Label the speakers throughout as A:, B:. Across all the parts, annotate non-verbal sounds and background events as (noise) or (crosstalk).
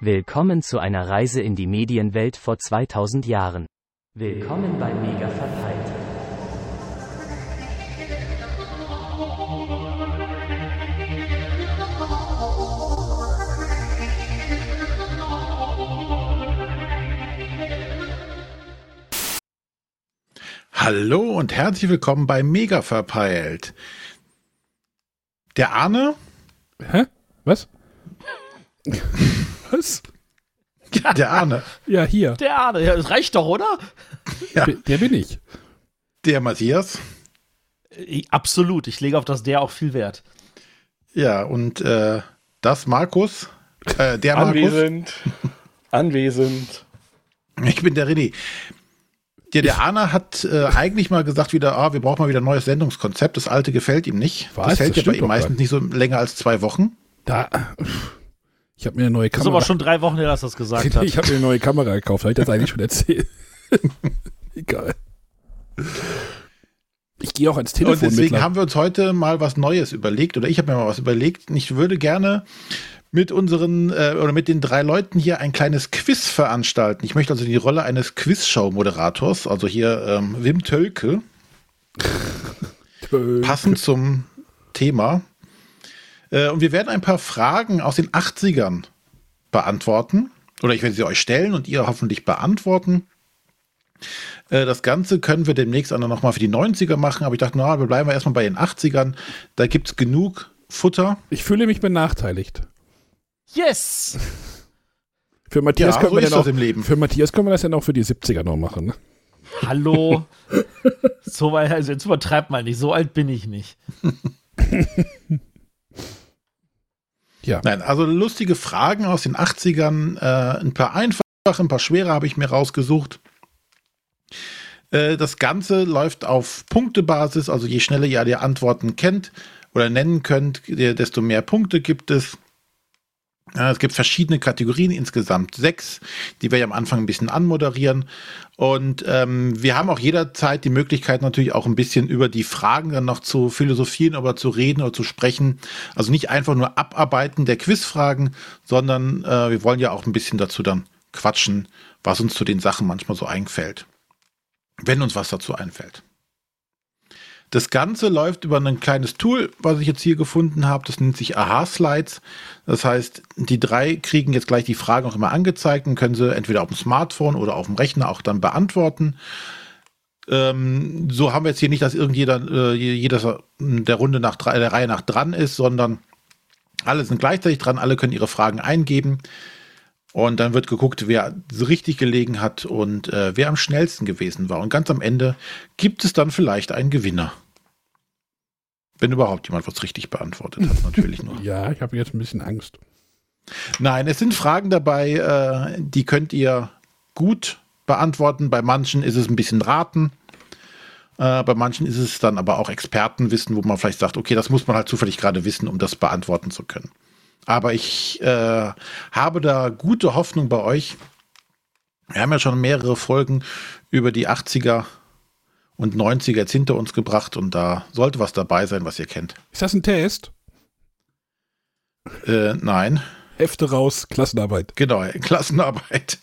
A: Willkommen zu einer Reise in die Medienwelt vor 2000 Jahren. Willkommen bei Mega Verpeilt.
B: Hallo und herzlich willkommen bei Mega Verpeilt. Der Arne?
C: (laughs) Hä? (laughs) Was? Was?
B: Ja, der Arne.
C: Ja, hier.
D: Der Arne, ja, das reicht doch, oder?
B: Ja.
C: B- Der bin ich.
B: Der Matthias?
D: Äh, Absolut, ich lege auf das der auch viel Wert.
B: Ja, und äh, das Markus? Äh, der
E: Anwesend. Anwesend.
B: Markus? Ich bin der René. Ja, der Arne hat äh, eigentlich mal gesagt wieder, ah, wir brauchen mal wieder ein neues Sendungskonzept. Das alte gefällt ihm nicht.
C: Was?
B: Das hält
C: Das
B: ja bei
C: stimmt
B: ihm
C: doch gar
B: meistens nicht so länger als zwei Wochen.
C: Da. Ich habe mir eine neue
D: Das ist
C: (laughs)
D: aber
C: Kamera.
D: schon drei Wochen her, dass er das gesagt
C: (laughs)
D: hat.
C: ich habe mir eine neue Kamera gekauft. Habe ich das eigentlich schon erzählt? (laughs) Egal. Ich gehe auch ans
B: Und
C: Telefon
B: deswegen
C: mittler-
B: haben wir uns heute mal was Neues überlegt oder ich habe mir mal was überlegt. Ich würde gerne mit unseren äh, oder mit den drei Leuten hier ein kleines Quiz veranstalten. Ich möchte also die Rolle eines Quizshow-Moderators, also hier ähm, Wim Tölke,
C: Äh,
B: passend zum Thema. Äh, und wir werden ein paar Fragen aus den 80ern beantworten. Oder ich werde sie euch stellen und ihr hoffentlich beantworten. Äh, Das Ganze können wir demnächst auch nochmal für die 90er machen, aber ich dachte, na, wir bleiben erstmal bei den 80ern. Da gibt es genug Futter.
C: Ich fühle mich benachteiligt.
D: Yes!
C: Für Matthias,
B: Ja,
C: können
B: so
C: wir
B: ist
C: dann
B: das
C: auch,
B: im Leben.
C: für Matthias können wir das dann auch für die 70er noch machen. ne?
D: Hallo. so weit, also jetzt übertreibt mal nicht, so alt bin ich nicht.
C: Ja.
B: Nein, also lustige Fragen aus den 80ern, äh, ein paar einfache, ein paar schwere habe ich mir rausgesucht. Äh, das Ganze läuft auf Punktebasis, also je schneller ihr die Antworten kennt oder nennen könnt, desto mehr Punkte gibt es. Ja, Es gibt verschiedene Kategorien, insgesamt sechs, die wir ja am Anfang ein bisschen anmoderieren. Und ähm, wir haben auch jederzeit die Möglichkeit, natürlich auch ein bisschen über die Fragen dann noch zu philosophieren, aber zu reden oder zu sprechen. Also nicht einfach nur Abarbeiten der Quizfragen, sondern äh, wir wollen ja auch ein bisschen dazu dann quatschen, was uns zu den Sachen manchmal so einfällt. Wenn uns was dazu einfällt. Das Ganze läuft über ein kleines Tool, was ich jetzt hier gefunden habe. Das nennt sich Aha-Slides. Das heißt, die drei kriegen jetzt gleich die Fragen auch immer angezeigt und können sie entweder auf dem Smartphone oder auf dem Rechner auch dann beantworten. Ähm, so haben wir jetzt hier nicht, dass irgendjeder, äh, jeder der Runde nach drei- der Reihe nach dran ist, sondern alle sind gleichzeitig dran, alle können ihre Fragen eingeben. Und dann wird geguckt, wer so richtig gelegen hat und äh, wer am schnellsten gewesen war. Und ganz am Ende gibt es dann vielleicht einen Gewinner. Wenn überhaupt jemand was richtig beantwortet hat, natürlich nur.
C: Ja, ich habe jetzt ein bisschen Angst.
B: Nein, es sind Fragen dabei, äh, die könnt ihr gut beantworten. Bei manchen ist es ein bisschen raten. Äh, bei manchen ist es dann aber auch Expertenwissen, wo man vielleicht sagt, okay, das muss man halt zufällig gerade wissen, um das beantworten zu können. Aber ich äh, habe da gute Hoffnung bei euch. Wir haben ja schon mehrere Folgen über die 80er und 90er jetzt hinter uns gebracht und da sollte was dabei sein, was ihr kennt.
C: Ist das ein Test?
B: Äh, nein,
C: Hefte raus, Klassenarbeit. (laughs)
B: genau, (laughs) Klassenarbeit.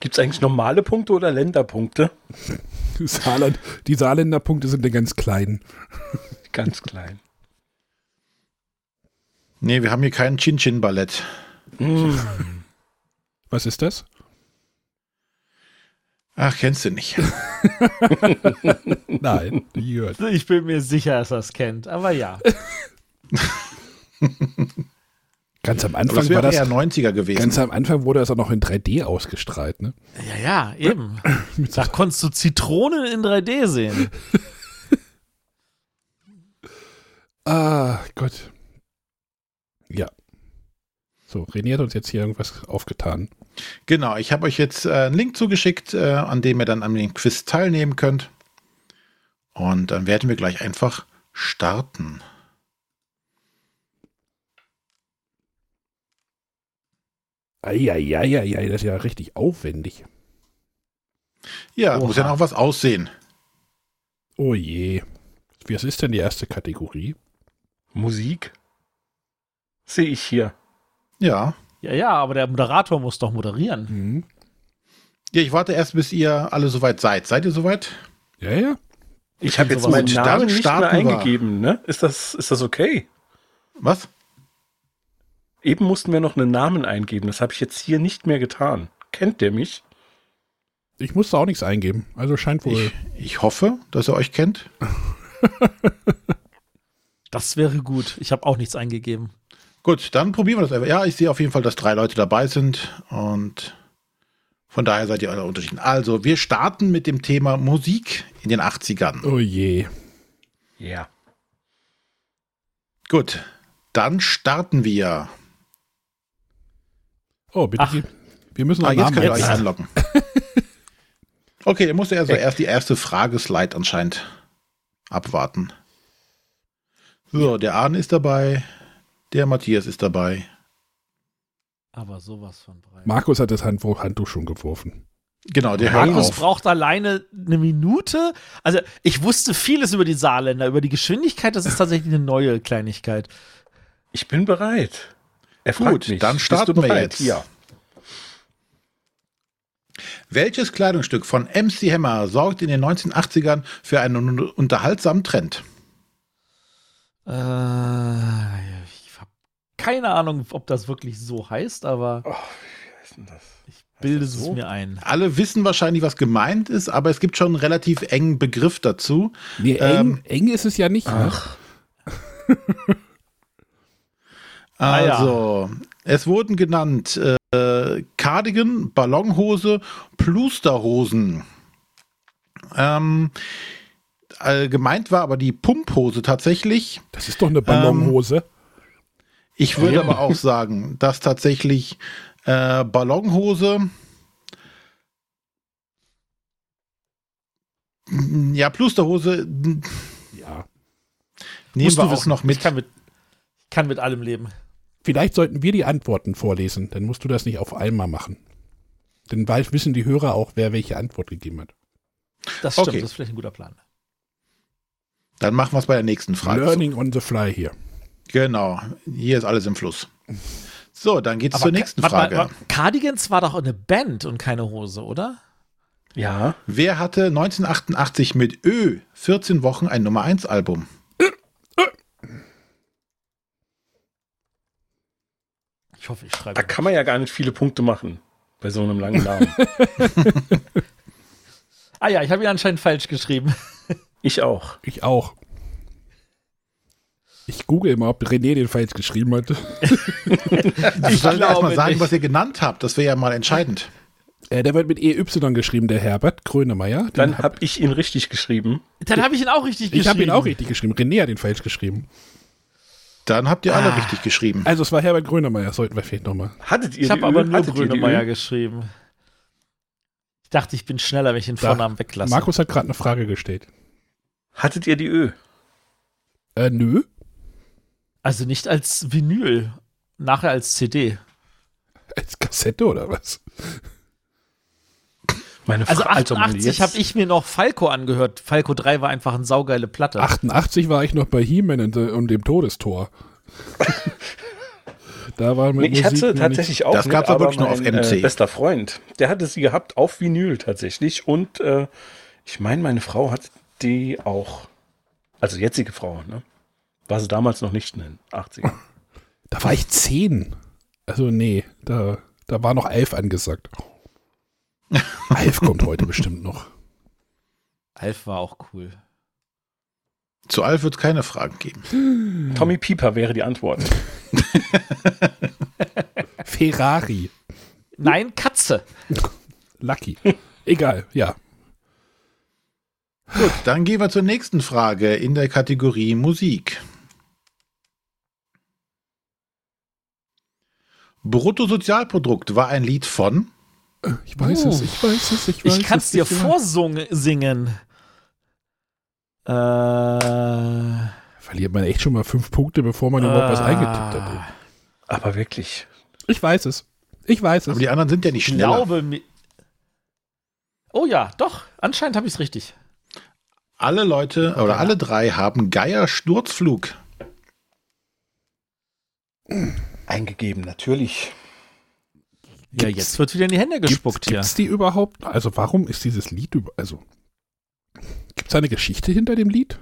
E: Gibt es eigentlich normale Punkte oder Länderpunkte?
C: Saarland, die Saarländer Punkte sind ja ganz klein.
E: Ganz klein.
B: Nee, wir haben hier kein Chin-Chin-Ballett.
E: Hm.
C: Was ist das?
B: Ach, kennst du
C: (laughs)
B: nicht.
C: Nein, die gehört.
D: Ich bin mir sicher, dass er es kennt, aber ja.
C: Ganz am
B: Aber das
C: Anfang war
B: wäre
C: das.
B: eher 90er gewesen.
C: Ganz am Anfang wurde das auch noch in 3D ausgestrahlt, ne?
D: Ja, ja, eben. Da konntest du Zitronen in 3D sehen.
C: Ah, Gott. Ja. So, René hat uns jetzt hier irgendwas aufgetan.
B: Genau, ich habe euch jetzt äh, einen Link zugeschickt, äh, an dem ihr dann an dem Quiz teilnehmen könnt. Und dann werden wir gleich einfach starten.
C: Eieieiei, das ist ja richtig aufwendig.
B: Ja,
D: Oha.
B: muss ja noch was aussehen.
C: Oh je. Was ist denn die erste Kategorie?
E: Musik? Sehe ich hier.
B: Ja,
D: Ja, ja, aber der Moderator muss doch moderieren.
C: Mhm.
B: Ja, ich warte erst, bis ihr alle soweit seid. Seid ihr soweit?
C: Ja, ja.
E: Ich habe
D: bin
E: jetzt
D: sowas-
E: meinen
B: Mensch,
E: Namen
B: dann
E: nicht
B: starten
E: mehr
B: wir.
E: eingegeben, ne? Ist das, ist das okay?
B: Was?
E: Eben mussten wir noch einen Namen eingeben. Das habe ich jetzt hier nicht mehr getan. Kennt der mich?
C: Ich musste auch nichts eingeben. Also scheint wohl.
B: Ich, ich hoffe, dass ihr euch kennt.
D: Das wäre gut. Ich habe auch nichts eingegeben.
B: Gut, dann probieren wir das einfach. Ja, ich sehe auf jeden Fall, dass drei Leute dabei sind und von daher seid ihr alle unterschiedlich. Also, wir starten mit dem Thema Musik in den 80ern.
C: Oh je.
E: Ja.
B: Gut, dann starten wir. Ah,
C: Oh, bitte.
D: Ach.
C: gib- Wir müssen
B: Ah,
C: noch
B: jetzt
C: Namen
B: könnt ihr euch
C: jetzt.
B: einloggen. Okay, ihr müsst also erst die erste Frage-Slide anscheinend abwarten. So, der Arne ist dabei, der Matthias ist dabei.
D: Aber sowas von breit.
C: Markus hat das Handtuch, Handtuch schon geworfen.
B: Genau, der hört
D: Markus
B: auf.
D: braucht alleine eine Minute. Also, ich wusste vieles über die Saarländer, über die Geschwindigkeit. Das ist tatsächlich eine neue Kleinigkeit.
E: Ich bin bereit. Er
B: Gut,
E: fragt mich.
B: dann
E: Bist
B: starten
E: du
B: wir
E: bereit?
B: jetzt.
E: Ja.
B: Welches Kleidungsstück von MC Hammer sorgt in den 1980ern für einen unterhaltsamen Trend?
D: Äh, ich habe keine Ahnung, ob das wirklich so heißt, aber
E: Oh, wie heißt denn das?
D: ich bilde es
E: so?
D: mir ein.
B: Alle wissen wahrscheinlich, was gemeint ist, aber es gibt schon einen relativ engen Begriff dazu.
C: Nee, eng,
B: Ähm,
C: eng ist es ja nicht. ne?
D: Ah, ja.
B: Also, es wurden genannt äh, Cardigan, Ballonhose, Plusterhosen. Ähm, äh, gemeint war aber die Pumphose tatsächlich.
C: Das ist doch eine Ballonhose.
B: Ich würde aber auch sagen, dass tatsächlich äh, Ballonhose. Mm, Ja, Plusterhose mm,
C: ja.
B: nehmen
D: Musst
B: wir
D: du
B: auch
D: wissen.
B: noch
D: Ich
B: mit.
D: kann mit, ich kann mit allem leben.
C: Vielleicht sollten wir die Antworten vorlesen. Dann musst du das nicht auf einmal machen. Dann weiß, wissen die Hörer auch, wer welche Antwort gegeben hat.
D: Das stimmt,
B: Okay.
D: das ist vielleicht ein guter Plan.
B: Dann machen wir es bei der nächsten Frage.
C: Learning on the fly hier.
B: Genau, hier ist alles im Fluss. So, dann geht's zur
D: Ka-
B: nächsten
D: warte mal,
B: Frage.
D: warte mal. Cardigans war doch eine Band und keine Hose, oder?
E: Ja.
B: Wer hatte 1988 mit Ö 14 Wochen ein Nummer 1 Album?
D: Ich hoffe, ich schreibe.
E: Da kann man ja gar nicht viele Punkte machen. Bei so einem langen (laughs) Namen.
D: ah ja, ich habe ihn anscheinend
B: (laughs)
D: falsch geschrieben.
E: ich auch.
C: Ich auch. Ich google immer, ob René den falsch geschrieben hat.
B: Du sollst Also erst mal
D: glaube
B: sagen,
D: nicht.
B: was ihr genannt habt. Das wäre ja mal entscheidend.
C: Äh, der wird mit EY geschrieben, der Herbert Grönemeyer. Den
E: Dann
C: hab-
E: habe ich ihn richtig geschrieben.
D: Dann habe ich ihn auch richtig geschrieben.
C: ich habe ihn auch richtig geschrieben. René hat ihn falsch geschrieben.
B: Dann habt ihr
D: Ah.
B: alle richtig geschrieben.
C: Also es war Herbert Grönemeyer, sollten wir vielleicht nochmal.
E: Hattet ihr
D: Ich
E: die
D: habe
E: Öl?
D: aber nur
E: Hattet ihr die
D: Grönemeyer
E: Öl?
D: geschrieben. Ich dachte, ich bin schneller, wenn ich den
C: Da-
D: Vornamen weglasse.
C: Markus hat gerade eine Frage gestellt.
E: Hattet ihr die Ö?
C: Äh, nö.
D: Also nicht als Vinyl, nachher als CD.
C: Als Kassette oder was?
E: Meine
D: Also
E: Fra- Alter, Mann,
D: 88
E: jetzt-
D: habe ich mir noch Falco angehört. Falco 3 war einfach eine saugeile Platte.
C: 88 war ich noch bei He-Man und, äh, und dem Todestor. da war mit
E: Nee, ich
C: Musik noch
E: hatte
C: nicht-
E: tatsächlich auch.
B: Das
E: nicht,
B: gab's aber wirklich nur
E: mein,
B: auf MC.
E: Äh, bester Freund, der hatte sie gehabt auf Vinyl tatsächlich. Und äh, ich meine, meine Frau hat die auch. Also jetzige Frau, ne? War sie damals noch nicht in den 80ern.
C: Da war ich 10. Also nee, da, da war noch Alf angesagt. Alf kommt heute bestimmt noch.
D: Alf war auch cool.
B: Zu Alf wird es keine Fragen geben.
D: Hm.
E: Tommy Pieper wäre die Antwort.
C: Ferrari.
D: Nein, Katze.
C: Lucky. Egal, ja.
B: Gut, dann gehen wir zur nächsten Frage in der Kategorie Musik. Bruttosozialprodukt war ein Lied von.
C: Ich weiß
D: Oh.
C: es, ich weiß es, ich weiß es.
D: Ich kann es dir
C: weiß-
D: vorsingen. Äh,
C: Verliert man echt schon mal fünf Punkte, bevor man überhaupt was eingetippt hat. ey.
E: Aber wirklich.
C: Ich weiß es. Ich weiß es.
B: Aber die anderen sind ja nicht
D: Ich
B: schneller.
D: glaube mir. Oh ja, doch. Anscheinend habe ich es richtig.
B: Alle Leute oder alle drei haben Geier Sturzflug.
E: Eingegeben, natürlich.
D: Ja,
C: Gibt's-
D: jetzt wird wieder in die Hände gespuckt
C: Gibt es die überhaupt? Also warum ist dieses Lied über... Also gibt es eine Geschichte hinter dem Lied?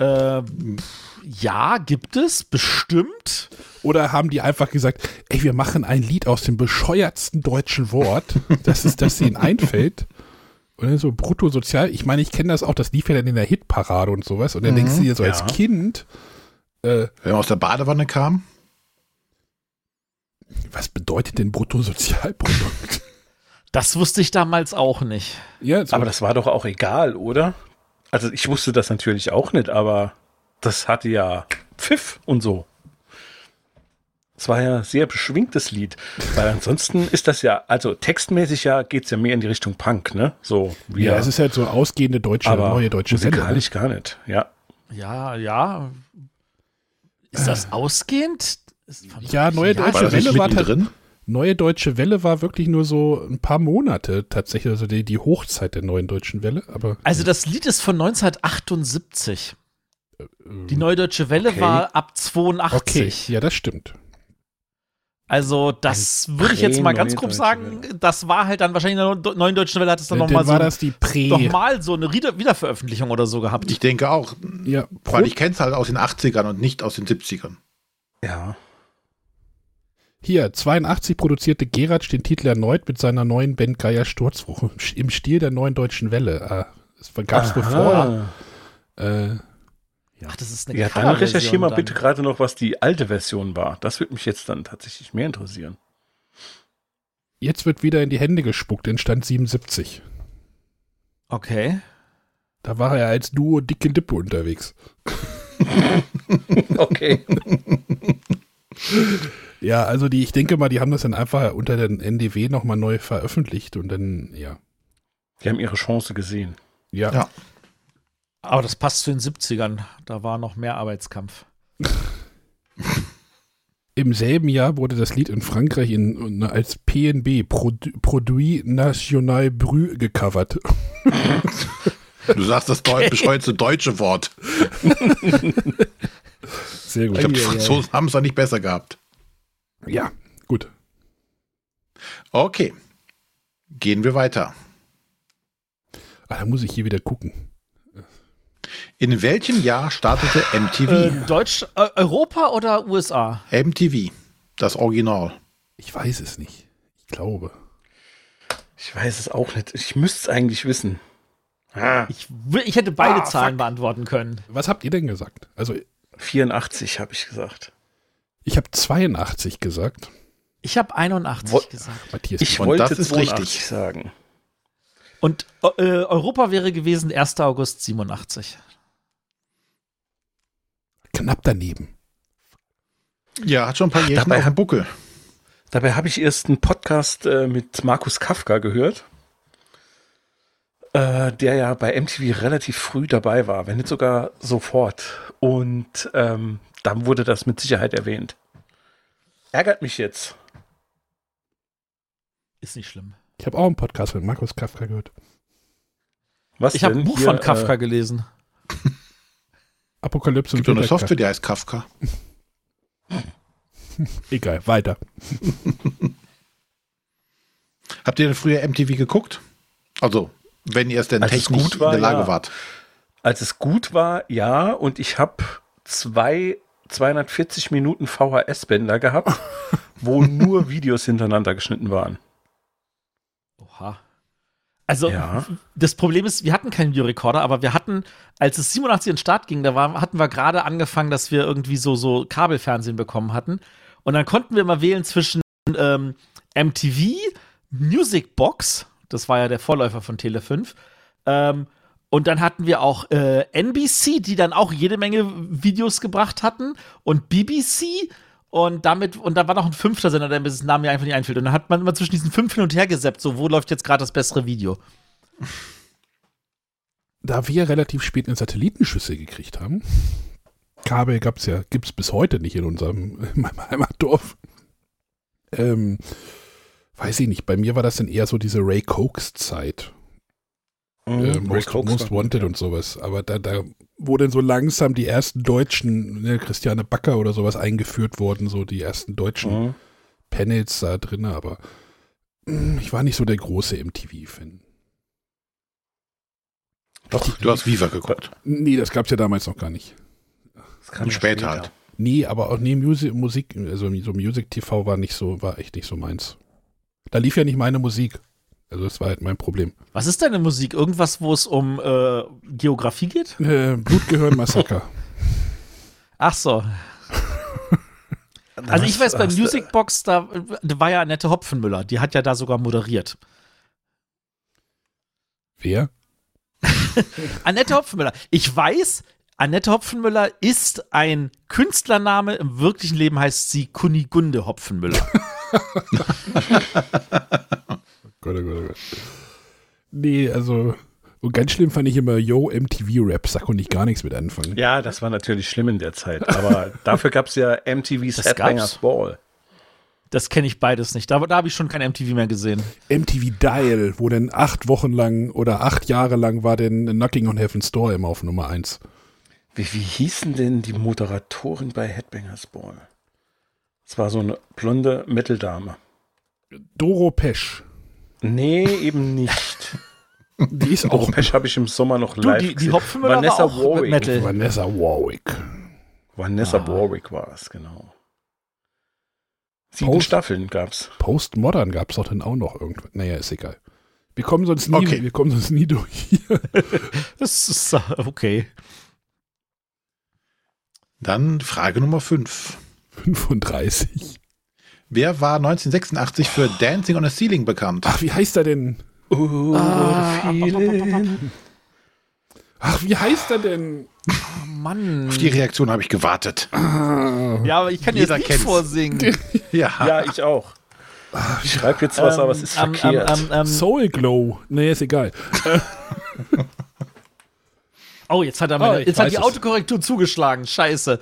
D: hier. Ähm, pff, ja, gibt es, bestimmt.
C: Oder haben die einfach gesagt, ey, wir machen ein Lied aus dem bescheuertsten deutschen Wort, (laughs) das ist, das ihnen einfällt. Und dann so bruttosozial, ich meine, ich kenne das auch, das lief ja dann in der Hitparade und sowas. Und dann denkst du dir so als
E: Mhm, ja.
C: Kind, äh,
B: Wenn man aus der Badewanne kam.
C: was bedeutet denn Bruttosozialprodukt? (laughs)
D: Das wusste ich damals auch nicht.
C: ja, so,
E: Aber das war doch auch egal, oder? Also ich wusste das natürlich auch nicht, aber das hatte ja Pfiff und so. Es war ja ein sehr beschwingtes Lied, weil ansonsten ist das ja, also textmäßig ja geht es ja mehr in die Richtung Punk, ne? So wie
C: ja, es ist halt so ausgehende deutsche,
E: aber
C: neue deutsche Welle. ne?
E: musikalisch gar nicht, ja.
D: Ja, ja. Ist das ausgehend? Ist-
C: Ja, neue
D: Ja,
C: deutsche
B: War das
C: Welle
B: nicht
C: war halt,
B: mittendrin?
C: Neue Deutsche Welle war wirklich nur so ein paar Monate tatsächlich, also die, die Hochzeit der Neuen Deutschen Welle. Aber
D: Also das Lied ist von 1978. Die
C: ähm,
D: Neue Deutsche Welle
E: Okay.
D: war ab
C: Okay,
D: 82.
C: ja, das stimmt.
D: Also das würde ich jetzt mal ganz
E: Prä-Neue
D: grob
E: Deutsche
D: sagen, das war halt dann wahrscheinlich in der Neuen Deutschen Welle hat es dann
C: Dann
D: nochmal
C: war
D: so,
C: das E. die Prä.
D: noch mal so eine Rieder- Wiederveröffentlichung oder so gehabt.
B: Ich denke auch.
C: ja,
B: Weil
C: Pro,
B: ich kenne es halt aus den 80ern und nicht aus den 70ern.
E: Ja.
C: hier, 82 produzierte Geratsch den Titel erneut mit seiner neuen Band Geier Sturzbruch im Sch- im Stil der Neuen Deutschen Welle. Ah, das gab es bevor.
E: Aha.
C: Äh,
D: Ach, das ist eine
E: Ja, dann
D: Coverversion
E: recherchiere mal
D: dann.
E: bitte gerade noch, was die alte Version war. Das würde mich jetzt dann tatsächlich mehr interessieren.
C: jetzt wird wieder in die Hände gespuckt, entstand 77.
D: Okay.
C: Da war er als Duo Dicke Lippe unterwegs.
E: Okay.
C: Ja, also die, ich denke mal, die haben das dann einfach unter den NDW nochmal neu veröffentlicht und dann, ja.
E: (laughs) Die haben ihre Chance gesehen.
C: Ja.
B: Ja.
D: Aber das passt zu den 70ern. Da war noch mehr Arbeitskampf.
C: Im selben Jahr wurde das Lied in Frankreich in, in, als PNB, Produ- Produit National Brü, gecovert.
B: Du sagst das deu- bescheuerte deutsche Wort.
C: Sehr gut.
B: Ich glaube, die
C: Ja, ja,
B: Franzosen haben es da nicht besser gehabt.
C: ja. ja, gut.
B: Okay. Gehen wir weiter.
C: Ah, da muss ich hier wieder gucken.
B: In welchem Jahr startete
D: Äh,
B: MTV?
D: Deutsch, äh, Europa oder USA?
B: MTV, das Original.
C: Ich weiß es nicht. Ich glaube.
E: Ich weiß es auch nicht. Ich müsste es eigentlich wissen. Ah,
D: Ich, will- ich hätte beide
C: Ah,
D: Zahlen beantworten können.
C: Was habt ihr denn gesagt? Also,
E: 84 habe ich gesagt.
C: ich habe 82 gesagt.
D: Ich habe 81
E: Wo-
D: gesagt.
C: Matthias.
E: Ich
B: Und
E: wollte
B: das ist
E: 82
B: richtig.
E: sagen.
D: Und äh, Europa wäre gewesen 1. August 87.
C: knapp daneben.
B: Ja, hat schon ein paar Jährchen
E: dabei
B: auf dem Buckel.
E: Dabei habe ich erst einen Podcast äh, mit Markus Kafka gehört, äh, der ja bei MTV relativ früh dabei war, wenn nicht sogar sofort. Und ähm, dann wurde das mit Sicherheit erwähnt. Ärgert mich jetzt.
D: Ist nicht schlimm.
C: Ich habe auch einen Podcast mit Markus Kafka gehört.
E: Was
D: Ich habe
E: denn?
D: ein Buch
E: Hier, äh,
D: von Kafka gelesen.
C: Apokalypse
B: Gibt doch eine
C: Winterka-
B: Software, die heißt Kafka.
C: Egal, weiter.
B: Habt ihr denn früher MTV geguckt? Also, wenn ihr es denn
E: Als es
B: technisch
E: gut war,
B: in der Lage
E: ja.
B: wart.
E: Als es gut war, ja, und ich habe zwei 240 Minuten VHS-Bänder
D: (laughs)
E: gehabt, wo nur Videos hintereinander geschnitten waren.
D: Oha. Also,
E: Ja.
D: das Problem ist, wir hatten keinen Videorekorder, aber wir hatten, als es 87 in den Start ging, da war, hatten wir gerade angefangen, dass wir irgendwie so, so Kabelfernsehen bekommen hatten. Und dann konnten wir mal wählen zwischen ähm, MTV, Music Box, das war ja der Vorläufer von Tele 5, ähm, und dann hatten wir auch äh, NBC, die dann auch jede Menge Videos gebracht hatten und BBC und damit und da war noch ein fünfter Sender, der mir das Name einfach nicht einfällt. Und dann hat man immer zwischen diesen fünf hin und her gesäppt, so wo läuft jetzt gerade das bessere Video.
C: da wir relativ spät eine Satellitenschüssel gekriegt haben, Kabel gab's ja, gibt's bis heute nicht in unserem (laughs) in meinem Heimatdorf. Ähm, weiß ich nicht, bei mir war das dann eher so diese Ray Cokes-Zeit. äh,
E: Mhm, Ray
C: Most,
E: Cokes
C: Most
E: war-
C: Wanted und sowas. Aber da, da wurden so langsam die ersten Deutschen, ne, Christiane Backer oder sowas eingeführt worden, so die ersten deutschen
E: Mhm.
C: Panels da drin, aber mm, ich war nicht so der große MTV-Fan.
B: Doch, du hast Viva geguckt.
C: Nee, das gab es ja damals noch gar nicht.
E: Das kam ja
B: Später halt.
C: Nee, aber auch nee, Musi- Musik, also so Music TV war nicht so, war echt nicht so meins. Da lief ja nicht meine Musik. Also das war halt mein Problem.
D: Was ist deine Musik? Irgendwas, wo es um äh, Geografie geht?
C: Äh,
E: (laughs)
C: Blutgehirnmassaker.
D: Ach so. Also ich weiß, bei
E: Hast du-
D: Music Box, da äh, war ja Annette Hopfenmüller, die hat ja da sogar moderiert.
C: Wer?
D: Annette Hopfenmüller. Ich weiß, Annette Hopfenmüller ist ein Künstlername. Im wirklichen Leben heißt sie Kunigunde Hopfenmüller.
C: Gott, oh Gott, oh Gott. Nee, also. Und ganz schlimm fand ich immer, yo, MTV-Raps, da konnte ich gar nichts mit anfangen.
E: Ja, das war natürlich schlimm in der
D: (laughs)
E: Zeit, aber dafür gab es ja MTV's
D: Das
E: Headbangers
D: gab's.
E: Ball.
D: Das kenne ich beides nicht. Da, da habe ich schon kein MTV mehr gesehen.
C: MTV Dial, wo dann acht Wochen lang oder acht Jahre lang war denn Knocking on Heaven's Door immer auf Nummer eins.
E: Wie, wie hießen denn die Moderatorin bei Headbangers Ball? Es war so eine blonde Mitteldame.
C: Doro Pesch.
E: Nee, eben nicht.
D: (laughs)
C: Die
E: (laughs)
C: ist auch
E: Pesch habe ich im Sommer noch
D: Du,
E: live
D: die, die
E: gesehen.
D: Hopfenmüller
E: Vanessa
D: war auch
E: Warwick.
D: Metal.
C: Vanessa Warwick.
E: Vanessa
D: Ah.
E: Warwick war es, genau. Sieben
C: Post-
E: Staffeln gab es.
C: Postmodern gab es doch dann auch noch irgendwann. Naja, ist egal. Wir kommen sonst nie,
B: Okay.
C: wir kommen sonst nie durch hier. (laughs)
D: Das ist äh, okay.
B: Dann Frage Nummer 5.
C: 35.
B: Wer war 1986 für Dancing on a Ceiling bekannt?
C: Ach, wie heißt er denn?
E: Oh,
D: Ah,
E: the feeling.
C: Ach, wie heißt er denn?
D: Oh Mann.
B: Auf die Reaktion habe ich gewartet.
C: Ah,
D: Ja, aber ich kann jetzt
B: Jeder
D: nicht
B: kennt's.
D: vorsingen.
B: Ja.
E: Ja, ich auch. Ah, Ich schreibe jetzt was, aber es ist
D: Ähm, ähm,
E: verkehrt.
D: ähm, ähm,
C: Soul Glow. Naja, ist egal.
D: Oh, jetzt hat er meine,
C: Oh, ich
D: jetzt hat die
C: weiß es.
D: Autokorrektur zugeschlagen. Scheiße.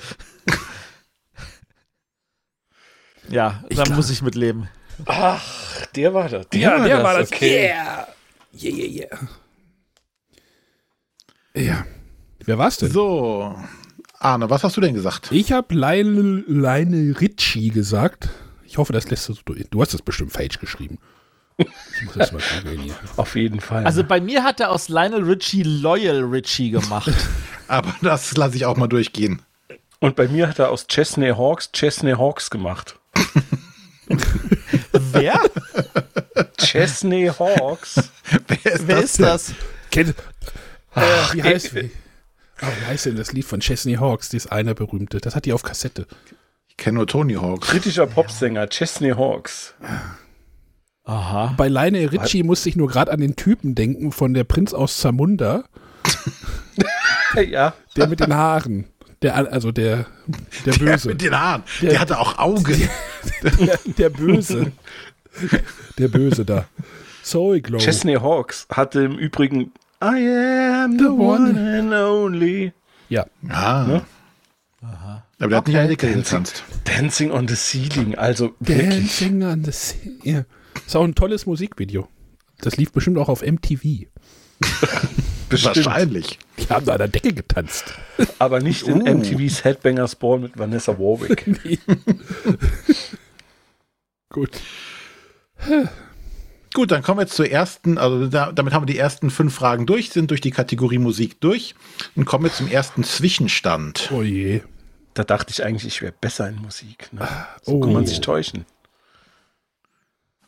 D: ja, da
C: glaub-
D: muss ich mitleben.
E: Ach, der war das. Der,
C: Ja, Ah, der
E: Ah, das.
C: war das.
E: Okay.
C: Yeah. Yeah, yeah, yeah. Ja. Wer war's denn?
B: So, Arne, was hast du denn gesagt?
C: Ich habe Lionel, Lionel Richie gesagt. Ich hoffe, das lässt du so durch. Du hast das bestimmt falsch geschrieben. Ich muss das mal googeln hier.
E: Auf jeden Fall.
D: Also bei mir hat er aus Lionel Richie Loyal Richie gemacht.
B: Aber das lasse ich auch mal durchgehen.
E: Und bei mir hat er aus Chesney Hawks Chesney Hawks gemacht.
D: Wer? (laughs)
E: (laughs) Chesney Hawks?
B: Wer ist
D: Wer
B: das?
D: ist das?
C: Kennt,
E: Ach,
C: Äh, wie, heißt, wie, ah, wie heißt denn das Lied von Chesney Hawks? Das eine berühmte. Das hat die auf Kassette.
B: Ich kenne nur Tony Hawk.
E: Britischer Popsänger Chesney Hawks.
D: Aha.
C: Bei Lionel Richie musste ich nur gerade an den Typen denken von der Prinz aus Zamunda,
E: Ja,
C: der mit den Haaren. Der, al- also der, der Böse.
B: Mit den Haaren. Der, hatte auch Augen.
C: Der, (laughs) der Böse. Der Böse da. Soul Glow.
E: Chesney Hawks hatte im Übrigen I am the one and only
C: Ja.
B: Ah. Aber der hat nicht eine Decke getanzt.
E: Dancing on the Ceiling. Also wirklich.
C: Dancing on the Sea. Ja. Ist auch ein tolles Musikvideo. Das lief bestimmt auch auf MTV.
E: Bestimmt,
B: Wahrscheinlich.
C: Die haben da an der Decke getanzt.
E: aber nicht in MTV's Headbangers Ball mit Vanessa Warwick.
C: Gut.
B: Gut, dann kommen wir jetzt zur ersten, also da, damit haben wir die ersten fünf Fragen durch, sind durch die Kategorie Musik durch und kommen jetzt zum ersten Zwischenstand.
C: Oh je.
E: Da dachte ich eigentlich, ich wäre besser in Musik. Ne? So
C: Oh.
E: kann man sich täuschen.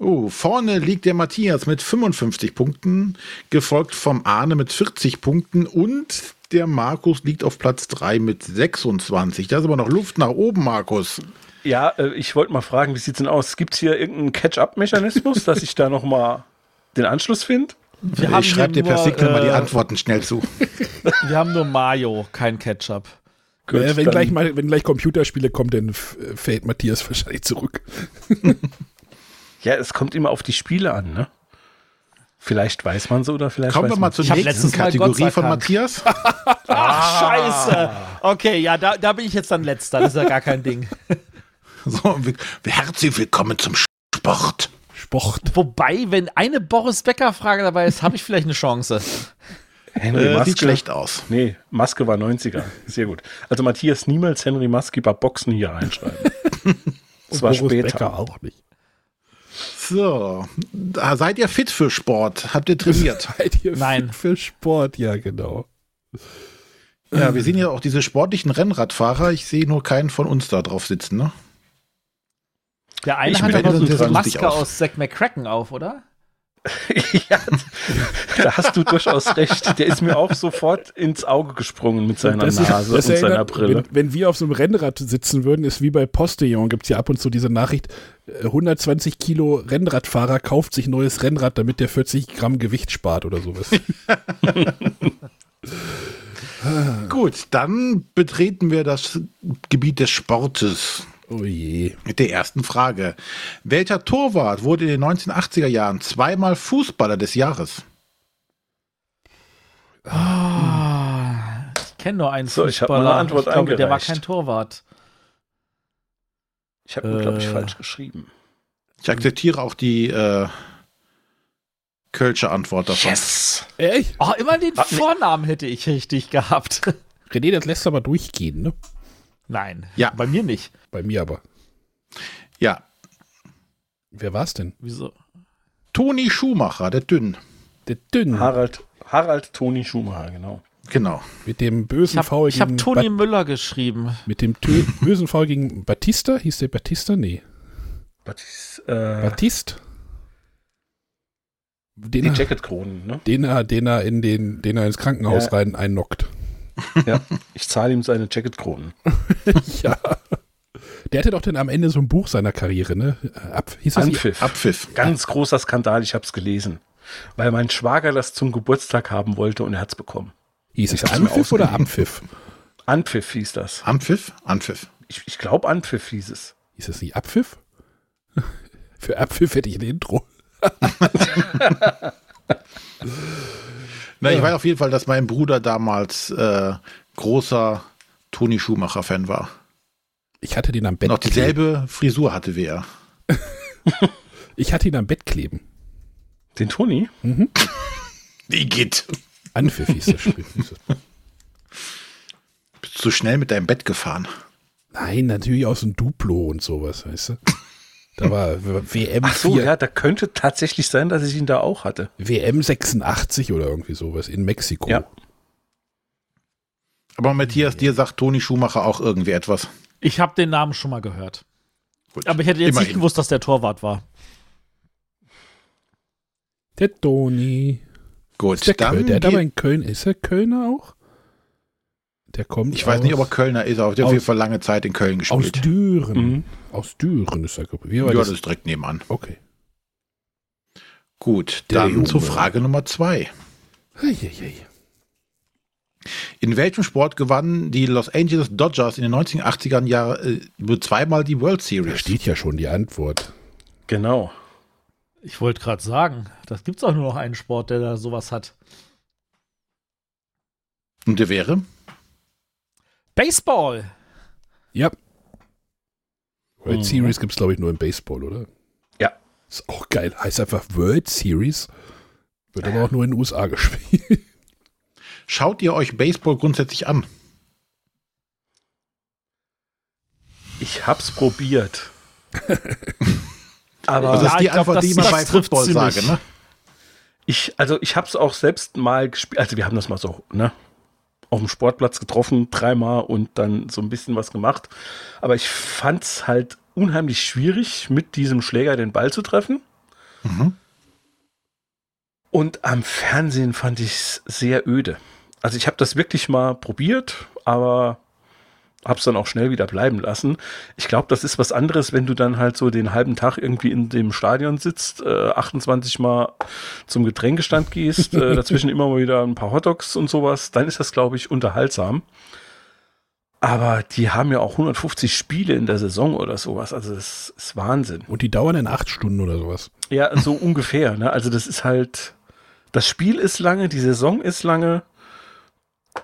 B: Oh, vorne liegt der Matthias mit 55 Punkten, gefolgt vom Arne mit 40 Punkten und der Markus liegt auf Platz 3 mit 26. Da ist aber noch Luft nach oben, Markus.
E: Ja, äh, ich wollte mal fragen, wie sieht's denn aus? Gibt es hier irgendeinen Catch-up-Mechanismus, dass ich da nochmal den Anschluss finde?
D: Wir haben
B: ich schreibe dir
D: hier
B: per
D: nur,
B: Signal mal die
D: äh,
B: Antworten schnell zu.
D: Wir haben nur Mayo, kein Ketchup.
E: Gut,
C: äh, wenn,
E: dann-
C: gleich mal, wenn gleich Computerspiele kommen, dann f- äh, fällt Matthias wahrscheinlich zurück.
E: Ja, es kommt immer auf die Spiele an, ne? Vielleicht weiß man so oder vielleicht
B: Kommen
E: weiß
B: wir mal
E: man's
B: zur
D: Ich hab
B: nächsten
D: letztens mal
B: Kategorie
D: Gott
B: von
D: erkannt.
B: Matthias. (laughs)
D: Ach, scheiße. Okay, ja, da, da bin ich jetzt dann letzter. Das ist ja gar kein Ding.
B: So, wir- herzlich willkommen zum Sport.
C: Sport.
D: (laughs) Wobei, wenn eine Boris Becker-Frage dabei ist, habe ich vielleicht eine Chance.
E: Henry
B: Äh, sieht
E: Maske.
B: schlecht aus.
E: Nee, Maske war 90er. Sehr gut. Also Matthias, niemals Henry Maske bei Boxen hier einschreiben. Das war
C: Boris
E: später.
C: Becker auch nicht.
B: So, da seid ihr fit für Sport? Habt ihr
D: (laughs)
B: trainiert?
C: Seid ihr
D: Nein.
C: fit für Sport? Ja, genau.
B: ja, wir sehen ja auch diese sportlichen Rennradfahrer. Ich sehe nur keinen von uns da drauf sitzen. Ne?
D: Der eine
B: Ich
D: hat
B: bin-
D: aber so
B: das
D: eine
B: sah lustig
D: Maske
B: aus.
D: aus Zack McCracken auf, oder?
E: (laughs) ja, da hast du durchaus recht. Der ist mir auch sofort ins Auge gesprungen mit seiner
C: Das ist-
E: Nase
C: das
E: und seiner
C: erinnert-
E: Brille.
C: Wenn, wenn wir auf so einem Rennrad sitzen würden, ist wie bei Postillon, gibt es ja ab und zu diese Nachricht, äh, 120 Kilo Rennradfahrer kauft sich neues Rennrad, damit der 40 Gramm Gewicht spart oder
E: (laughs)
C: sowas.
B: Gut, dann betreten wir das Gebiet des Sportes.
C: oh je.
B: Mit der ersten Frage. Welcher Torwart wurde in den 1980er Jahren zweimal Fußballer des Jahres?
D: Ah, ich kenne nur einen
E: So, ich hab meine Antwort
D: ich glaube, der war
E: eingereicht.
D: kein Torwart.
E: Ich habe ihn, glaube ich,
D: Äh.
E: falsch geschrieben.
B: Ich akzeptiere auch die äh, Kölsche Antwort davon.
E: Yes!
C: Äh, Echt?
D: Oh, immer den
E: Ah, nee.
D: Vornamen hätte ich richtig gehabt. (laughs)
C: René, das lässt aber durchgehen, ne?
D: Nein,
B: Ja.
D: bei mir nicht.
C: Bei mir aber.
B: Ja,
C: Wer war's denn?
D: Wieso?
B: Toni Schumacher, der Dünn.
C: Der Dünn.
E: Mhm. Harald, Harald Toni Schumacher, genau.
B: Genau.
C: Mit dem bösen
D: Ich habe
C: Foul
D: hab
C: gegen
D: Toni
C: Bat-
D: Müller geschrieben.
C: Mit dem
E: (laughs)
C: tö- bösen Foul gegen Batista? Hieß der Batista? Nee.
E: Batis, äh,
C: Batist? Den
E: die
C: er,
E: Jacket-Kronen, ne?
C: den, er, den er in den, den er ins Krankenhaus
E: Ja.
C: rein einnockt.
E: Ja, ich zahle ihm seine Jacket-Kronen.
C: Ja. Der hatte doch dann am Ende so ein Buch seiner Karriere, ne? Ab, hieß das
E: Anpfiff.
B: Abpfiff.
E: Ganz großer Skandal, ich habe es gelesen. Weil mein Schwager das zum Geburtstag haben wollte und er hat es bekommen.
C: hieß es
B: hab's mir
C: Anpfiff oder Abpfiff?
E: Anpfiff hieß das.
B: Anpfiff? Anpfiff.
E: Ich, ich glaube, Anpfiff hieß es.
C: Hieß es nicht Abpfiff? (laughs) Für Abpfiff hätte ich ein Intro.
B: Na, ich weiß auf jeden Fall, dass mein Bruder damals äh, großer Toni Schumacher-Fan war.
C: Ich hatte den am Bett
B: Und auch dieselbe Frisur hatte wie er.
C: kleben. Ich hatte ihn am Bett kleben.
E: Den Toni?
B: Die geht.
C: Anpfiff hieß das Spiel. Hieß das.
B: Bist zu schnell mit deinem Bett gefahren.
C: Nein, natürlich aus dem Duplo und sowas, weißt du? Da war WM,
E: Ach so,
C: vier-
E: ja, da könnte tatsächlich sein, dass ich ihn da auch hatte.
C: WM 86 oder irgendwie sowas in Mexiko.
E: Ja.
B: Aber Matthias, dir sagt Toni Schumacher auch irgendwie etwas.
D: Ich habe den Namen schon mal gehört.
B: Gut.
D: Aber ich hätte jetzt nicht
B: Immerhin.
D: gewusst, dass der Torwart war.
C: Der Toni. Ist der,
B: Gut,
C: Köln,
B: dann.
C: der hat aber
B: geht-
C: in Köln, ist er Kölner auch? Der kommt
B: Ich weiß nicht,
C: aus-
B: ob er Kölner ist, aber der hat
C: aus-
B: auf jeden Fall lange Zeit in Köln
C: Aus
B: gespielt.
C: Düren.
E: Mhm.
C: Aus Düren ist er geboren. Wie
B: Ja,
C: war
B: das
C: das?
B: ist direkt nebenan.
C: Okay.
B: Gut,
C: Der
B: dann
C: Junge.
B: zur Frage Nummer zwei.
C: Eieiei.
B: In welchem Sport gewannen die Los Angeles Dodgers in den 1980er Jahren äh, zweimal die World
C: Da
B: Series?
C: steht ja schon die Antwort.
E: Genau.
D: Ich wollte gerade sagen, das gibt's auch nur noch einen Sport, der da sowas hat.
B: Und der wäre?
D: Baseball.
C: Ja. World
E: Mhm.
C: Series gibt es, glaube ich, nur im Baseball, oder?
E: Ja.
C: Ist auch geil. Heißt einfach World Series. Wird aber auch nur in den USA (laughs) gespielt.
B: Schaut ihr euch Baseball grundsätzlich an?
E: Ich hab's probiert. Aber
B: Also das
D: Ja,
B: ist die
D: ich glaub,
B: Antwort,
D: das-
B: die ich immer
D: das
B: bei
D: trifft's
B: Football
D: ziemlich.
B: sage. Ne?
E: ich, also ich hab's auch selbst mal gespielt. Also wir haben das mal so, ne? Auf dem Sportplatz getroffen, dreimal und dann so ein bisschen was gemacht. Aber ich fand's halt unheimlich schwierig, mit diesem Schläger den Ball zu treffen.
B: Mhm.
E: Und am Fernsehen fand ich es sehr öde. Also ich habe das wirklich mal probiert, aber habe es dann auch schnell wieder bleiben lassen. Ich glaube, das ist was anderes, wenn du dann halt so den halben Tag irgendwie in dem Stadion sitzt, äh, 28 Mal zum Getränkestand gehst, äh, dazwischen immer mal wieder ein paar Hotdogs und sowas, dann ist das, glaube ich, unterhaltsam. Aber die haben ja auch 150 Spiele in der Saison oder sowas. Also das ist Wahnsinn.
C: Und die dauern dann acht Stunden oder sowas.
E: Ja, so ungefähr. Ne? Also das ist halt, das Spiel ist lange, die Saison ist lange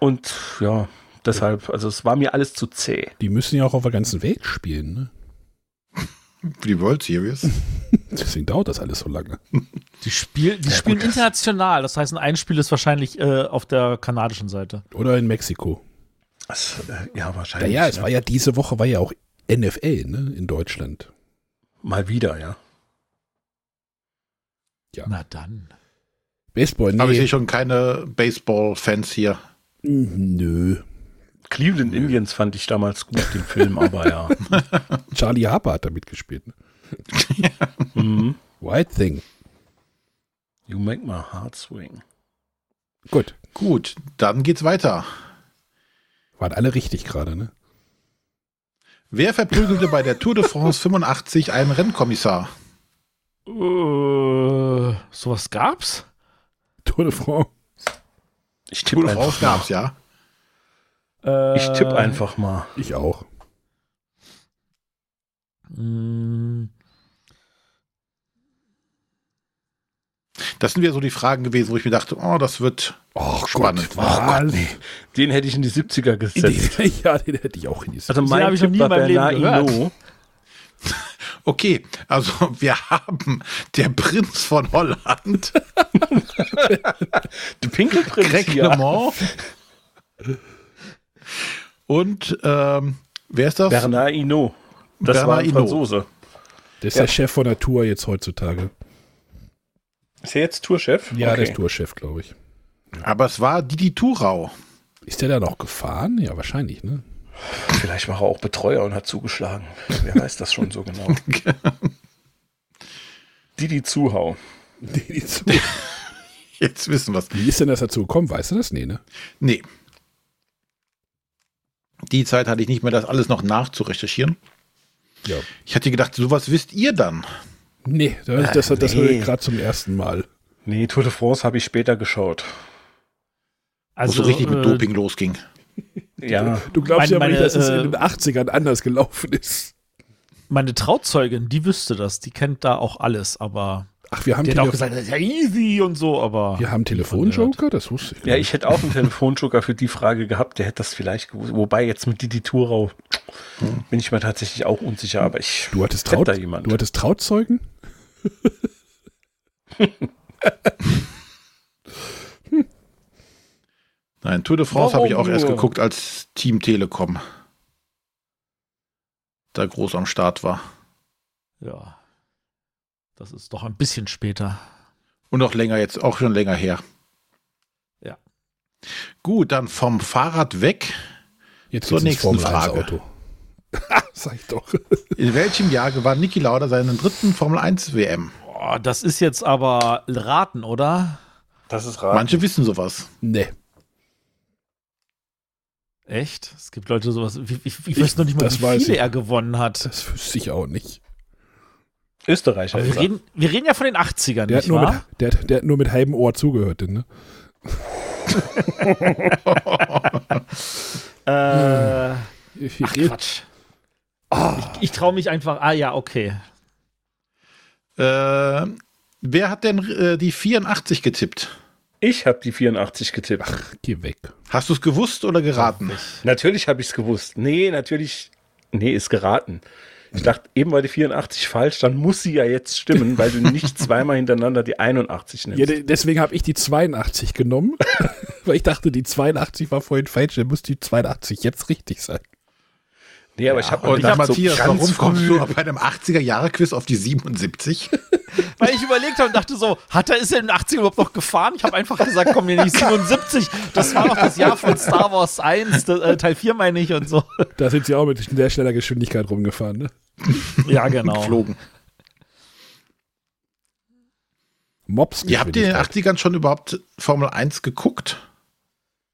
E: und ja, deshalb, also es war mir alles zu zäh.
C: Die müssen ja auch auf der ganzen Welt spielen, ne?
B: Für die World Series?
C: Deswegen dauert das alles so lange.
D: Die, spiel, die
E: Ja,
D: spielen
E: gut, das-
D: international. Das heißt, ein Spiel ist wahrscheinlich äh, auf der kanadischen Seite.
C: Oder in Mexiko.
E: Das, äh, ja, wahrscheinlich.
C: Naja, es
E: ne?
C: war ja diese Woche war ja auch NFL, ne? In Deutschland.
E: mal wieder, ja.
C: Ja.
D: Na dann.
C: Baseball, nee.
B: Aber ich sehe schon keine Baseball-Fans hier.
C: Mhm, Nö.
E: Cleveland Indians fand ich damals gut, den Film, aber (laughs) ja.
C: Charlie Harper hat da mitgespielt. ne?
E: Mhm.
C: White Thing.
E: You make my heart swing.
C: Gut.
B: Gut, dann geht's weiter.
C: Waren alle richtig gerade, ne? (laughs)
B: Wer verprügelte bei der Tour de France 85 einen Rennkommissar?
D: Äh, sowas gab's?
C: Tour de France.
E: Ich
B: Tour
E: tippe
B: de France
E: einfach,
B: gab's, ja.
D: Äh,
E: ich tipp einfach mal.
C: Ich auch.
D: mh,
B: Das sind wieder so die Fragen gewesen, wo ich mir dachte, oh, das wird
C: Oh
B: Spannend.
C: Gott, was?
E: Den hätte ich in die 70er gesetzt.
C: Den, (laughs) ja, den hätte ich auch in die
E: Also
D: Den
E: mein
D: habe ich noch
E: Tipp
D: nie
E: war
D: in meinem
E: Bernard
D: Leben gehört.
E: Hinault.
B: Okay, also (laughs) wir haben der Prinz von Holland,
E: Die Pinkelprinz
B: Greg
E: hier.
B: LeMond. Und ähm, wer ist das?
E: Bernard Hinault. Das
B: Bernard
E: war ein
B: Hinault.
E: Franzose.
C: Das ist
E: Ja.
C: der Chef von der Tour jetzt heutzutage.
E: Ist er jetzt Tourchef?
C: Ja,
E: okay.
C: der ist Tourchef, glaube ich.
B: Aber es war Didi Thurau.
C: Ist der da noch gefahren? Ja, wahrscheinlich, ne?
E: Vielleicht war er auch Betreuer und hat zugeschlagen. Wer weiß das schon so genau. (laughs) Didi Zuhau.
C: Wie
B: Jetzt wissen wir's.
C: ist denn das dazu gekommen? Weißt du das? Nee, ne?
B: Nee. Die Zeit hatte ich nicht mehr, das alles noch nachzurecherchieren.
C: Ja.
B: Ich hatte gedacht, sowas wisst ihr dann.
C: Nee, das, das, das, das höre
E: nee.
C: ich gerade zum ersten Mal.
E: Nee, Tour de France habe ich später geschaut.
B: Wo
D: also
B: es so richtig mit
D: äh,
B: Doping losging.
E: Ja,
C: Du glaubst
D: Meine-
C: ja aber nicht,
D: meine,
C: dass es
D: äh,
C: in den 80ern anders gelaufen ist.
D: Meine Trauzeugin, die wüsste das. Die kennt da auch alles, aber.
C: Ach, wir haben,
D: Die hat auch
C: Tele
D: gesagt, das ist ja easy und so, aber.
C: wir haben Telefonjoker? Das wusste ich
E: ja,
C: gar
E: ich hätte auch einen Telefonjoker für die Frage gehabt, der hätte das vielleicht gewusst. Wobei jetzt mit Didi Thurau bin ich mir tatsächlich auch unsicher, aber ich.
C: Du hattest,
E: Kennt
C: Traut,
E: da jemand?
C: du hattest Trauzeugen?
B: Nein, Tour de France habe ich auch
E: Warum
B: erst
E: nur?
B: geguckt, als Team Telekom da groß am Start war.
D: Ja. Das ist doch ein bisschen später.
B: Und auch länger jetzt, auch schon länger her.
D: Ja.
B: Gut, dann vom Fahrrad weg.
C: Jetzt
B: Zur
C: geht's ins
B: nächsten Frage.
C: Formel-1-Auto. (laughs) Sag ich doch.
B: In welchem Jahr gewann Niki Lauda seinen dritten Formel 1 WM?
D: Boah, das ist jetzt aber raten, oder?
E: Das ist rar.
B: Manche wissen sowas.
C: Nee.
D: Echt? Es gibt Leute, sowas. Ich, ich, ich weiß noch nicht mal,
C: das
D: wie
C: weiß
D: viele
C: ich.
D: er gewonnen hat.
C: Das wüsste ich auch nicht.
E: Österreicher.
D: Aber wir
E: ist er.
D: reden, wir reden ja von den 80ern,
C: Der hat,
D: nicht
C: nur
D: wahr?
C: mit, der, hat, der hat nur mit halbem Ohr zugehört, denn, ne?
D: Äh,
C: Wir
D: ach,
C: reden-
D: Quatsch. Ich, ich traue mich einfach. Ah, ja, okay.
B: Äh, wer hat denn äh, die 84 getippt?
E: Ich habe die 84 getippt.
C: Geh weg.
B: Hast du es gewusst oder geraten?
E: Natürlich habe ich es gewusst. Nee, natürlich. Nee, ist geraten. Ich dachte, eben war die 84 falsch, dann muss sie ja jetzt stimmen, weil du
D: (laughs)
E: nicht zweimal hintereinander die 81 nimmst.
C: Ja, de- deswegen habe ich die 82 genommen, (laughs) weil ich dachte, die 82 war vorhin falsch, dann muss die 82 jetzt richtig sein.
E: nee, aber ich habe
B: Und dann, Matthias,
E: ganz
B: warum kommst
E: früh-
B: du bei einem 80er-Jahre-Quiz auf die 77?
D: Weil ich überlegt habe und dachte so, hat er, ist er in den 80ern überhaupt noch gefahren? Ich habe einfach gesagt, komm, hier nicht 77. Das war noch das Jahr von Star Wars 1, das, äh, Teil 4 meine ich und so.
C: Da sind sie auch mit sehr schneller Geschwindigkeit rumgefahren. Ne?
D: Ja, genau.
B: Geflogen.
C: Mobs
B: Ihr habt in den 80ern schon überhaupt Formel 1 geguckt?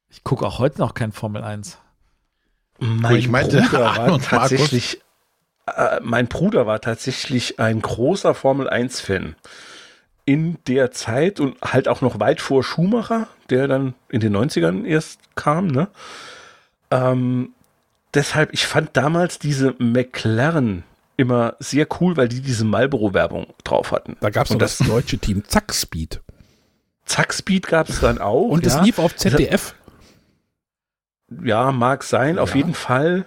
D: Ich gucke auch heute noch kein Formel 1.
E: Mein
B: Ich meinte, (laughs)
E: Bruder
B: Arne
E: war
B: und Markus.
E: tatsächlich, äh, mein Bruder war tatsächlich ein großer Formel 1 Fan in der Zeit und halt auch noch weit vor Schumacher, der dann in den 90ern erst kam, ne? Ähm, deshalb, ich fand damals diese McLaren immer sehr cool, weil die diese Marlboro-Werbung drauf hatten.
C: Da gab es noch
E: und
C: das
E: das
C: deutsche Team Zackspeed.
E: Zackspeed gab es dann auch.
C: Und
E: Oh, ja.
C: es lief auf ZDF.
E: Ja, mag sein. Auf
C: Ja.
E: jeden Fall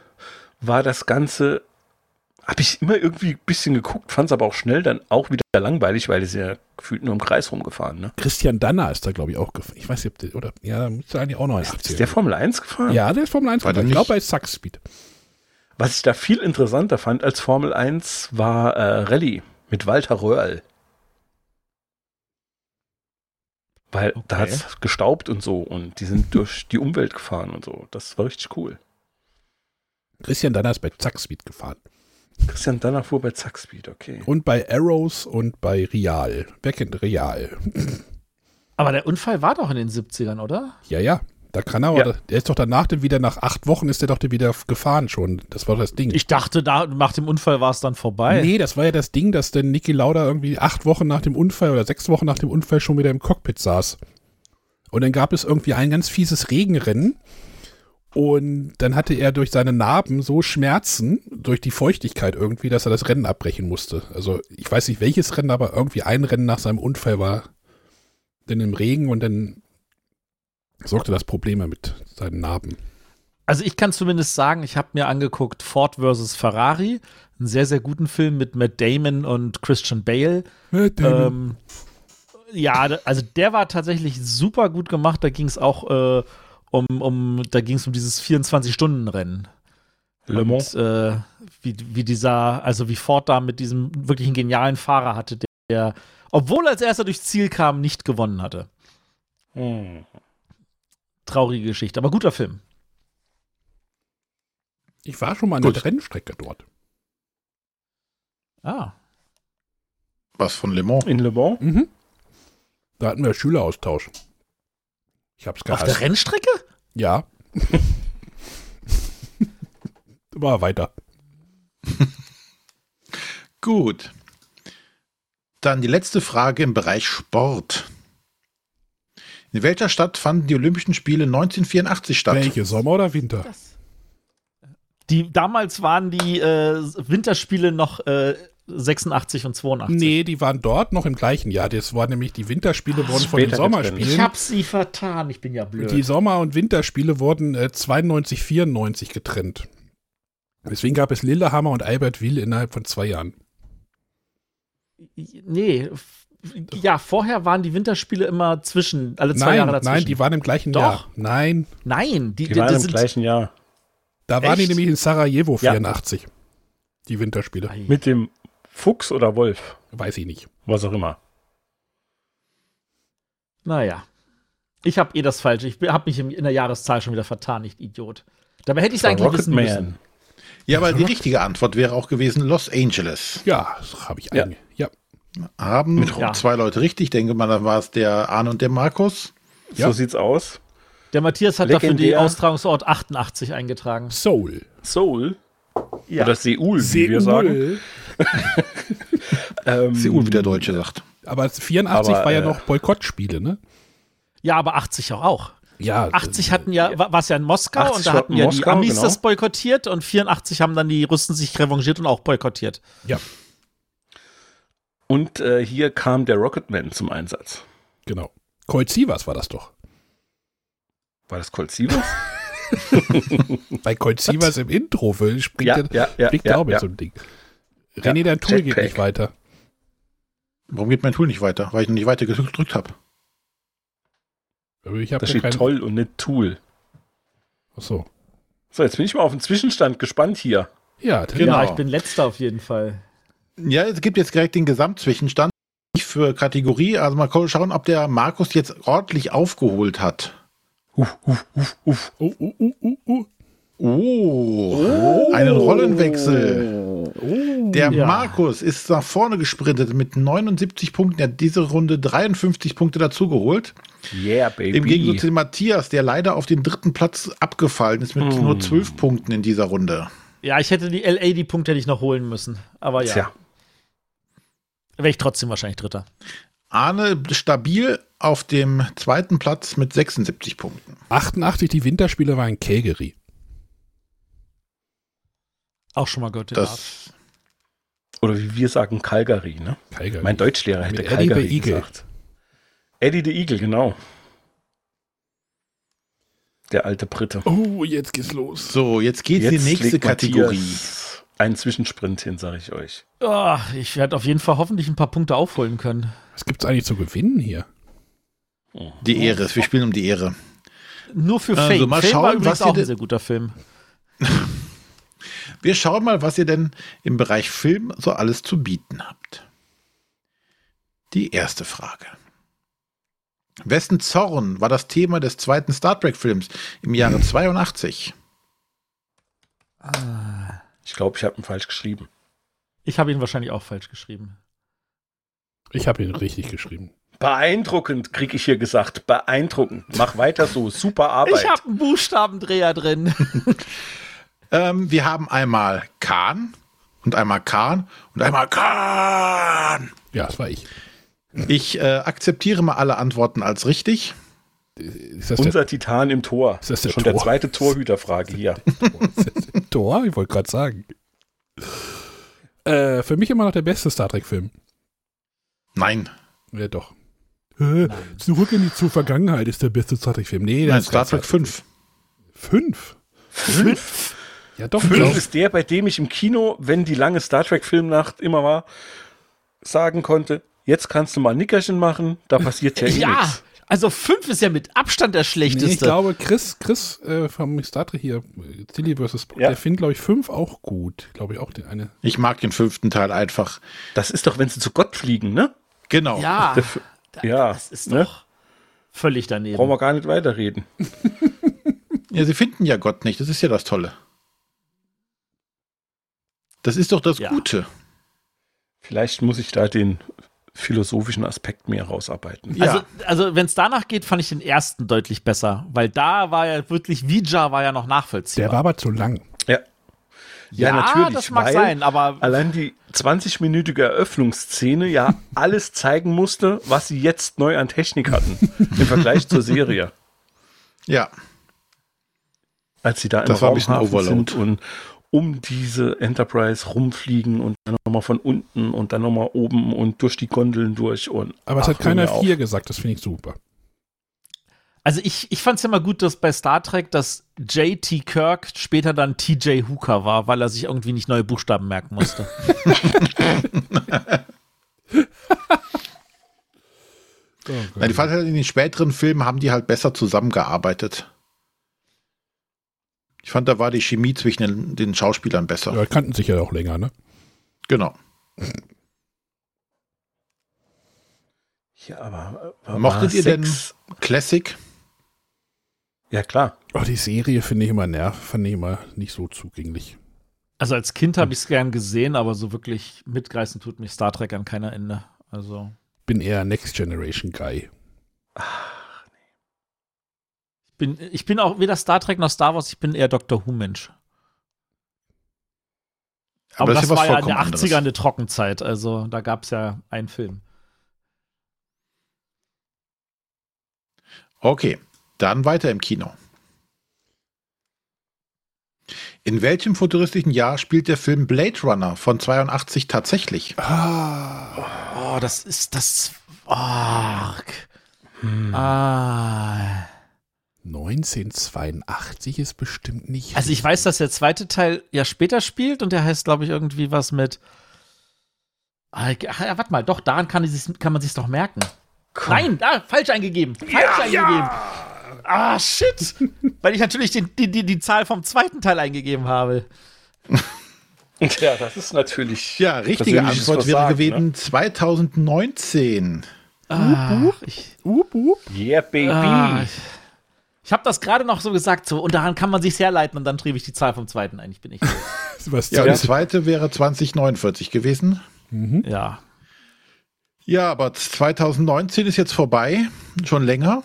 E: war das Ganze, habe ich immer irgendwie ein bisschen geguckt, fand es aber auch schnell dann auch wieder langweilig, weil die sind ja gefühlt nur im Kreis rumgefahren. Ne?
C: Christian Danner ist da, glaube ich, auch gefahren. Ich weiß nicht, ob der, oder, ja, müsste eigentlich auch noch in den
E: Ist der
C: 80ern.
E: Formel 1 gefahren?
C: Ja, der ist Formel 1
B: War der
C: gefahren. Ich
B: nicht-
C: glaube, bei Zackspeed.
E: Was ich da viel interessanter fand als Formel 1 war äh, Rallye mit Walter Röhrl. Weil
D: Okay.
E: da hat es gestaubt und so und die sind durch die Umwelt gefahren und so. Das war richtig cool.
C: Christian Danner ist bei Zackspeed gefahren.
E: Christian Danner fuhr bei Zackspeed, okay.
C: Und bei Arrows und bei Real. Wer kennt Real?
D: Aber der Unfall war doch in den 70ern, oder?
C: Ja, ja. Da kann er, aber
E: Ja.
C: da- der ist doch danach dann wieder, nach acht Wochen ist der doch dann wieder f- gefahren schon. Das war das Ding.
D: Ich dachte, da, nach dem Unfall war es dann vorbei.
C: nee, das war ja das Ding, dass dann Niki Lauda irgendwie acht Wochen nach dem Unfall oder sechs Wochen nach dem Unfall schon wieder im Cockpit saß. Und dann gab es irgendwie ein ganz fieses Regenrennen. Und dann hatte er durch seine Narben so Schmerzen, durch die Feuchtigkeit irgendwie, dass er das Rennen abbrechen musste. Also ich weiß nicht welches Rennen, aber irgendwie ein Rennen nach seinem Unfall war denn im Regen und dann sorgte das Probleme mit seinen Narben.
D: Also ich kann zumindest sagen, ich habe mir angeguckt Ford vs. Ferrari, einen sehr, sehr guten Film mit Matt Damon und Christian Bale. Ähm, ja, da- also der war tatsächlich super gut gemacht. Da ging es auch äh, um, um, da ging es um dieses 24-Stunden-Rennen.
E: Le Mans.
D: Und, äh, wie, wie dieser, also wie Ford da mit diesem wirklichen genialen Fahrer hatte, der, der obwohl er als erster durchs Ziel kam, nicht gewonnen hatte.
E: Hm.
D: Traurige Geschichte, aber guter Film.
C: ich war schon mal an der
B: Gut.
C: Rennstrecke dort.
D: Ah.
B: Was von Le Mans?
E: In Le Mans?
C: Mhm. Da hatten wir Schüleraustausch. Ich hab's
D: Auf der
C: gehasst.
D: Rennstrecke?
C: Ja. (laughs) War weiter.
B: Gut. Dann die letzte Frage im Bereich Sport. In welcher Stadt fanden die Olympischen Spiele 1984 statt?
C: Welche, Sommer oder Winter?
D: Die, damals waren die äh, Winterspiele noch äh, 86 und 82.
C: Nee, die waren dort noch im gleichen Jahr. Das waren nämlich die Winterspiele wurden von den
E: später getrennt.
C: Sommerspielen.
D: Ah, Ich hab sie vertan, ich bin ja blöd.
C: Die Sommer- und Winterspiele wurden äh, 92, 94 getrennt. Deswegen gab es Lillehammer und Albertville innerhalb von zwei Jahren.
D: nee, f- ja, vorher waren die Winterspiele immer zwischen, alle Also zwei
C: nein,
D: Jahre dazwischen.
C: nein, die waren im gleichen
D: Doch.
C: Jahr. Nein,
D: nein, die,
E: Die
D: die-
E: waren
D: die
E: im gleichen Jahr.
C: da waren die
D: Echt?
C: nämlich in Sarajevo
E: Ja.
C: 84. Die Winterspiele.
E: Mit dem Fuchs oder Wolf,
C: Weiß ich nicht.
E: was auch immer.
D: Naja. Ich habe eh das Falsche. Ich habe mich im- in der Jahreszahl schon wieder vertan, ich Idiot. Dabei hätte ich es
E: War
D: eigentlich wissen
E: Rocketman.
D: müssen.
B: Ja, aber die richtige Antwort wäre auch gewesen Los Angeles.
C: Ja, das habe ich
E: Ja.
C: einge. Ja.
B: Haben
D: Ja.
B: zwei Leute richtig, denke mal, dann war es der Arne und der Markus.
C: Ja.
E: So sieht's aus.
D: Der Matthias hat dafür den
E: Legendär.
D: Austragungsort 88 eingetragen.
C: Soul.
E: Seoul.
D: Ja.
E: Oder Seoul, wie wir sagen. Ähm,
B: Seoul, wie der Deutsche sagt.
C: Aber 84
E: Aber,
C: war ja
E: äh,
C: noch Boykottspiele, ne?
D: Ja, aber 80 auch. auch.
C: Ja.
B: Also,
D: 80 hatten ja, war es ja in Moskau
E: 80
D: und da
E: war
D: hatten
E: in
D: ja die
E: Moskau,
D: Amis
E: genau.
D: das boykottiert und 84 haben dann die Russen sich revanchiert und auch boykottiert.
C: Ja,
E: Und äh, hier kam der Rocketman zum Einsatz.
C: genau. Colt Sievers war das doch.
E: War das Colt Sievers?
C: Bei Colt Sievers im Intro weil springt
E: Ja,
C: der,
E: ja, ja,
C: fliegt
E: ja,
C: der auch mit
E: ja.
C: so einem Ding. René, dein Tool geht
E: Jetpack.
C: nicht weiter.
B: Warum geht mein Tool nicht weiter? Weil ich noch nicht weiter gedrückt habe.
C: Aber Ich habe ja
E: Da steht
C: kein.
E: toll und nicht Tool.
C: Achso.
E: So, jetzt bin ich mal auf den Zwischenstand gespannt hier.
C: Ja,
B: Genau.
D: Ja, ich bin letzter auf jeden Fall.
B: Ja, es gibt jetzt direkt den Gesamtzwischenstand für Kategorie. Also mal schauen, ob der Markus jetzt ordentlich aufgeholt hat.
E: Uff, uff, uff, uff.
C: Oh, oh, oh, oh, oh.
B: Oh, einen Rollenwechsel. Der
D: Ja.
B: Markus ist nach vorne gesprintet mit 79 Punkten. Er hat diese Runde 53 Punkte dazugeholt.
E: Yeah, baby.
B: Im Gegensatz zu Matthias, der leider auf den dritten Platz abgefallen ist mit nur 12 Punkten in dieser Runde.
D: Ja, ich hätte die LA, die Punkte hätte ich noch holen müssen. Aber ja,
E: Tja,
D: wäre ich trotzdem wahrscheinlich Dritter.
B: Arne stabil auf dem zweiten Platz mit 76 Punkten.
C: 88, die Winterspiele waren in Calgary.
D: Auch schon mal gehört. den Namen.
B: Das
E: oder wie wir sagen, Calgary, ne?
C: Calgary.
E: Mein Deutschlehrer hätte
C: Mit Eddie
E: Calgary
C: the Eagle.
E: gesagt. Eddie the Eagle, genau. Der alte Brite.
C: oh, jetzt geht's los.
B: so, jetzt geht die nächste
E: legt
B: Kategorie.
E: Matthias Einen Zwischensprint hin, sage ich euch.
D: Ah, ich werde auf jeden Fall hoffentlich ein paar Punkte aufholen können.
C: Was gibt's eigentlich zu gewinnen hier?
B: Mhm. Die Ehre. Wir spielen um die Ehre.
D: Nur für
B: Also,
D: Fame.
B: mal
D: Fame
B: schauen,
D: war übrigens
B: was ihr
D: auch ein
B: denn-
D: sehr guter Film.
B: Wir schauen mal, was ihr denn im Bereich Film so alles zu bieten habt. Die erste Frage. Wessen Zorn war das Thema des zweiten Star Trek-Films im Jahre 82?
E: Ich glaube, ich habe ihn falsch geschrieben.
D: Ah. Ich habe ihn wahrscheinlich auch falsch geschrieben.
C: Ich habe ihn richtig geschrieben.
E: Beeindruckend, kriege ich hier gesagt. Beeindruckend. Mach weiter so. Super Arbeit.
D: Ich habe einen Buchstabendreher drin.
B: Ähm, wir haben einmal Kahn und einmal Kahn und einmal Kahn.
C: Ja, das war ich.
B: Ich äh, akzeptiere mal alle Antworten als richtig.
C: Ist das
E: Unser Titan im Tor.
C: Ist das der
E: Schon
C: Tor?
E: der zweite
C: (laughs)
E: Torhüterfrage hier.
C: der (laughs) Tor? Ich wollte gerade sagen. Äh, für mich immer noch der beste Star Trek-Film.
B: Nein,
C: Ja, doch. Äh, Zurück in die zur Vergangenheit ist der beste Star Trek-Film. Nee, der
B: nein
C: ist
B: Star
C: ganz
B: Trek 5.
C: Fünf?
E: Fünf.
C: Ja, doch.
E: Fünf
C: glaub-
E: ist der, bei dem ich im Kino, wenn die lange Star Trek-Filmnacht immer war, sagen konnte, jetzt kannst du mal ein Nickerchen machen, da passiert ja, eh
D: ja,
E: nichts.
D: also fünf ist ja mit Abstand der
C: Nee, ich
D: schlechteste.
C: glaube, Chris, Chris äh, vom Star Trek hier, äh, Tilly vs. Spock,
E: Ja.
C: der findet, glaube ich, fünf auch gut. Glaube ich auch den eine.
B: Ich mag den fünften Teil einfach.
E: Das ist doch, wenn sie zu Gott fliegen, ne?
B: Genau.
D: ja,
E: Der F- ja,
D: Ah, das ist
E: ne?
D: doch völlig daneben.
E: Brauchen wir gar nicht weiterreden.
B: Ja, sie finden ja Gott nicht. Das ist ja das Tolle. Das ist doch das
D: Ja.
B: Gute.
E: Vielleicht muss ich da den philosophischen Aspekt mehr rausarbeiten.
B: Ja.
D: Also, also wenn es danach geht, fand ich den ersten deutlich besser, weil da war ja wirklich, Vija war ja noch
C: Der
D: nachvollziehbar.
C: war aber zu lang.
E: Ja, ja, natürlich.
D: das mag
E: weil
D: sein, aber
E: Allein die 20-minütige Eröffnungsszene
D: (laughs)
E: ja alles zeigen musste, was sie jetzt neu an Technik hatten im Vergleich zur Serie.
B: Ja.
E: Als sie da im
B: Das war ein bisschen
E: Raumhafen
B: Overload.
E: sind und um diese Enterprise rumfliegen und dann nochmal von unten und dann nochmal oben und durch die Gondeln durch und
C: Aber es
E: Ach,
C: hat keiner
E: hör mir auf.
C: vier gesagt. Das finde ich super.
D: also ich, ich fand es ja mal gut, dass bei Star Trek, dass J.T. Kirk später dann T.J. Hooker war, weil er sich irgendwie nicht neue Buchstaben merken (laughs) musste.
B: Nein,
C: Mhm.
B: die Frage ist halt, in den späteren Filmen haben die halt besser zusammengearbeitet. Ich fand, da war die Chemie zwischen den, den Schauspielern besser.
C: ja, kannten sich ja auch länger, ne?
B: Genau.
E: ja, aber äh, war
B: Mochtet ihr
E: sechs-
B: Classic.
E: Ja klar.
C: Oh, die Serie finde ich immer nerv, fand ich immer nicht so zugänglich.
D: also als Kind habe ich es gern gesehen, aber so wirklich mitreißen tut mich Star Trek an keiner Ende. Also
C: Bin eher Next Generation Guy.
D: ich bin, ich bin auch weder Star Trek noch Star Wars, ich bin eher Doctor Who-Mensch. Aber, das,
B: ist was
D: war ja in den
B: vollkommen
D: 80ern
B: anderes.
D: eine Trockenzeit, also da gab es ja einen Film.
B: Okay, dann weiter im Kino. In welchem futuristischen Jahr spielt der Film Blade Runner von 82 tatsächlich? Ah.
D: Oh, das ist das. Oh.
B: Hm.
D: Ah.
C: 1982 ist bestimmt nicht.
D: Also ich weiß, dass der zweite Teil ja später spielt und der heißt, glaube ich, irgendwie was mit. Ah, ich- ach, ja, warte mal, doch, daran kann, sich- kann man sich doch merken. Nein, ah, falsch eingegeben. Falsch eingegeben. Ah, shit. (laughs) Weil ich natürlich den, die, die, die Zahl vom zweiten Teil eingegeben habe.
E: (laughs) Ja, das ist natürlich.
B: Ja, richtige
E: Persönliches
B: Antwort wäre
E: Versagen, ne?
D: ne?
B: gewesen 2019.
D: Ah, ich,
C: Up, up.
E: Yeah, baby.
D: Ah, ich ich habe das gerade noch so gesagt, so, und daran kann man sich herleiten und dann trieb ich die Zahl vom zweiten ein. Ich
B: (laughs)
D: bin nicht.
C: (laughs) Was
B: Ja,
C: ja,
B: die zweite wäre 2049 gewesen.
C: Mhm.
D: ja.
B: Ja, aber 2019 ist jetzt vorbei, schon länger.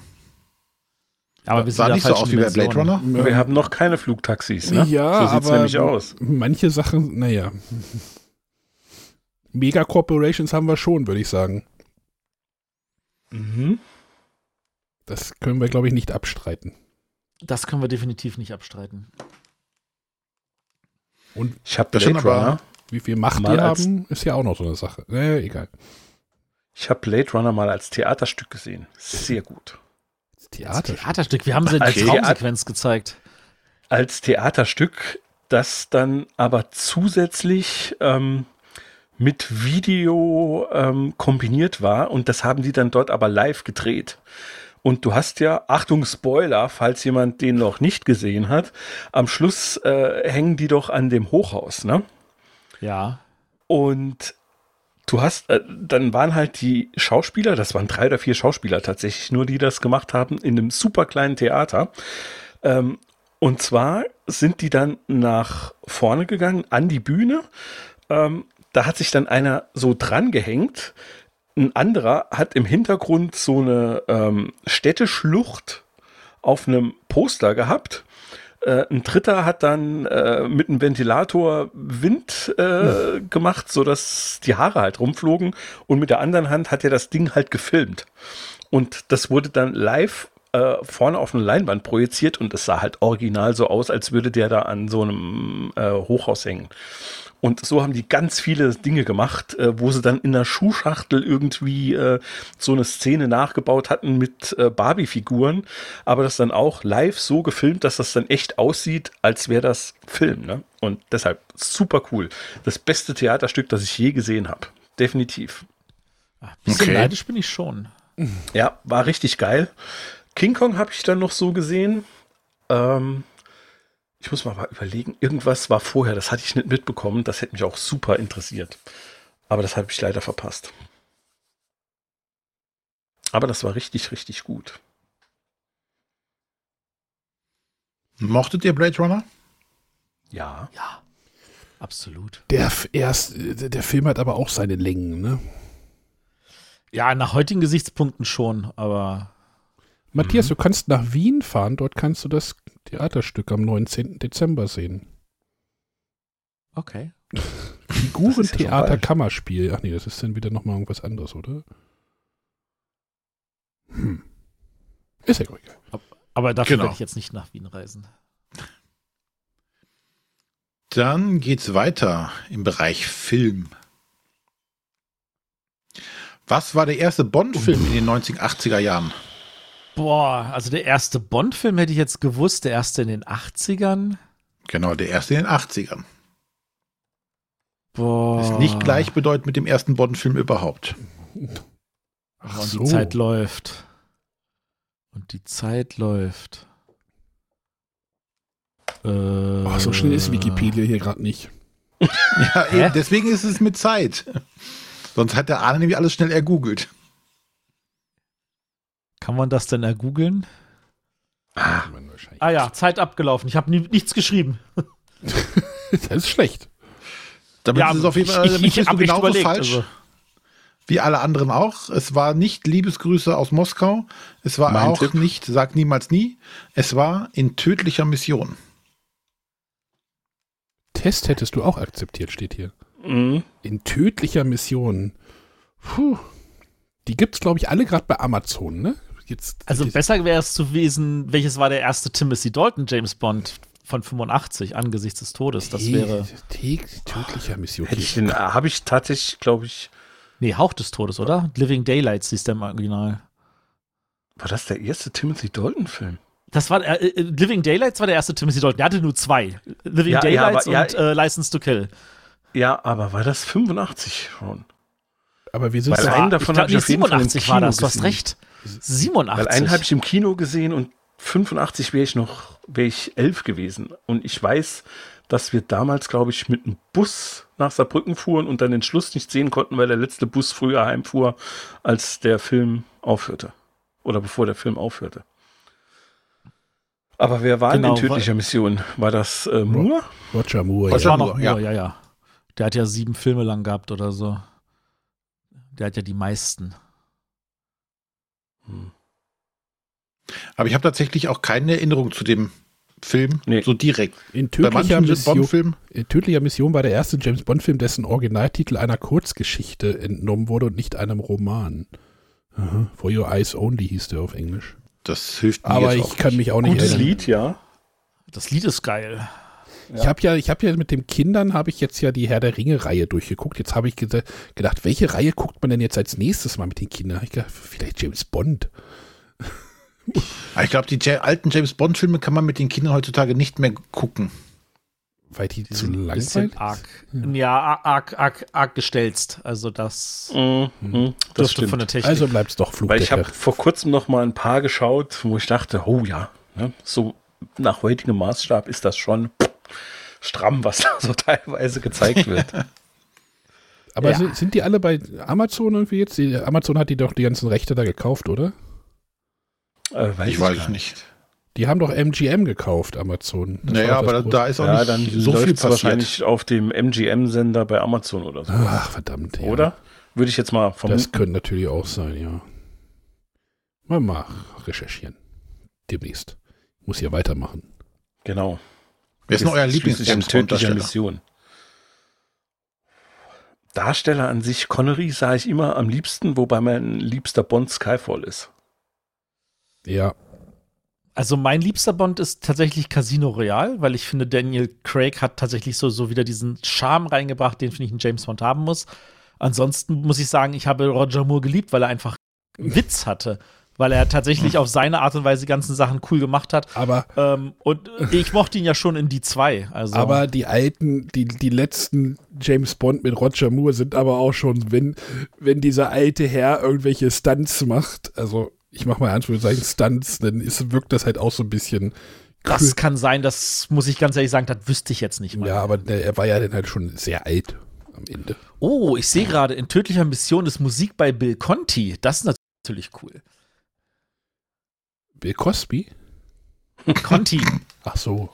D: Aber wir sind
B: Sah
D: in der
B: nicht so
D: falschen
B: aus wie bei Blade
D: Dimension.
B: Runner.
E: Wir haben noch keine Flugtaxis, ne?
C: Ja,
E: so sieht's
C: aber-
E: nämlich aus.
C: manche Sachen, naja. Mega Corporations haben wir schon, würde ich sagen.
E: Mhm.
C: Das können wir, glaube ich, nicht abstreiten.
D: Das können wir definitiv nicht abstreiten.
C: Und
E: Ich habe
B: Das schon,
E: Blade
B: aber-
E: Runner.
C: wie viel Macht
E: Mal
C: die
E: als-
C: haben, ist ja auch noch so eine Sache. Naja, egal.
E: Ich habe Blade Runner mal als Theaterstück gesehen. Sehr gut.
C: Theater.
D: Theaterstück, wir haben sie in
E: Okay.
D: die Traumsequenz gezeigt.
E: Als Theaterstück, das dann aber zusätzlich ähm, mit Video ähm, kombiniert war und das haben die dann dort aber live gedreht. Und du hast ja, Achtung, Spoiler, falls jemand den noch nicht gesehen hat, am Schluss äh, hängen die doch an dem Hochhaus, ne?
D: Ja.
E: Und Du hast, äh, dann waren halt die Schauspieler, das waren drei oder vier Schauspieler tatsächlich, nur die das gemacht haben, in einem super kleinen Theater. Ähm, und zwar sind die dann nach vorne gegangen, an die Bühne. Ähm, da hat sich dann einer so dran gehängt. Ein anderer hat im Hintergrund so eine ähm, Städteschlucht auf einem Poster gehabt. Äh, ein dritter hat dann äh, mit einem Ventilator Wind äh, gemacht, sodass die Haare halt rumflogen. Und mit der anderen Hand hat er das Ding halt gefilmt. Und das wurde dann live äh, vorne auf eine Leinwand projiziert und es sah halt original so aus, als würde der da an so einem äh, Hochhaus hängen. Und so haben die ganz viele Dinge gemacht, äh, wo sie dann in einer Schuhschachtel irgendwie äh, so eine Szene nachgebaut hatten mit äh, Barbie-Figuren, aber das dann auch live so gefilmt, dass das dann echt aussieht, als wäre das Film. Ne? Und deshalb super cool. Das beste Theaterstück, das ich je gesehen habe. Definitiv.
D: Ein bisschen
B: Okay.
D: neidisch bin ich schon.
E: Ja, war richtig geil. King Kong habe ich dann noch so gesehen. Ähm, ich muss mal wa- überlegen, irgendwas war vorher, das hatte ich nicht mitbekommen, das hätte mich auch super interessiert. Aber das habe ich leider verpasst. Aber das war richtig, richtig gut.
B: Mochtet ihr Blade Runner?
E: Ja.
D: Ja, absolut.
C: Der, F- erst, äh, der Film hat aber auch seine Längen, ne?
D: Ja, nach heutigen Gesichtspunkten schon, aber
C: Matthias, du kannst nach Wien fahren, dort kannst du das Theaterstück am 19. Dezember sehen.
D: okay.
E: Das ist ja
C: Figurentheater
E: schon bald.
C: Kammerspiel. Ach nee, das ist dann wieder nochmal irgendwas anderes, oder? Hm. Ist ja gut.
D: Aber dafür
B: Genau.
D: werde ich jetzt nicht nach Wien reisen.
B: Dann geht's weiter im Bereich Film. Was war der erste Bond-Film in den 90er Jahren?
D: Boah, also der erste Bond-Film hätte ich jetzt gewusst, der erste in den 80ern.
B: Genau, der erste in den 80ern.
D: Boah.
B: Ist nicht gleichbedeutend mit dem ersten Bond-Film überhaupt.
D: Ach, und die Zeit läuft. Und die Zeit läuft. Äh,
C: Oh, so schnell ist Wikipedia hier gerade nicht.
B: Ja,
D: Hä?
B: eben, deswegen ist es mit Zeit. Sonst hat der Arne nämlich alles schnell ergoogelt.
D: Kann man das denn ergoogeln?
C: Ich meine, wahrscheinlich-
D: Ah ja, Zeit abgelaufen. Ich habe nichts geschrieben.
C: (laughs) Das ist schlecht.
B: Damit
D: ja,
B: ist es auf jeden Fall
D: ich,
B: damit
D: ich, ich
B: bist du
D: habe echt
B: genauso
D: überlegt.
B: falsch
D: Also,
B: wie alle anderen auch. Es war nicht Liebesgrüße aus Moskau. Es war
E: Mein
B: auch
E: Tipp.
B: nicht Sag niemals nie. Es war in tödlicher Mission.
C: Test hättest du auch akzeptiert, steht hier.
E: Mhm.
C: In tödlicher Mission. Puh. Die gibt's, glaube ich, alle gerade bei Amazon, ne? Jetzt,
D: also
C: die-
D: besser wäre es zu wiesen, welches war der erste Timothy Dalton James Bond von 85 angesichts des Todes. Das
C: Tee-
D: wäre Ah.
C: Tee- tödlicher Mission.
E: Hätte ich den, habe ich tatsächlich, glaube ich,
D: nee Hauch des Todes, oder? Living Daylights hieß der im Original.
E: war das der erste Timothy Dalton-Film?
D: Das war äh, äh, Living Daylights war der erste Timothy Dalton. Der hatte nur zwei. Living
E: Ja, ja,
D: Daylights
E: aber- ja,
D: und äh, License to Kill.
E: Ja, aber war das 85 schon?
C: Aber wir sind
E: Weil
C: so-
E: einen davon
D: glaub,
E: habe ich
D: nee,
E: auf jeden Fall im
D: 87 war
E: Kino
D: das, du hast
E: gesehen.
D: recht. 87.
E: Weil einen habe ich im Kino gesehen und 85 wäre ich noch, wäre ich elf gewesen. Und ich weiß, dass wir damals, glaube ich, mit einem Bus nach Saarbrücken fuhren und dann den Schluss nicht sehen konnten, weil der letzte Bus früher heimfuhr, als der Film aufhörte. Oder bevor der Film aufhörte. Aber wer war
D: Genau,
E: denn in tödlicher Mission? War das äh, Moore?
C: Roger Moore.
B: Roger
D: war
B: Moore,
D: noch
B: ja.
D: Moore, ja. ja, Der hat ja sieben Filme lang gehabt oder so. Der hat ja die meisten.
E: Hm.
B: Aber ich habe tatsächlich auch keine Erinnerung zu dem Film
E: Nee.
B: so direkt.
C: In
B: Bei
C: tödlicher
B: manchen James
C: Mission.
B: Bond-Filmen
C: In Äh, tödlicher Mission war der erste James Bond-Film, dessen Originaltitel einer Kurzgeschichte entnommen wurde und nicht einem Roman. Aha. For Your Eyes Only hieß der auf Englisch.
B: das hilft mir
C: Aber
B: jetzt
C: ich kann mich auch nicht
E: Gutes
C: erinnern.
E: Lied, ja.
D: Das Lied ist geil.
C: Ich habe ja, ich habe ja mit den Kindern habe ich jetzt ja die Herr der Ringe Reihe durchgeguckt. Jetzt habe ich gese- gedacht, welche Reihe guckt man denn jetzt als nächstes mal mit den Kindern? Hab Ich gedacht, vielleicht James Bond.
B: Aber ich glaube, die Ja- alten James Bond-Filme kann man mit den Kindern heutzutage nicht mehr gucken.
C: Weil die,
D: Die
C: zu
D: sind ein
C: langweilig.
D: bisschen arg. Ja, ar- arg, arg, arg gestelzt. Also das
E: Mhm. Das
D: dürfte
E: stimmt.
D: von der Technik.
C: Also bleibt's doch Flug
E: Weil ich habe vor kurzem noch mal ein paar geschaut, wo ich dachte, oh ja, ne, so nach heutigem Maßstab ist
B: (laughs)
E: (laughs) Äh, das schon stramm, was da so teilweise gezeigt wird.
C: Aber
D: Ja.
C: sind, sind die alle bei Amazon irgendwie jetzt? Die, Amazon hat die doch die ganzen Rechte da gekauft, oder?
E: Äh, weiß
B: Ich weiß
E: gar
B: es nicht.
C: Die haben doch MGM gekauft, Amazon. Das
B: naja,
C: war doch
B: aber
C: das
B: da ist auch
E: Ja,
B: nicht
E: dann
B: so viel
E: läuft's
B: passiert. Ah,
E: wahrscheinlich auf dem MGM-Sender bei Amazon oder so.
C: große- Ach, verdammt. Ja.
E: Oder? Würde ich jetzt mal vermuten.
C: Das könnte natürlich auch sein, ja. Mal mal recherchieren. Demnächst. Muss hier weitermachen.
E: Genau.
B: Wer ist denn euer
E: Schließlich in tödlicher
B: Lieblings-Darsteller?
E: Mission. Darsteller an sich, Connery sah ich immer am liebsten, wobei mein liebster Bond Skyfall ist. (laughs)
C: Ja,
D: Also mein liebster Bond ist tatsächlich Casino Royale, weil ich finde, Daniel Craig hat tatsächlich so, so wieder diesen Charme reingebracht, den finde ich ein James Bond haben muss. Ansonsten muss ich sagen, ich habe Roger Moore geliebt, weil er einfach Witz hatte. Weil er tatsächlich auf seine Art und Weise die ganzen Sachen cool gemacht hat.
C: aber,
D: Ähm, und ich mochte ihn ja schon in die zwei. Also.
C: aber die alten, die, die letzten James Bond mit Roger Moore sind aber auch schon, wenn, wenn dieser alte Herr irgendwelche Stunts macht, also ich mache mal Anführungszeichen Stunts, dann ist, wirkt das halt auch so ein bisschen
D: das kann sein, das muss ich ganz ehrlich sagen, das wüsste ich jetzt nicht mal.
C: Ja, aber der, er war ja dann halt schon sehr alt am Ende.
D: Oh, ich sehe gerade, in tödlicher Mission ist Musik bei Bill Conti. Das ist natürlich cool.
C: Bill Cosby? (laughs)
D: Conti.
C: Ach so.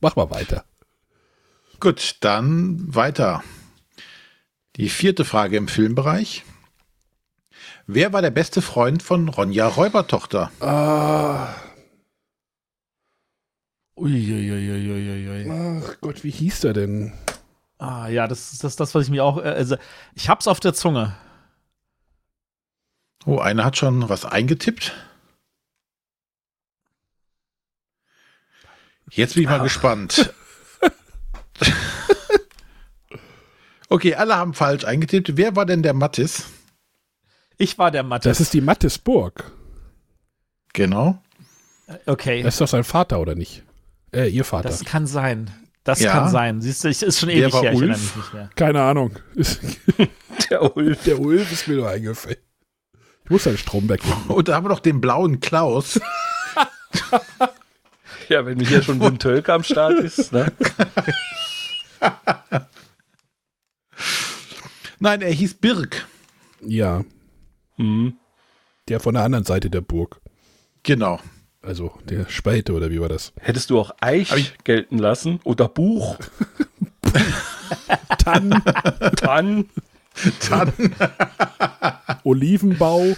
C: Mach mal weiter.
B: Gut, dann weiter. Die vierte Frage im Filmbereich. Wer war der beste Freund von Ronja Räubertochter?
C: Ah.
D: Uiuiuiuiui.
C: Ach Gott, wie hieß der denn?
D: Ah, ja, das ist das, das, was ich mir auch. äh, Also, ich hab's auf der Zunge.
B: Oh, einer hat schon was eingetippt. Jetzt bin ich mal gespannt. okay, alle haben falsch eingetippt. Wer war denn der Mattis?
D: Ich war der Mathe.
C: Das ist die Mattesburg.
B: Genau.
D: okay,
C: Das ist doch sein Vater, oder nicht? Äh, ihr Vater.
D: das kann sein. Das
B: Ja.
D: kann sein. Siehst du, ich, ist schon
B: Wer
D: ewig
B: war
D: her. Ich erinnere
B: Ulf?
D: mich nicht mehr.
C: Keine Ahnung. Ist,
E: Der
C: (laughs)
E: Ulf.
C: der Ulf ist mir nur eingefallen. Ich muss an Stromberg denken.
B: Und da haben wir noch den blauen Klaus.
E: Ja, wenn hier schon (laughs) Wim Tölke am Start ist. Ne?
B: Nein, er hieß Birk.
C: Ja,
E: Hm.
C: der von der anderen Seite der Burg.
B: Genau.
C: Also der Spalte, oder wie war das?
E: Hättest du auch Eich
B: Hab ich-
E: gelten lassen oder Buch,
C: Tann,
E: dann
B: Dann (laughs)
C: Olivenbau.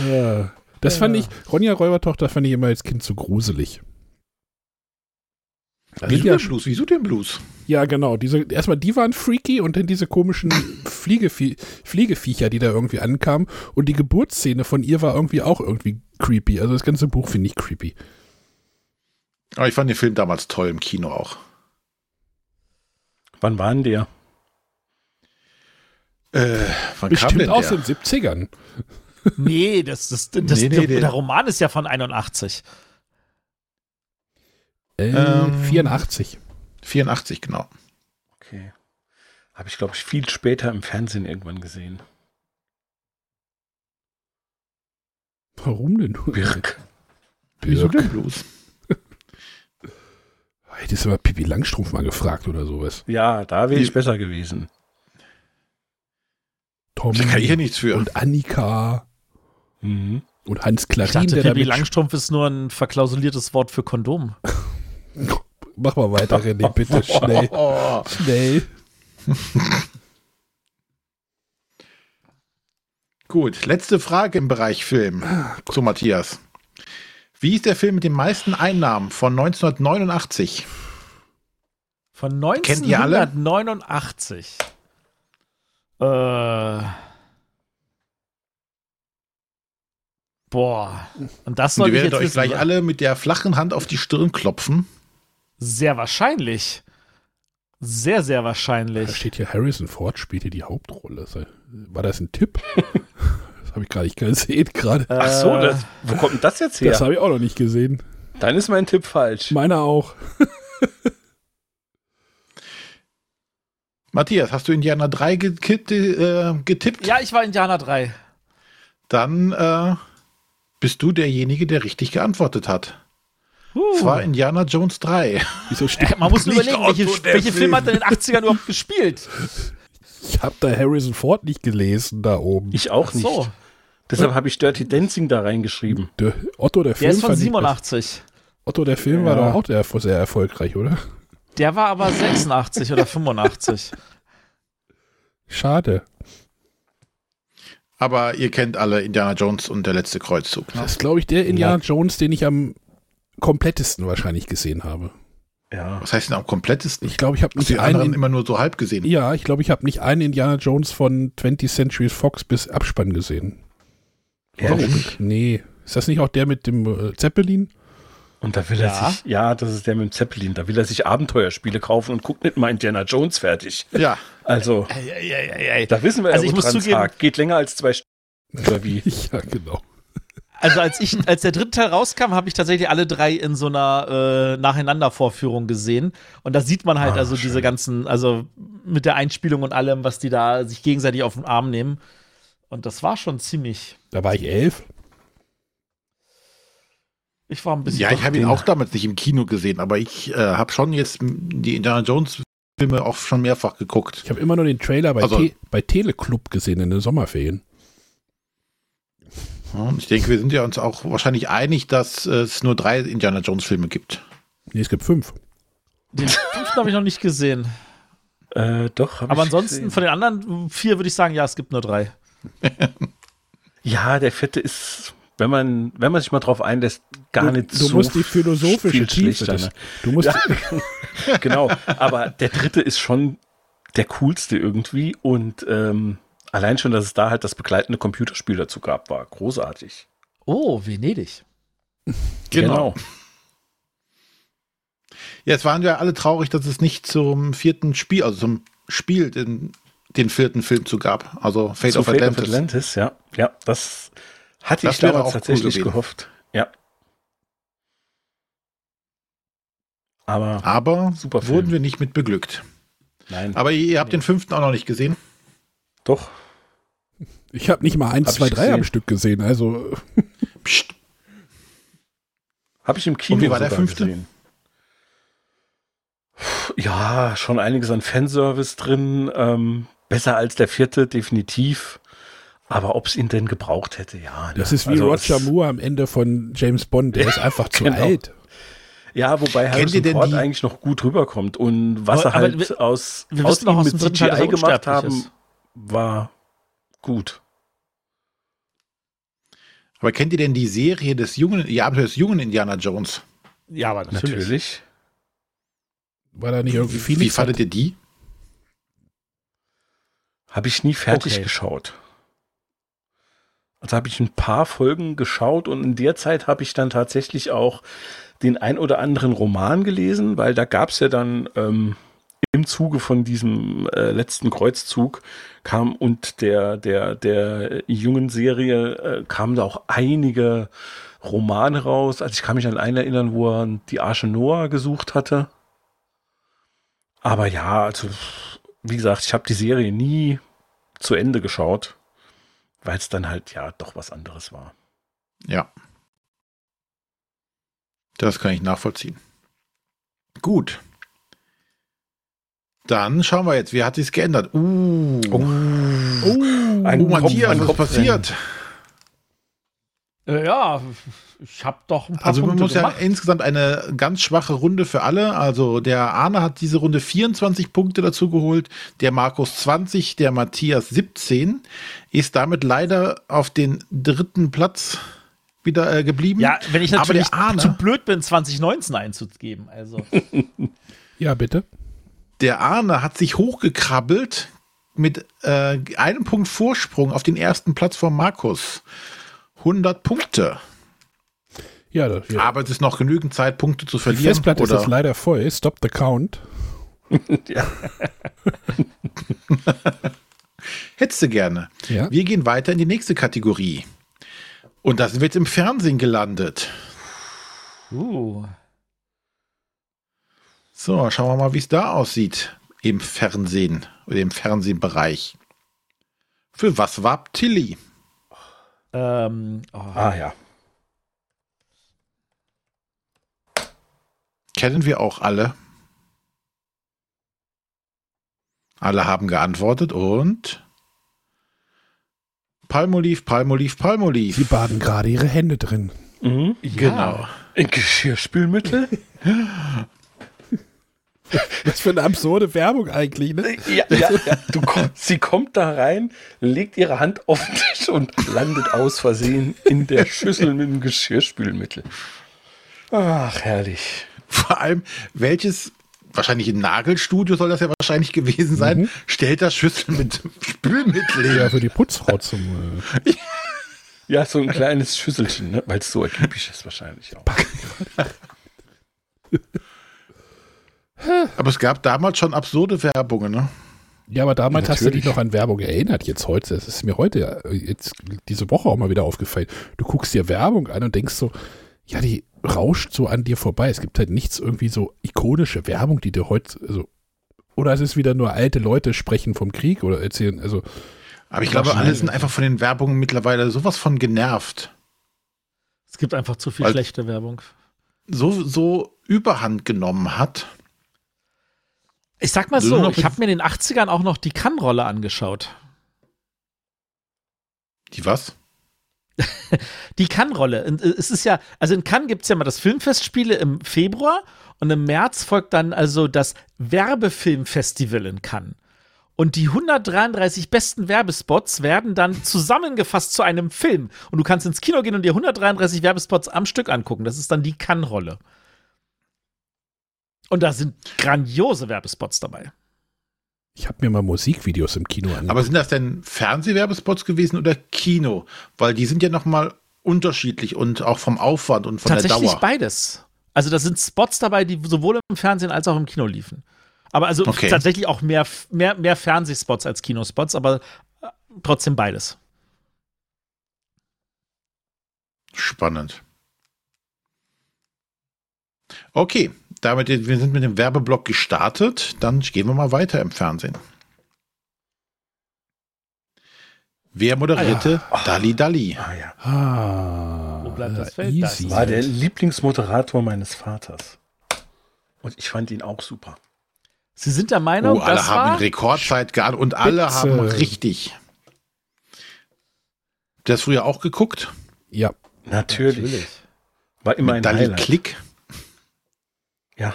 C: Äh, das fand ich, Ronja Räubertochter fand ich immer als Kind so gruselig.
B: Wieso
C: ja-
B: den Blues? Wieso den Blues?
C: Ja, genau. Diese, erstmal, die waren freaky und dann diese komischen Fliegevie Fliegeviecher, die da irgendwie ankamen. Und die Geburtsszene von ihr war irgendwie auch irgendwie creepy. Also das ganze Buch finde ich creepy.
B: Aber ich fand den Film damals toll im Kino auch.
E: (laughs) Wann waren der?
B: Äh, wann kam
C: Bestimmt
B: denn
C: aus
B: der?
C: den 70ern.
D: Nee, das, das, das,
B: Nee, nee,
D: der,
B: nee.
D: der Roman ist ja von 81.
C: Äh,
B: Ähm.
C: 84.
B: 84, genau.
E: Okay. Habe ich, glaube ich, viel später im Fernsehen irgendwann gesehen.
C: Warum denn?
E: Birk.
B: Wieso
C: Birk.
B: den Blues?
C: Hättest du mal Pippi Langstrumpf mal gefragt oder sowas.
E: Ja, da wäre
B: Die-
E: ich besser gewesen.
C: Tom
B: Da kann ich ja nichts für.
C: und Annika
E: Mhm.
C: und Hans
D: Ich
C: Klarin,
D: dachte,
C: der
D: Pippi
C: damit...
D: Langstrumpf ist nur ein verklausuliertes Wort für Kondom.
C: Mach mal weiter,
D: (laughs)
C: René, bitte, schnell.
B: Oh,
C: Schnell.
B: gut, letzte Frage im Bereich Film zu Matthias. Wie ist der Film mit den meisten Einnahmen von 1989?
D: Von
B: Kennt ihr alle?
D: 1989. Äh. Boah. Und das
B: Und
D: soll
B: ihr
D: ich
B: werdet
D: jetzt
B: euch
D: wissen,
B: gleich
D: oder?
B: alle mit der flachen Hand auf die Stirn klopfen.
D: Sehr wahrscheinlich. Sehr, sehr
C: Da
D: wahrscheinlich.
C: steht hier, Harrison Ford spielte die Hauptrolle. Sei- War das ein
D: (laughs)
C: Tipp? das habe ich gar nicht gesehen gerade.
E: Ach so,
D: Äh,
E: das, wo kommt denn das jetzt her?
C: Das habe ich auch noch nicht gesehen.
E: Dann ist mein Tipp falsch.
C: Meiner auch.
B: Matthias, hast du Indiana 3 gekippt, äh, getippt?
D: Ja, ich war Indianer 3.
B: Dann äh, bist du derjenige, der richtig geantwortet hat.
D: Oh.
B: Es war Indiana Jones 3. (laughs)
C: Wieso steht,
D: Man muss nur
B: Nicht
D: überlegen,
B: Otto,
D: welche,
B: der
D: welche
B: Film.
D: Filme hat er in den 80ern überhaupt gespielt?
C: ich habe da Harrison Ford nicht gelesen da oben.
E: Ich auch nicht.
D: So,
E: Deshalb habe ich Dirty Dancing da reingeschrieben.
C: Der Otto der Film
D: der ist von
C: fand ich-
D: 87.
C: Otto der Film war
E: Ja.
C: doch auch der, sehr erfolgreich, oder?
D: Der war aber 86 oder 85.
C: Schade.
B: Aber ihr kennt alle Indiana Jones und der letzte Kreuzzug. Ne?
C: Das ist, glaube ich, der Indiana Jones, den ich am komplettesten wahrscheinlich gesehen habe.
E: Ja.
B: Was heißt denn am komplettesten?
C: Ich glaube, ich habe
B: Hast
C: nicht
B: du die
C: einen.
B: anderen immer nur so halb gesehen?
C: ja, ich glaube, ich habe nicht einen Indiana Jones von 20th Century Fox bis Abspann gesehen.
E: Ehrlich?
C: Nee. Ist das nicht auch der mit dem äh, Zeppelin?
E: Und da will
D: Ja.
E: er sich, ja, das ist der mit dem Zeppelin, da will er sich Abenteuerspiele kaufen und guckt nicht mal Indiana Jones fertig.
B: Ja.
E: Also,
D: also
E: da wissen wir
D: Also
E: ja,
D: ich
E: wo
D: muss
E: dran
D: zugeben-
E: hakt. geht länger als zwei Stunden. Oder wie?
C: (laughs) Ja, genau.
D: Also als ich, als der dritte Teil rauskam, habe ich tatsächlich alle drei in so einer äh, Nacheinandervorführung gesehen. Und da sieht man halt
E: Ah,
D: also diese
E: schön.
D: ganzen, also mit der Einspielung und allem, was die da sich gegenseitig auf den Arm nehmen. Und das war schon ziemlich.
C: Da war ich elf.
D: Ich war ein bisschen.
B: Ja, ich habe ihn
E: den-
B: auch damals nicht im Kino gesehen, aber ich äh, habe schon jetzt m- die Indiana Jones Filme auch schon mehrfach geguckt.
C: Ich habe immer nur den Trailer bei,
B: Also-
C: Te bei Teleclub gesehen in den Sommerferien.
B: Ja, und ich denke, wir sind ja uns auch wahrscheinlich einig, dass äh, es nur drei Indiana Jones Filme gibt.
C: Nee, es gibt fünf.
D: Den fünften habe ich noch nicht gesehen.
E: Äh, doch, hab
D: Aber
E: ich
D: ansonsten
E: gesehen.
D: von den anderen vier würde ich sagen, ja, es gibt nur drei.
E: Ja, der vierte ist, wenn man, wenn man sich mal drauf einlässt, gar
C: Du-
E: nicht
C: du
E: so.
C: musst die philosophische
E: viel
C: Tiefe
E: schlechter,
C: des,
E: ne?
C: Du musst
E: genau. Aber der dritte ist schon der coolste irgendwie und ähm, allein schon, dass es da halt das begleitende Computerspiel dazu gab, war großartig.
D: Oh, Venedig.
B: Genau.
E: Genau.
B: Jetzt waren wir alle traurig, dass es nicht zum vierten Spiel, also zum Spiel den, den vierten Film zu gab. Also Fate,
E: Zu
B: of,
E: Fate of
B: Atlantis.
E: Atlantis, ja. Ja, das hatte
B: Das
E: ich
B: wäre
E: damals
B: auch cool
E: tatsächlich
B: gewesen.
E: gehofft. Ja. Aber
B: Aber
E: Super Film.
B: wurden wir nicht mit beglückt.
E: nein,
B: Ah, Aber ihr habt den fünften auch noch nicht gesehen.
E: doch.
C: (laughs) Ich habe nicht mal eins,
E: Hab
C: zwei,
E: ich
C: drei
E: gesehen.
C: am Stück gesehen. Also
B: Psst.
E: Habe ich im Kino
B: Und wie war der
E: sogar
B: fünfte?
E: gesehen. Puh, Ja, schon einiges an Fanservice drin. Ähm, besser als der vierte, definitiv. Aber ob es ihn denn gebraucht hätte, ja.
C: das
E: ne?
C: ist wie
E: Also
C: Roger
E: es-
C: Moore am Ende von James Bond.
E: (laughs)
C: Der ist einfach zu
E: genau.
C: alt.
E: Ja, wobei
B: ihr
E: Harrison
B: denn
E: Ford
B: die-
E: eigentlich noch gut rüberkommt. Und was
D: Aber-
E: er
D: aber
E: halt
D: wir-
E: aus,
D: wir
E: aus
D: wissen doch
E: ihm
D: aus
E: mit
D: dem dritten Teil, dass
E: CGI
D: er
E: gemacht
D: unsterblich
E: haben,
D: ist.
E: war gut.
B: Aber kennt ihr denn die Serie des jungen, die Abenteuer des jungen Indiana Jones?
D: Ja, aber natürlich.
E: Natürlich.
C: War da nicht irgendwie
B: Wie
C: Phoenix?
B: fandet ihr die?
E: Habe ich nie fertig
D: Okay.
E: geschaut. Also habe ich ein paar Folgen geschaut und in der Zeit habe ich dann tatsächlich auch den ein oder anderen Roman gelesen, weil da gab es ja dann ähm, im Zuge von diesem äh, letzten Kreuzzug kam und der der der jungen Serie äh, kamen da auch einige Romane raus. Also ich kann mich an einen erinnern, wo er die Arche Noah gesucht hatte. Aber ja, also wie gesagt, ich habe die Serie nie zu Ende geschaut, weil es dann halt ja doch was anderes war.
B: Ja. Das kann ich nachvollziehen. Gut. Dann schauen wir jetzt, wie hat sich's geändert? Uh.
C: Oh,
E: Ein
B: Oh, Matthias, was passiert?
D: Äh, Ja, ich habe doch ein paar
B: Also man
D: Punkte
B: muss ja
D: gemacht.
B: insgesamt eine ganz schwache Runde für alle. Also der Arne hat diese Runde 24 Punkte dazu geholt, der Markus 20, der Matthias 17, ist damit leider auf den dritten Platz wieder äh, geblieben.
D: Ja, wenn ich
B: Aber
D: natürlich
B: der Arne-
D: zu blöd bin, 2019 einzugeben.
B: (laughs)
D: Also,
C: ja, bitte.
B: Der Arne hat sich hochgekrabbelt mit äh, einem Punkt Vorsprung auf den ersten Platz von Markus. 100 Punkte.
C: Ja, da, ja.
B: Aber es ist noch genügend Zeit, Punkte zu
C: die
B: verlieren.
C: Festplatte ist
B: oder
C: jetzt leider voll. Stop the count.
B: hättest du gerne.
C: Ja.
B: Wir gehen weiter in die nächste Kategorie. Und da sind wir jetzt im Fernsehen gelandet.
D: uh,
B: So, schauen wir mal, wie es da aussieht. Im Fernsehen oder im Fernsehbereich. Für was war Tilly?
D: Ah. ähm, oh,
E: Ah ja.
B: Kennen wir auch alle. Alle haben geantwortet und Palmolive, Palmolive,
C: Sie
B: Palmolive.
C: baden gerade ihre Hände drin.
E: Mhm.
B: Genau.
E: In Geschirrspülmittel?
C: Was für eine absurde Werbung eigentlich, ne?
E: (laughs) ja, ja, ja. Du komm, sie kommt da rein, legt ihre Hand auf den Tisch und landet aus Versehen in der Schüssel mit dem Geschirrspülmittel. Ach, herrlich.
B: (laughs) Vor allem, welches, wahrscheinlich im Nagelstudio soll das ja wahrscheinlich gewesen sein, stellt das Schüssel mit Spülmittel
C: Ja,
B: her.
C: für die Putzfrau zum. Äh,
E: Ja, so ein kleines Schüsselchen, ne? weil es so ergiebig ist wahrscheinlich auch.
B: Aber es gab damals schon absurde Werbungen, ne?
C: ja, aber damals hast du dich
E: Natürlich.
C: noch an Werbung erinnert. Jetzt heute, es ist mir heute, äh, jetzt diese Woche auch mal wieder aufgefallen. Du guckst dir Werbung an und denkst so, ja, die rauscht so an dir vorbei. Es gibt halt nichts irgendwie so ikonische Werbung, die dir heute, also, oder es ist wieder nur alte Leute sprechen vom Krieg oder erzählen, also,
B: Aber ich glaube, alle sind einfach von den Werbungen mittlerweile sowas von genervt.
D: Es gibt einfach zu viel
B: Weil-
D: schlechte Werbung.
B: So, so überhand genommen hat.
D: Ich sag mal
B: Nur
D: so,
B: noch
D: ich habe mir in den 80ern auch noch die Kann-Rolle angeschaut.
B: Die was?
D: Die Cannes-Rolle. Und, äh, Es ist ja, also in Cannes gibt es ja mal das Filmfestspiele im Februar und im März folgt dann also das Werbefilmfestival in Cannes. Und die 133 besten Werbespots werden dann zusammengefasst zu einem Film. Und du kannst ins Kino gehen und dir 133 Werbespots am Stück angucken. Das ist dann die Cannes-Rolle. Und da sind grandiose Werbespots dabei.
C: ich habe mir mal Musikvideos im Kino angeguckt.
B: Aber sind das denn Fernsehwerbespots gewesen oder Kino? Weil die sind ja nochmal unterschiedlich und auch vom Aufwand und von der
D: Tatsächlich
B: Dauer.
D: beides. Also da sind Spots dabei, die sowohl im Fernsehen als auch im Kino liefen. Aber also
B: Okay.
D: tatsächlich auch mehr, mehr, mehr Fernsehspots als Kinospots, aber äh, trotzdem beides.
B: Spannend. Okay, damit wir sind mit dem Werbeblock gestartet. Dann gehen wir mal weiter im Fernsehen. Wer moderierte Dali Dali?
E: Ah ja.
C: Ah,
D: Wo bleibt das
C: äh,
D: Feld? Da ist
C: easy.
D: es.
E: War der Lieblingsmoderator meines Vaters. Und ich fand ihn auch super.
D: Sie sind der Meinung,
B: Oh, alle
D: das
B: haben
D: war
B: in Rekordzeit geahnt und alle
C: Spitze.
B: haben richtig. Der ist früher auch geguckt.
C: Ja,
E: Natürlich. War immer ein
B: Dali
E: Highlight.
B: Klick.
E: Ja.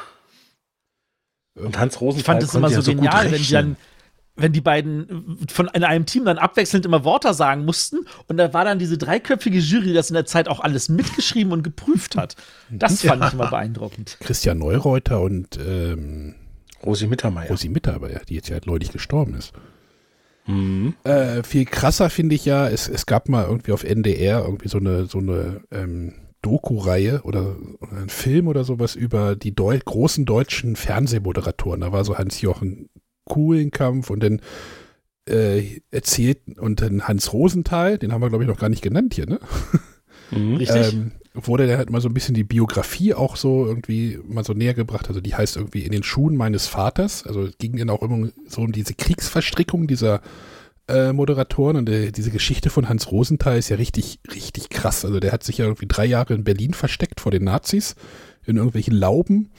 E: Und Hans Rosenthal
D: ich fand es immer
E: konnte
D: so
E: ja gut
D: genial, wenn die
E: rechnen.
D: dann wenn die beiden äh, von in einem Team dann abwechselnd immer Wörter sagen mussten und da war dann diese dreiköpfige Jury, die das in der Zeit auch alles mitgeschrieben und geprüft hat. Das fand ich immer beeindruckend.
C: Christian Neureuter und ähm,
E: Rosi Mittermeier.
C: Rosi Mitarbeiter, die jetzt ja neulich gestorben ist.
E: Mhm.
C: Äh, viel krasser finde ich ja, es, es gab mal irgendwie auf NDR irgendwie so eine, so eine ähm, Doku-Reihe oder, oder ein Film oder sowas über die Deu großen deutschen Fernsehmoderatoren. Da war so Hans-Jochen Kuhlenkampf und dann äh, erzählt und dann Hans Rosenthal, den haben wir glaube ich noch gar nicht genannt hier, ne?
E: Mhm.
D: Richtig?
C: Ähm, wurde dann halt mal so ein bisschen die Biografie auch so irgendwie mal so näher gebracht. Also die heißt irgendwie in den Schuhen meines Vaters. Also es ging dann auch immer so um diese Kriegsverstrickung dieser äh, Moderatoren und äh, diese Geschichte von Hans Rosenthal ist ja richtig, richtig krass. Also der hat sich ja irgendwie drei Jahre in Berlin versteckt vor den Nazis in irgendwelchen Lauben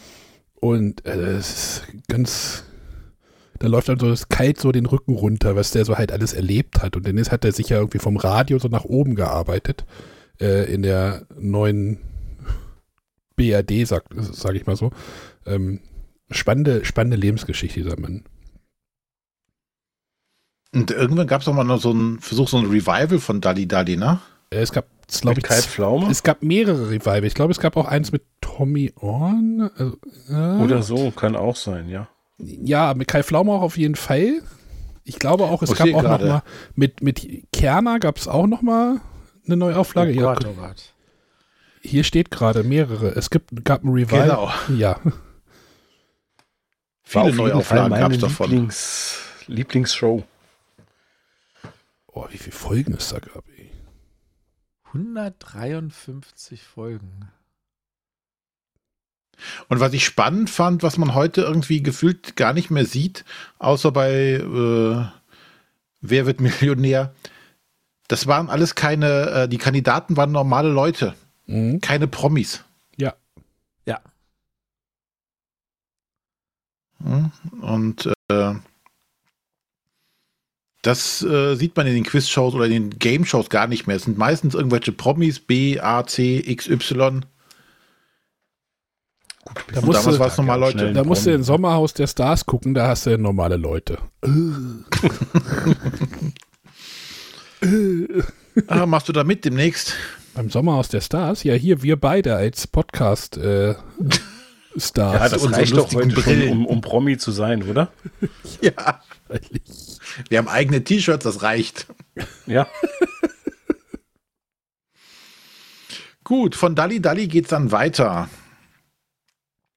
C: und äh, es ist ganz, da läuft einem so das kalt so den Rücken runter, was der so halt alles erlebt hat. Und dann ist, hat er sich ja irgendwie vom Radio so nach oben gearbeitet äh, in der neuen BRD, sag, sag ich mal so. Ähm, spannende, spannende Lebensgeschichte dieser Mann.
B: Und irgendwann gab es mal noch so einen Versuch, so ein Revival von Dali Dali, ne?
C: Äh, es gab, glaube
E: Mit
C: ich,
E: Kai
C: z-
E: Pflaume
C: es gab mehrere Revival. Ich glaube, es gab auch eins mit Tommy Orn. Also, äh,
E: oder so, kann auch sein, ja.
C: Ja, mit Kai Pflaume auch auf jeden Fall. Ich glaube auch, es
B: Ich
C: gab
B: sehe
C: auch noch
B: gerade.
C: mal mit, mit Kerner gab es auch noch mal eine Neuauflage. Ja, gu- hier steht gerade mehrere. Es gibt, gab ein Revival.
B: Genau.
C: Ja.
B: Viele
E: War auf jeden Fall
B: Neuauflagen
E: meine
B: gab es davon.
E: Lieblings, Lieblingsshow.
C: Oh, wie viele Folgen es da gab, ey.
D: 153 Folgen.
B: Und was ich spannend fand, was man heute irgendwie gefühlt gar nicht mehr sieht, außer bei äh, Wer wird Millionär, das waren alles keine, äh, die Kandidaten waren normale Leute,
C: Mhm.
B: keine Promis.
C: Ja.
D: Ja.
B: Hm? Und äh, das äh, sieht man in den Quiz-Shows oder in den Game-Shows gar nicht mehr. Es sind meistens irgendwelche Promis, B, A, C, X, Y.
C: Da musst
B: damals
C: du-
B: war es nochmal
E: ganz
B: Leute.
E: schnell.
C: Da musst du in Sommerhaus der Stars gucken, da hast du ja normale Leute.
B: Ah, machst du da mit demnächst?
C: Beim Sommerhaus der Stars, ja hier wir beide als Podcast
E: (laughs)
C: äh, Stars.
E: Ja, das
B: unsere
E: reicht doch
B: lustigen
E: heute schon,
B: Brillen.
E: um, um Promi zu sein, oder?
B: (laughs) Ja. Wir haben eigene T-Shirts, das reicht.
E: Ja.
B: Gut, von Dalli Dalli geht's dann weiter.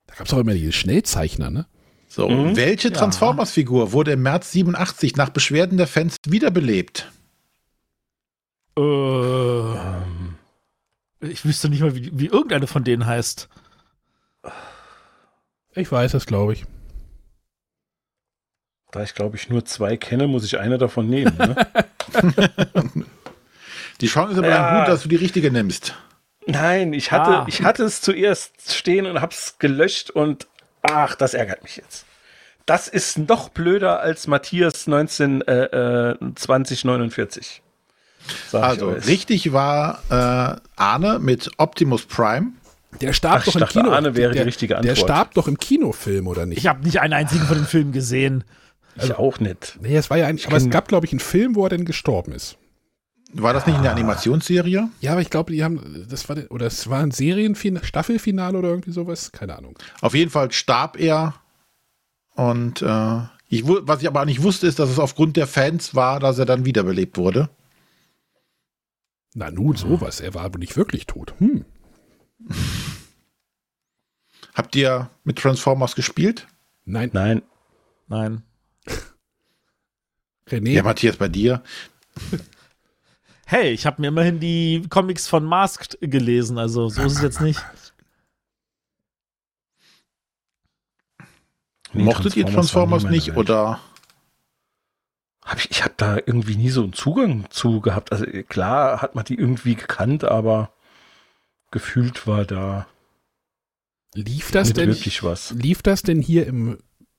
C: Da gab es auch immer diese Schnellzeichner, ne?
B: So,
E: Mhm.
B: welche
D: Ja.
B: Transformers-Figur wurde im März 87 nach Beschwerden der Fans wiederbelebt?
E: Ähm,
D: Äh, Ich wüsste nicht mal, wie, wie irgendeine von denen heißt.
C: Ich weiß das, glaube ich.
E: da ich, glaube ich, nur zwei kenne, muss ich eine davon nehmen. Ne?
B: Die Chance ist aber
E: Ja.
B: dann gut, dass du die richtige nimmst.
E: Nein, ich hatte,
D: Ah.
E: ich hatte es zuerst stehen und habe es gelöscht und ach, das ärgert mich jetzt. Das ist noch blöder als Matthias 19, äh, äh, 2049. Sag ich
B: Also,
E: euch.
B: richtig war äh, Arne mit Optimus Prime.
C: Der starb
E: Ach,
C: doch
E: ich
C: im
E: dachte,
C: Kino.
E: Arne wäre die
C: der,
E: richtige
C: Der
E: Antwort.
C: starb doch im Kinofilm, oder nicht?
D: Ich habe nicht einen einzigen von den Filmen gesehen.
E: ich auch nicht.
C: Nee, es war ja ein, aber es
E: kenn-
C: gab, glaube ich, einen Film, wo er denn gestorben ist.
B: War das nicht in der Animationsserie?
C: Ja, aber ich glaube, die haben, das war, oder es war ein Serienfinale, Staffelfinale oder irgendwie sowas, keine Ahnung.
B: Auf jeden Fall starb er. Und äh, ich, wu- was ich aber nicht wusste, ist, dass es aufgrund der Fans war, dass er dann wiederbelebt wurde.
C: Na
E: Hm.
C: nun, sowas, er war wohl nicht wirklich tot. Hm.
B: Habt ihr mit Transformers gespielt?
C: Nein,
E: Nein,
D: Nein.
C: René,
B: Ja, Matthias, bei dir.
D: Hey, ich habe mir immerhin die Comics von Masked gelesen, also so ist es jetzt nicht.
E: Nee,
B: Mochtet ihr Transformers
E: war nie
B: nicht?
E: meine Welt.
B: Oder
E: Hab ich ich habe da irgendwie nie so einen Zugang zu gehabt. Also äh, klar hat man die irgendwie gekannt, aber gefühlt war da
C: lief das
E: nicht
C: denn?
E: wirklich was.
C: Lief das denn hier im,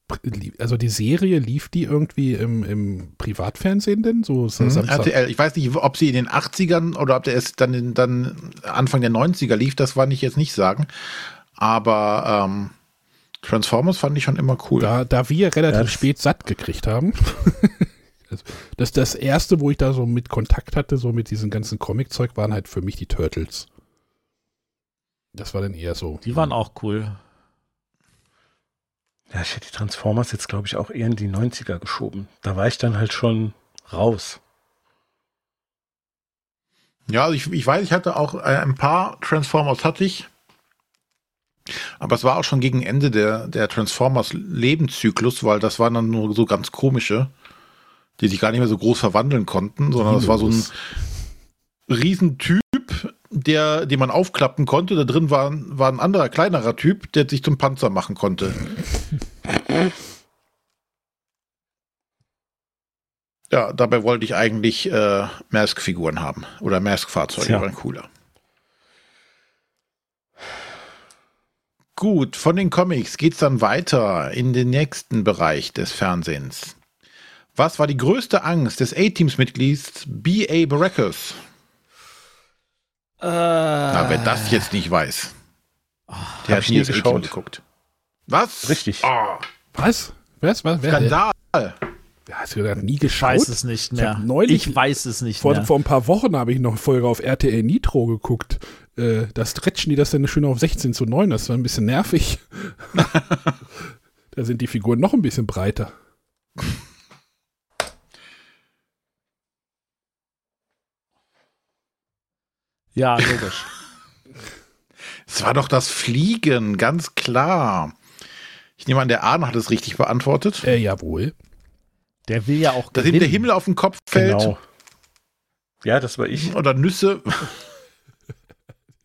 C: Pri- also die Serie, lief die irgendwie im, im Privatfernsehen denn? So Sa-
B: Mhm,
C: Samstag?
B: RTL. Ich weiß nicht, ob sie in den 80ern oder ob der erst dann, in, dann Anfang der 90er lief, das kann ich jetzt nicht sagen. Aber ähm, Transformers fand ich schon immer cool.
C: Da, da wir relativ
E: Ja, das-
C: spät satt gekriegt haben. (laughs) Also, das, das erste, wo ich da so mit Kontakt hatte, so mit diesem ganzen Comic-Zeug, waren halt für mich die Turtles. Das war dann eher so. hm.
D: Die waren auch cool.
E: Ja, ich hätte die Transformers jetzt, glaube ich, auch eher in die 90er geschoben. Da war ich dann halt schon raus.
B: Ja, also ich, ich weiß, ich hatte auch äh, ein paar Transformers hatte ich. Aber es war auch schon gegen Ende der, der Transformers Lebenszyklus, weil das waren dann nur so ganz komische, die sich gar nicht mehr so groß verwandeln konnten, sondern das war so ein Riesentyp, der, den man aufklappen konnte. Da drin war, war ein anderer, kleinerer Typ, der sich zum Panzer machen konnte. Ja, dabei wollte ich eigentlich äh, Mask-Figuren haben. Oder Mask-Fahrzeuge
E: Tja.
B: waren cooler. Gut, von den Comics geht's dann weiter in den nächsten Bereich des Fernsehens. Was war die größte Angst des A-Teams-Mitglieds B.A. Baracus?
D: Äh,
B: Na, wer das jetzt nicht weiß, der
E: Ah. hab
B: hat
E: ich
B: nie
E: nie
B: das A-Team
E: geschaut.
B: geguckt. Was?
E: Richtig.
B: Oh,
C: Was? Was? Was? Wer, wer,
B: Skandal.
C: wer hast du das nie
D: ich weiß
C: geschaut?
D: es nicht
C: Ich
D: mehr.
C: hab neulich-
D: ich weiß es nicht
C: Vor,
D: mehr.
C: vor ein paar Wochen habe ich noch eine Folge auf RTL Nitro geguckt. Äh, da stretchen die das dann schön auf 16 zu 9. Das war ein
B: (laughs)
C: bisschen nervig. da sind die Figuren noch ein bisschen breiter.
D: ja, logisch.
B: Es war doch das Fliegen, ganz klar. Ich nehme an, der Arne hat es richtig beantwortet.
C: Äh, jawohl.
D: Der will ja auch
B: Dass ihm
D: gewinnen.
B: der Himmel auf den Kopf fällt
E: Genau. Ja, das war ich.
B: oder Nüsse.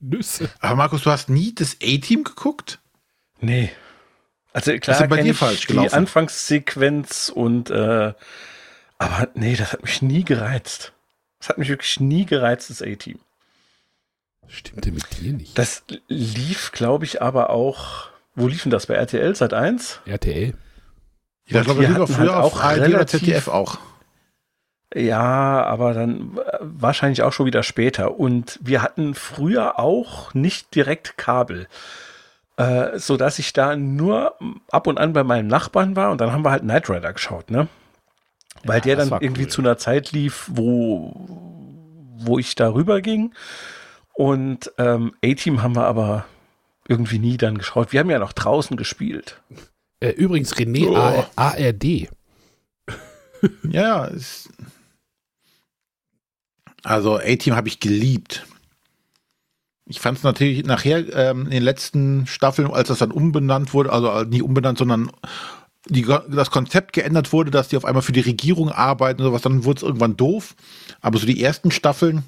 C: Nüsse.
B: Aber Markus, du hast nie das A-Team geguckt?
E: Nee. Also klar,
B: Das ist bei
E: kenn
B: dir
E: ich
B: falsch
E: die
B: gelaufen.
E: Anfangssequenz und äh, aber nee, das hat mich nie gereizt. Das hat mich wirklich nie gereizt, das A-Team.
C: Stimmte mit dir nicht.
E: Das lief, glaube ich, aber auch. Wo liefen das? Bei RTL seit 1?
C: RTL.
B: Ja, ich glaube,
E: wir
B: das lief auch
E: hatten
B: früher
E: halt
B: auf
E: auch
B: ARD oder
E: relativ-
B: ZDF auch.
E: Ja, aber dann äh, wahrscheinlich auch schon wieder später. Und wir hatten früher auch nicht direkt Kabel, äh, sodass ich da nur ab und an bei meinem Nachbarn war und dann haben wir halt Knight Rider geschaut, ne? Weil
D: Ja,
E: der
D: das
E: dann
D: war
E: irgendwie
D: cool.
E: zu einer Zeit lief, wo, wo ich da rüber ging. Und ähm, A-Team haben wir aber irgendwie nie dann geschaut. Wir haben ja noch draußen gespielt.
C: Äh, übrigens, René
B: Oh.
C: A- ARD.
B: Ja, ja. Ist also A-Team habe ich geliebt. Ich fand es natürlich nachher ähm, in den letzten Staffeln, als das dann umbenannt wurde, also nicht umbenannt, sondern die, das Konzept geändert wurde, dass die auf einmal für die Regierung arbeiten und sowas, dann wurde es irgendwann doof. Aber so die ersten Staffeln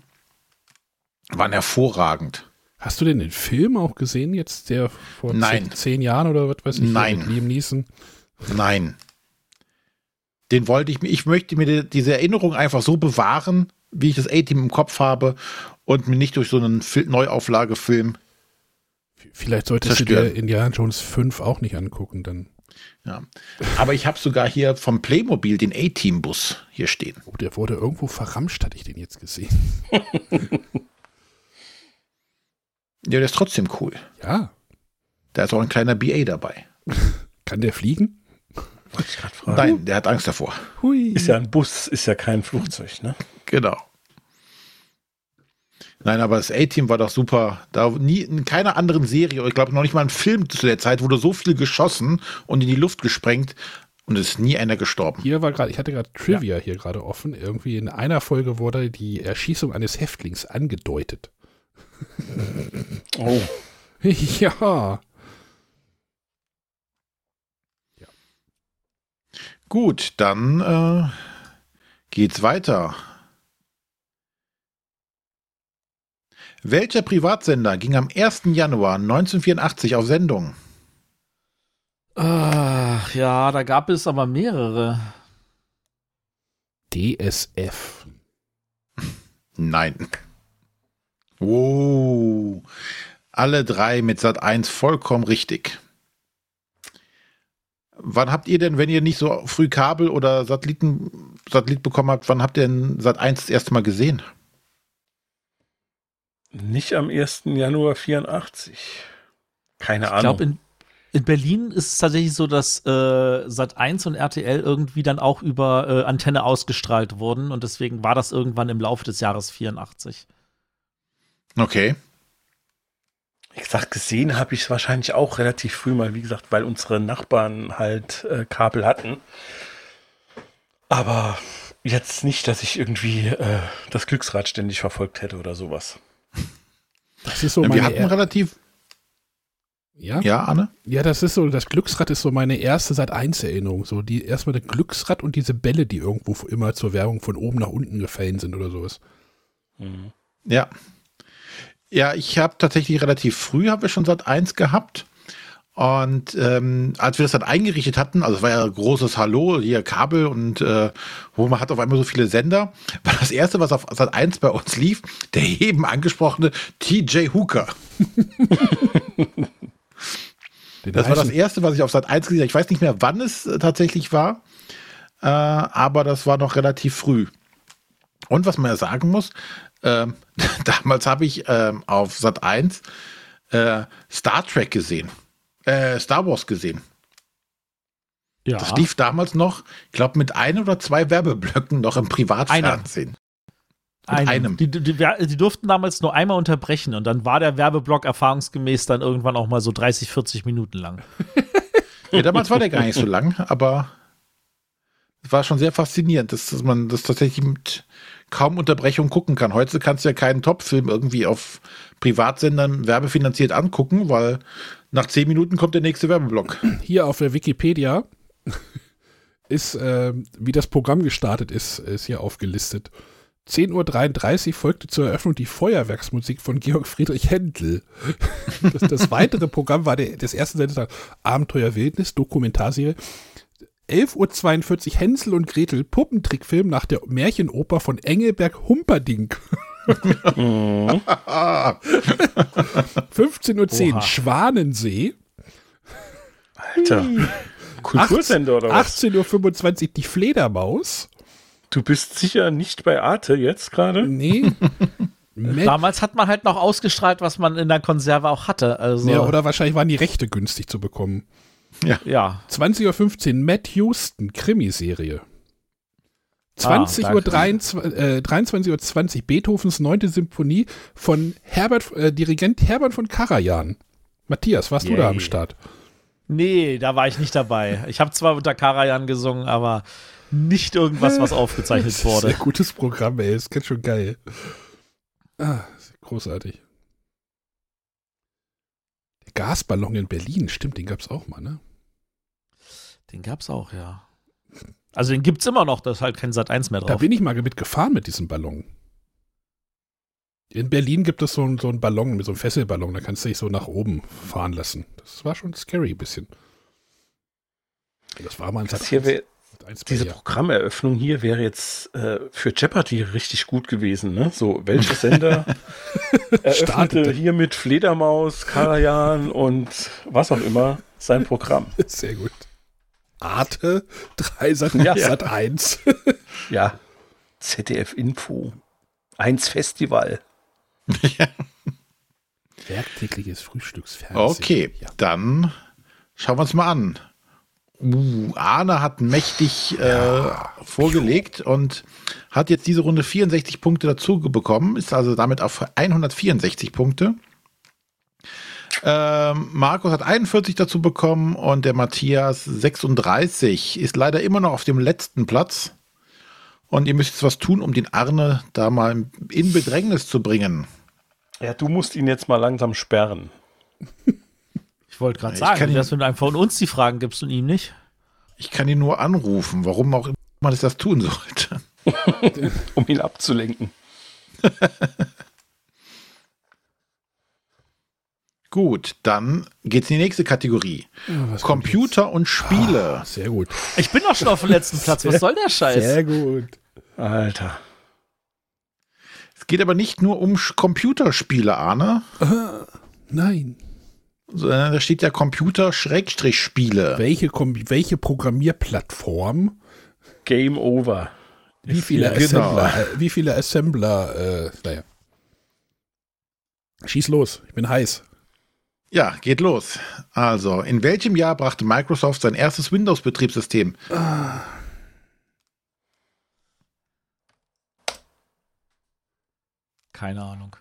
B: waren hervorragend.
C: Hast du denn den Film auch gesehen jetzt, der vor
B: Nein.
C: Zehn, zehn Jahren oder was weiß ich, hier
B: Nein.
C: mit Liam Neeson?
B: Nein. Den wollte ich mir, ich möchte mir die, diese Erinnerung einfach so bewahren, wie ich das A-Team im Kopf habe und mir nicht durch so einen Fil Neuauflagefilm.
C: Vielleicht solltest du
B: Zerstören.
C: dir Indiana Jones 5 auch nicht angucken, dann.
B: Ja. Aber ich habe sogar hier vom Playmobil den A-Team-Bus hier stehen.
C: Oh, der wurde irgendwo verramscht, hatte ich den jetzt gesehen.
B: Ja, der ist trotzdem cool.
C: Ja.
B: Da ist auch ein kleiner BA dabei.
C: Kann der fliegen?
E: Wollte ich gerade fragen.
B: Nein, der hat Angst davor.
C: Hui.
E: Ist ja ein Bus, ist ja kein Flugzeug, ne?
B: Genau. Nein, aber das A-Team war doch super. Da nie, in keiner anderen Serie, oder ich glaube noch nicht mal ein Film zu der Zeit, wurde so viel geschossen und in die Luft gesprengt und es ist nie einer gestorben.
C: Hier war gerade, ich hatte gerade Trivia hier gerade offen. Irgendwie in einer Folge wurde die Erschießung eines Häftlings angedeutet.
E: Oh.
C: (laughs) ja.
B: Gut, dann äh, geht's weiter. Welcher Privatsender ging am 1. Januar 1984 auf Sendung?
D: Ach, ja, da gab es aber mehrere.
C: DSF.
B: Nein. Wow. Alle drei mit Sat 1 vollkommen richtig. Wann habt ihr denn, wenn ihr nicht so früh Kabel oder Satelliten, Satellit bekommen habt, wann habt ihr denn Sat 1 das erste Mal gesehen?
E: Nicht am 1. Januar 84. Keine
D: Ich
E: Ahnung.
D: glaube, in, in Berlin ist es tatsächlich so, dass äh, Sat1 und RTL irgendwie dann auch über äh, Antenne ausgestrahlt wurden und deswegen war das irgendwann im Laufe des Jahres 84.
B: Okay.
E: wie gesagt, gesehen habe ich es wahrscheinlich auch relativ früh mal, wie gesagt, weil unsere Nachbarn halt äh, Kabel hatten. Aber jetzt nicht, dass ich irgendwie äh, das Glücksrad ständig verfolgt hätte oder sowas.
C: Das ist so
B: Wir
C: meine
B: hatten
C: er
B: relativ.
C: ja?
B: Ja, Anne?
C: ja, das ist so, das Glücksrad ist so meine erste seit 1 Erinnerung. So die erstmal das Glücksrad und diese Bälle, die irgendwo immer zur Werbung von oben nach unten gefallen sind oder sowas.
B: Ja. Ja, ich habe tatsächlich relativ früh, haben wir schon Sat 1 gehabt. Und ähm, als wir das dann eingerichtet hatten, also es war ja ein großes Hallo, hier Kabel und äh, wo man hat auf einmal so viele Sender, (laughs) war das erste, was auf Sat 1 bei uns lief, der eben angesprochene TJ Hooker.
C: Den
B: Das war das
C: heißen-
B: erste, was ich auf Sat 1 gesehen habe. Ich weiß nicht mehr, wann es äh, tatsächlich war, äh, aber das war noch relativ früh. Und was man ja sagen muss, ähm, (laughs) damals habe ich ähm, auf Sat 1 äh, Star Trek gesehen, äh, Star Wars gesehen.
D: Ja.
B: Das lief damals noch, ich glaube, mit einem oder zwei Werbeblöcken noch im Privatfernsehen. mit einem.
D: Die, die, die durften damals nur einmal unterbrechen und dann war der Werbeblock erfahrungsgemäß dann irgendwann auch mal so 30, 40 Minuten lang.
B: Ja, damals war der gar nicht so lang, aber es war schon sehr faszinierend, dass, dass man das tatsächlich mit kaum Unterbrechung gucken kann. Heute kannst du ja keinen Top-Film irgendwie auf Privatsendern werbefinanziert angucken, weil nach zehn Minuten kommt der nächste Werbeblock. (laughs)
C: hier auf der Wikipedia (laughs) ist, ähm, wie das Programm gestartet ist, ist hier aufgelistet. 10.33 Uhr folgte zur Eröffnung die Feuerwerksmusik von Georg Friedrich Händel. (laughs) Das, das weitere Programm war der, des ersten Sendetags Abenteuer Wildnis, Dokumentarserie. 11.42 Uhr Hänsel und Gretel, Puppentrickfilm nach der Märchenoper von Engelberg Humperdinck.
E: (laughs)
C: 15.10
E: Mhm.
D: Oha.
C: Uhr Schwanensee.
E: Alter. Kultursender oder was?
C: 18.25 Uhr die Fledermaus.
E: Du bist sicher nicht bei Arte jetzt gerade?
C: (laughs) Nee. Mad
D: Damals hat man halt noch ausgestrahlt, was man in der Konserve auch hatte. Also,
C: ja, oder wahrscheinlich waren die Rechte günstig zu bekommen.
D: ja.
C: 20.15 Uhr, Matt Houston, Krimiserie. 20
D: Ah,
C: Uhr,
D: danke.
C: 23, äh, 23 Uhr 20, Beethovens 9. Symphonie von Herbert, äh, Dirigent Herbert von Karajan. Matthias, warst du da
D: Yay.
C: am Start?
D: Nee, da war ich nicht dabei. Ich habe zwar unter Karajan gesungen, aber nicht irgendwas,
B: (laughs)
D: was aufgezeichnet
C: Das ist
D: wurde.
C: ein gutes Programm, ey. Das ist ganz schön geil. Ah, ist großartig. Der Gasballon in Berlin, stimmt, den gab's auch mal, ne?
D: Den gab's auch, ja. Also den gibt's immer noch, da ist halt kein Sat 1 mehr
C: Da
D: drauf.
C: bin ich mal mit gefahren mit diesem Ballon. In Berlin gibt es so, einen- so einen Ballon, mit so einem Fesselballon, da kannst du dich so nach oben fahren lassen. Das war schon scary ein bisschen. Das war mal ein
E: Das hier wär, diese Programmeröffnung hier wäre jetzt äh, für Jeopardy richtig gut gewesen. Ne? So, welcher (laughs) Sender eröffnete
C: Startete.
E: hier mit Fledermaus, Karajan und was auch immer sein Programm?
C: (laughs) Sehr gut. Arte, drei Sachen,
E: Ja.
C: Sat
E: (laughs)
C: 1.
E: Ja, ZDF Info. Eins Festival.
C: Werktägliches Frühstücksfernsehen.
B: Okay,
C: Ja.
B: dann schauen wir uns mal an. Uh, Arne hat mächtig äh, vorgelegt und hat jetzt diese Runde 64 Punkte dazu bekommen, ist also damit auf 164 Punkte. Ähm, Markus hat 41 dazu bekommen und der Matthias 36 ist leider immer noch auf dem letzten Platz. Und ihr müsst jetzt was tun, um den Arne da mal in Bedrängnis zu bringen.
E: Ja, du musst ihn jetzt mal langsam sperren.
D: Ich wollte gerade
B: Ich
D: sagen,
B: kann
D: wie
B: ihn-
D: wär's, wenn du einem von uns die Fragen gibst und ihm nicht?
B: Ich kann ihn nur anrufen, warum auch immer man das tun sollte.
E: um ihn abzulenken.
B: Gut, dann geht's in die nächste Kategorie.
C: Ja, was kommt
B: Computer und Spiele.
C: jetzt? Ah. Sehr gut.
D: Ich bin doch schon auf dem letzten Platz, was soll der Scheiß?
C: Sehr gut.
E: Alter.
B: Es geht aber nicht nur um Sch- Computerspiele, Arne,
C: Ah, nein.
B: sondern da steht ja Computer-Spiele.
C: Welche, Kombi- welche Programmierplattform
E: Game over.
C: Wie viele
B: Genau.
C: Assembler? Äh, wie viele Assembler? Äh, naja. Schieß los, ich bin heiß.
B: Ja, geht los. Also, in welchem Jahr brachte Microsoft sein erstes Windows-Betriebssystem?
D: Keine Ahnung.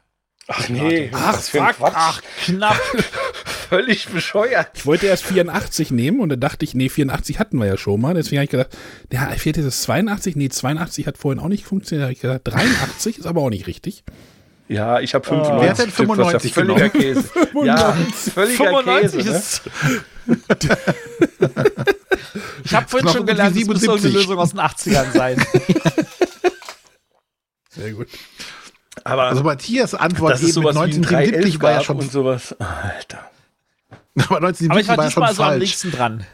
E: Ach nee,
D: Ach,
E: was für ein Quatsch.
D: Ach, knapp.
E: völlig bescheuert.
C: Ich wollte erst 84 nehmen und dann dachte ich, nee, 84 hatten wir ja schon mal. Deswegen habe ich gedacht, ja, fehlt jetzt das 82. Nee, 82 hat vorhin auch nicht funktioniert. Da habe ich gedacht, 83 ist aber auch nicht richtig.
E: Ja, ich habe
B: Wer hat
E: 95.
B: denn
E: getippt, was ja
B: 95
E: völliger (laughs) Käse. ja,
C: 95.
E: (laughs) völliger
D: 95
E: Käse. Ne?
D: ist. ich habe vorhin
B: Noch
D: schon
B: irgendwie
D: gelernt, es muss irgendeine
B: 77.
D: Lösung aus den 80ern (laughs) sein.
C: Sehr gut.
E: Aber
B: Also, Matthias Antwort
E: das ist
B: eben mit
E: sowas wie ein
B: 1977
E: 311
B: war ja
E: gab
B: schon,
E: und sowas. Alter.
B: (laughs) aber
D: Aber ich
B: 1977
D: war
B: war ja schon
D: diesmal so am
B: falsch.
D: nächsten dran.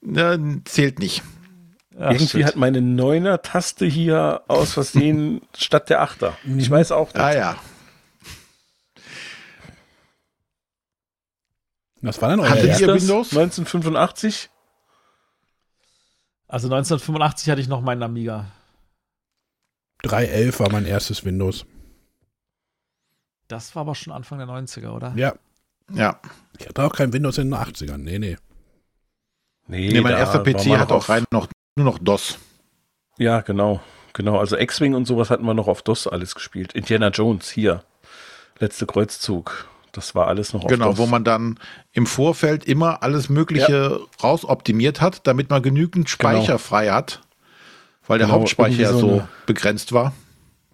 B: Ne, zählt nicht.
D: Ach,
E: Irgendwie
D: shit.
E: hat meine Neuner-Taste hier
B: (laughs)
E: aus Versehen statt der Achter. Ich weiß auch nicht.
B: Ah ja.
C: Was war denn euer
B: Hatte
E: Ist
C: erster?
B: ihr
E: das
B: Windows?
E: 1985?
D: also 1985 hatte ich noch meinen Amiga.
C: 311 war mein erstes Windows.
D: Das war aber schon Anfang der 90er, oder?
C: Ja.
B: Ja.
C: Ich hatte auch kein Windows in den 80ern. Nee, nee.
B: Nee, mein
E: da
B: erster
E: war man
B: PC hat
E: noch auf-
B: auch rein noch, nur noch DOS.
E: Ja, genau. Genau. Also X-Wing und sowas hatten wir noch auf DOS alles gespielt. Indiana Jones, hier. Letzte Kreuzzug. Das war alles noch auf
B: Genau,
E: DOS.
B: wo man dann im Vorfeld immer alles Mögliche rausoptimiert hat, damit man genügend Speicher
E: Genau.
B: frei hat, weil der
E: Genau,
B: Hauptspeicher ja
E: irgendwie
B: so
E: so eine-
B: begrenzt war.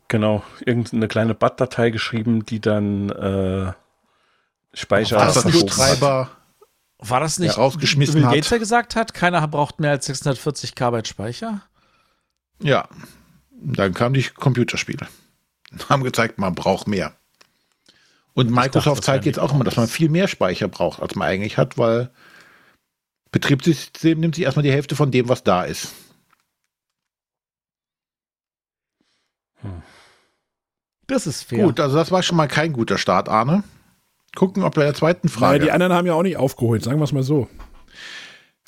E: Genau, irgendeine kleine BAT-Datei geschrieben, die dann äh, Speicher
D: Auf das
E: abgehoben hat.
B: Tastatürtreiber,
D: War das
B: der
D: nicht,
B: rausgeschmissen
D: Bill
B: hat.
D: Gates ja gesagt hat, keiner braucht mehr als 640 KB Speicher?
B: ja. Dann kamen die Computerspiele. (laughs) Haben gezeigt, man braucht mehr. Und
D: dachte,
B: Microsoft
D: das
B: zeigt
D: wäre
B: jetzt auch immer, dass man viel mehr Speicher braucht, als man eigentlich hat, weil Betriebssystem nimmt sich erstmal die Hälfte von dem, was da ist.
D: Das ist fair.
B: Gut, also das war schon mal kein guter Start, Arne. Gucken, ob bei der zweiten
C: Naja,
B: Frage.
C: die anderen haben ja auch nicht aufgeholt, sagen wir es mal so.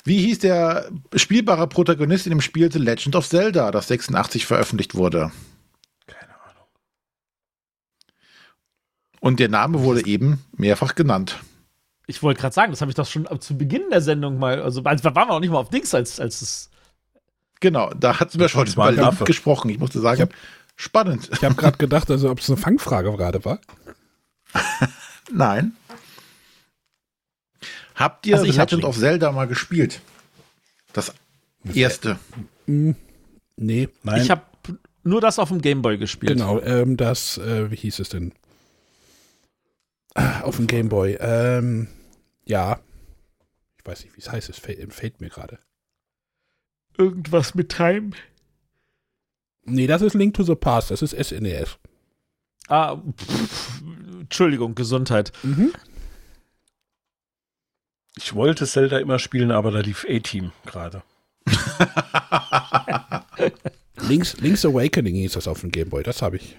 B: Wie hieß der spielbare Protagonist in dem Spiel The Legend of Zelda, das 86 veröffentlicht wurde?
E: Keine Ahnung.
B: Und der Name wurde eben mehrfach genannt.
D: Ich wollte gerade sagen, das habe ich doch schon zu Beginn der Sendung mal, also als, da waren wir noch nicht mal auf Dings, als, als es.
B: Genau, da hatten wir schon
E: Das war
B: über
E: ein
B: Link
E: Affe.
B: gesprochen. Ich musste sagen,
C: Ja.
B: spannend.
C: Ich habe gerade gedacht, also ob es eine Fangfrage gerade war.
B: (laughs) Nein. Habt ihr
D: Also ich
B: The
D: hab
B: Legend
D: Link.
B: of Zelda mal gespielt? Das erste.
C: Hm, nee.
E: Nein,
D: Ich habe nur das auf dem Gameboy gespielt.
C: Genau, ähm, das, äh, wie hieß es denn? Ah, Auf dem Gameboy. Ähm, ja. Ich weiß nicht, wie es heißt, es fällt, fällt mir gerade.
D: Irgendwas mit Time.
C: Nee, das ist Link to the Past, das ist E SNES.
D: Ah, pff, Entschuldigung, Gesundheit.
C: Mhm.
E: ich wollte Zelda immer spielen, aber da lief A-Team gerade.
C: Links, Link's Awakening hieß das auf dem Gameboy, das habe ich.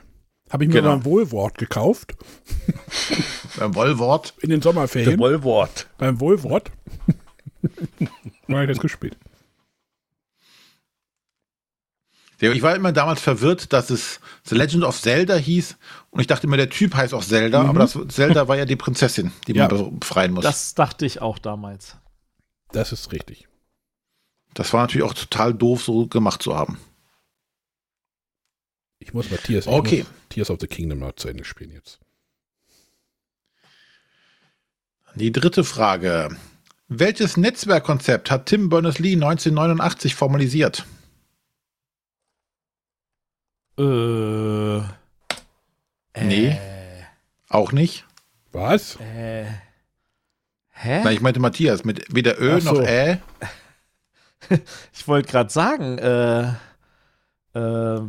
C: Habe ich mir
B: Genau.
C: mal ein Wohlwort gekauft
B: Beim Äh, Wollwort.
C: in den Sommerferien.
E: Wollwort.
C: Beim (laughs) Wohlwort. Weil ich das gespielt.
B: Ich war immer damals verwirrt, dass es The Legend of Zelda hieß. Und ich dachte immer, der Typ heißt auch Zelda, aber das Zelda war ja die Prinzessin, die
C: Ja.
B: man befreien muss. Das,
D: Das dachte ich auch damals.
C: Das ist richtig.
B: war natürlich auch total doof, so gemacht zu haben.
C: Ich muss mal Tears, ich
B: Okay.
C: Muss Tears of the Kingdom noch zu Ende spielen jetzt.
B: Die dritte Frage. Welches Netzwerkkonzept hat Tim Berners-Lee 1989 formalisiert?
D: Äh.
B: Nee. Auch nicht?
C: Was?
D: Äh. Hä?
B: Nein, ich meinte Matthias, mit weder Ö
C: Ach so.
B: noch Ä.
D: Ich wollte gerade sagen, äh, äh,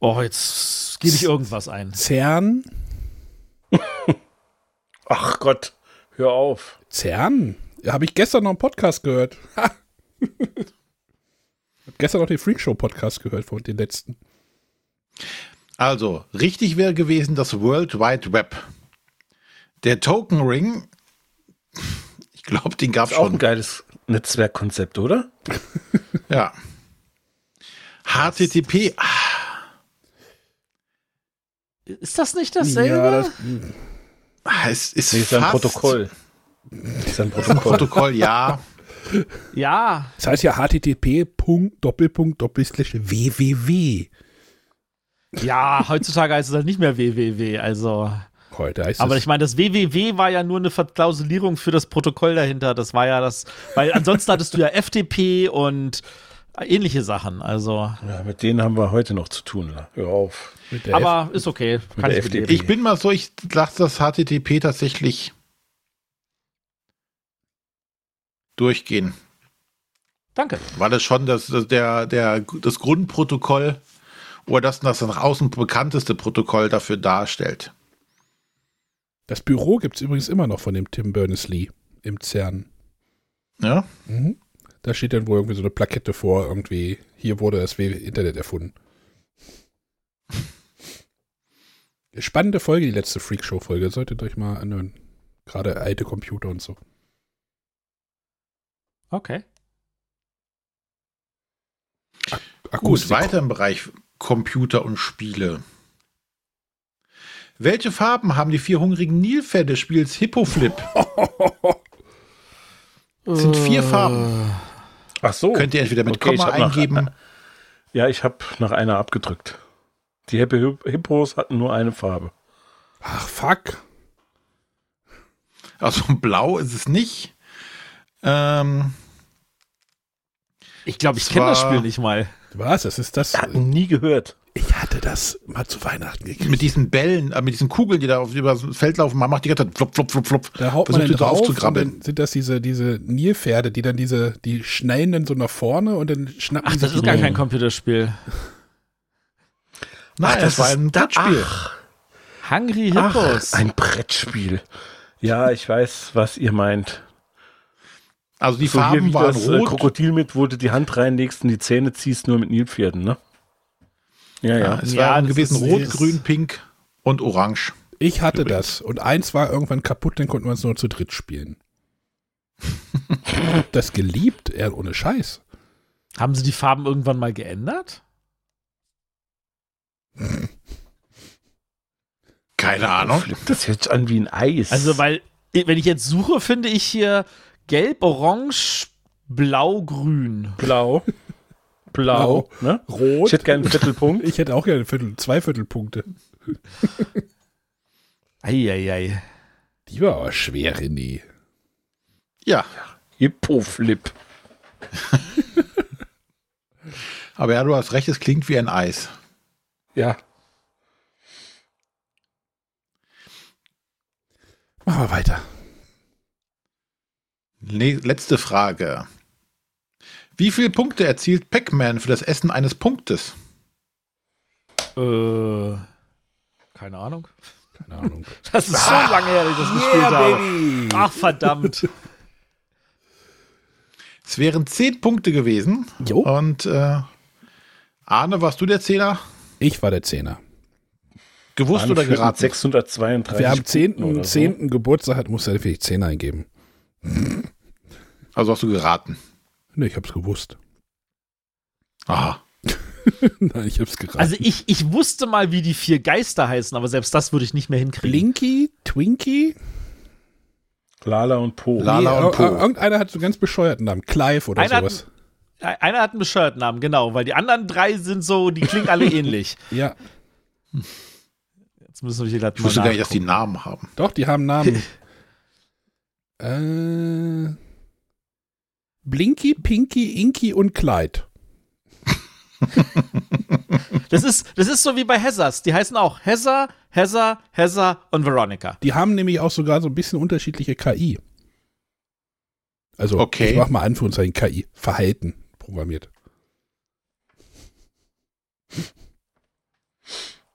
D: oh, jetzt gebe ich irgendwas ein.
C: CERN?
E: Ach Gott, hör auf.
C: CERN? Habe ich gestern noch einen Podcast gehört. (laughs) Ha! Hab gestern noch den Freakshow-Podcast gehört von den letzten.
B: Also, richtig wäre gewesen das World Wide Web. Der Token Ring, ich glaube, den gab es
E: Ist auch ein
B: schon.
E: geiles Netzwerkkonzept, oder?
B: Ja. HTTP, ah,
D: Ist das nicht dasselbe?
C: Ja, das,
B: es ist
E: Nee, ist ein
B: fast
E: Protokoll. Ist ein Protokoll.
B: Protokoll,
E: (laughs)
B: ja.
D: Ja,
C: das heißt ja http Punkt, Doppelpunkt, Doppelslash www.
D: ja, heutzutage heißt es halt nicht mehr www, also.
C: Heute heißt
D: Aber
C: es.
D: ich meine, das www war ja nur eine Verklausulierung für das Protokoll dahinter. Das war ja das, weil ansonsten hattest du ja FTP und ähnliche Sachen, also.
E: Ja, mit denen haben wir heute noch zu tun. ne? Hör auf.
C: mit der F-
D: Aber ist okay, kann
E: der
D: ich
E: FDP.
D: verstehen.
B: Ich bin mal so, ich lasse das HTTP tatsächlich durchgehen,
D: Danke.
B: weil es schon das, das, der, der, das Grundprotokoll oder das, das nach außen bekannteste Protokoll dafür darstellt.
C: das Büro gibt es übrigens immer noch von dem Tim Berners-Lee im CERN.
B: Ja?
C: Mhm. Da steht dann wohl irgendwie so eine Plakette vor, irgendwie, hier wurde das W- Internet erfunden. Spannende Folge, die letzte Freakshow-Folge. Solltet ihr euch mal anhören. Gerade alte Computer und so.
D: Okay.
B: Gut,
C: Akustik.
B: weiter im Bereich Computer und Spiele. Welche Farben haben die vier hungrigen Nilpferde des Spiels Hippo Flip? Es sind vier Farben.
E: Ach so.
B: Könnt ihr entweder mit
E: Okay, ich
B: Komma
E: hab noch-
B: eingeben.
E: Ja, ich habe nach einer abgedrückt. Die Happy Hip- Hippos hatten nur eine Farbe.
C: (laughs) Ach, fuck.
B: Also blau ist es nicht. Ähm,
D: Ich glaube, ich kenne das
B: Zwar-
D: Spiel nicht mal.
C: Was? Das ist das.
E: Nie gehört.
C: Ich hatte das mal zu Weihnachten gekriegt.
B: mit diesen Bällen, äh, mit diesen Kugeln, die da auf, über das Feld laufen, man macht die ganze Zeit flop, flop, flop, flop.
C: Da haut man dann
B: Versucht, die
C: drauf und
B: aufzukrabbeln.
C: dann sind das diese, diese Nilpferde, die dann diese, die schnellen dann so nach vorne und dann schnappen
D: Ach,
C: sie
D: das
C: sich
D: ist
C: die
D: gar
C: Bälle.
D: kein Computerspiel.
B: Nein, das, war
E: ist-
B: ein Brettspiel.
E: Ach,
D: Hungry Hippos.
E: ach, ein Brettspiel. Ja, ich weiß, was ihr meint.
B: Also die
E: so hier
B: Farben
E: wie
B: waren
E: das äh,
B: rot.
E: Krokodil mit, wo du die Hand reinlegst und die Zähne ziehst, nur mit Nilpferden, ne? Ja, ja.
B: ja, es
D: Ja,
B: waren
D: das
B: gewesen
D: ist-
B: rot, grün, pink und orange.
D: (laughs)
C: Ich hatte das und eins war irgendwann kaputt, dann konnten wir es nur zu dritt spielen. hab das geliebt, er ohne Scheiß.
D: Haben sie die Farben irgendwann mal geändert?
B: Keine Ahnung.
E: Flippt das jetzt an wie ein Eis.
D: Also, weil, wenn ich jetzt suche, finde ich hier gelb, orange, blau, grün.
E: blau. Blau. Ne?
C: Rot.
E: Ich hätte gerne einen Viertelpunkt.
C: Ich hätte auch gerne Viertel, zwei Viertelpunkte.
D: Eieiei.
C: Die war aber schwer, René.
B: Ja,
E: Hippoflip.
B: aber ja, du hast recht, es klingt wie ein Eis.
E: Ja.
C: Machen wir weiter.
B: Le letzte Frage. Wie viele Punkte erzielt Pac-Man für das Essen eines Punktes?
D: Äh, keine Ahnung. Ah,
C: Keine Ahnung.
D: Das ist so lange her, dass ich das gespielt habe. Ach, verdammt.
B: Es wären zehn Punkte gewesen.
C: Jo.
B: Und äh, Arne, warst du der Zähler?
C: Ich war der Zehner.
B: Gewusst
E: Waren
B: oder
E: für den
B: geraten?
E: 632.
C: Wer am 10.
E: oder
C: 10. Geburtstag hat, muss er vielleicht 10 eingeben.
B: Also hast du geraten.
C: Ne, ich hab's gewusst. (laughs)
B: Aha.
C: Nein, ich hab's geraten.
D: (laughs) Also ich, ich wusste mal, wie die vier Geister heißen, aber selbst das würde ich nicht mehr hinkriegen.
C: Blinky, Twinkie,
E: So. Lala und Po.
B: La- Lala
C: Nee,
B: und
C: ir-
B: Po.
C: ir- Irgendeiner hat so einen ganz bescheuerten Namen. Clive oder
D: Einer
C: sowas.
D: Einer hat einen Bescheuertnamen, genau, weil die anderen drei sind so, die klingen (laughs) alle ähnlich.
C: Ja,
D: Jetzt müssen wir hier gerade
B: Ich
D: mal
B: wusste gar nicht, dass die
D: nachgucken.
B: Namen haben.
C: doch, die haben Namen. äh,
B: (laughs)
C: Blinky, Pinky, Inky und Clyde.
D: das ist, das ist so wie bei Hessers. Die heißen auch Hesser, Hesser, Hesser und Veronica.
C: Die haben nämlich auch sogar so ein bisschen unterschiedliche KI. Also,
B: Okay.
C: ich mach mal Anführungszeichen KI. Verhalten programmiert.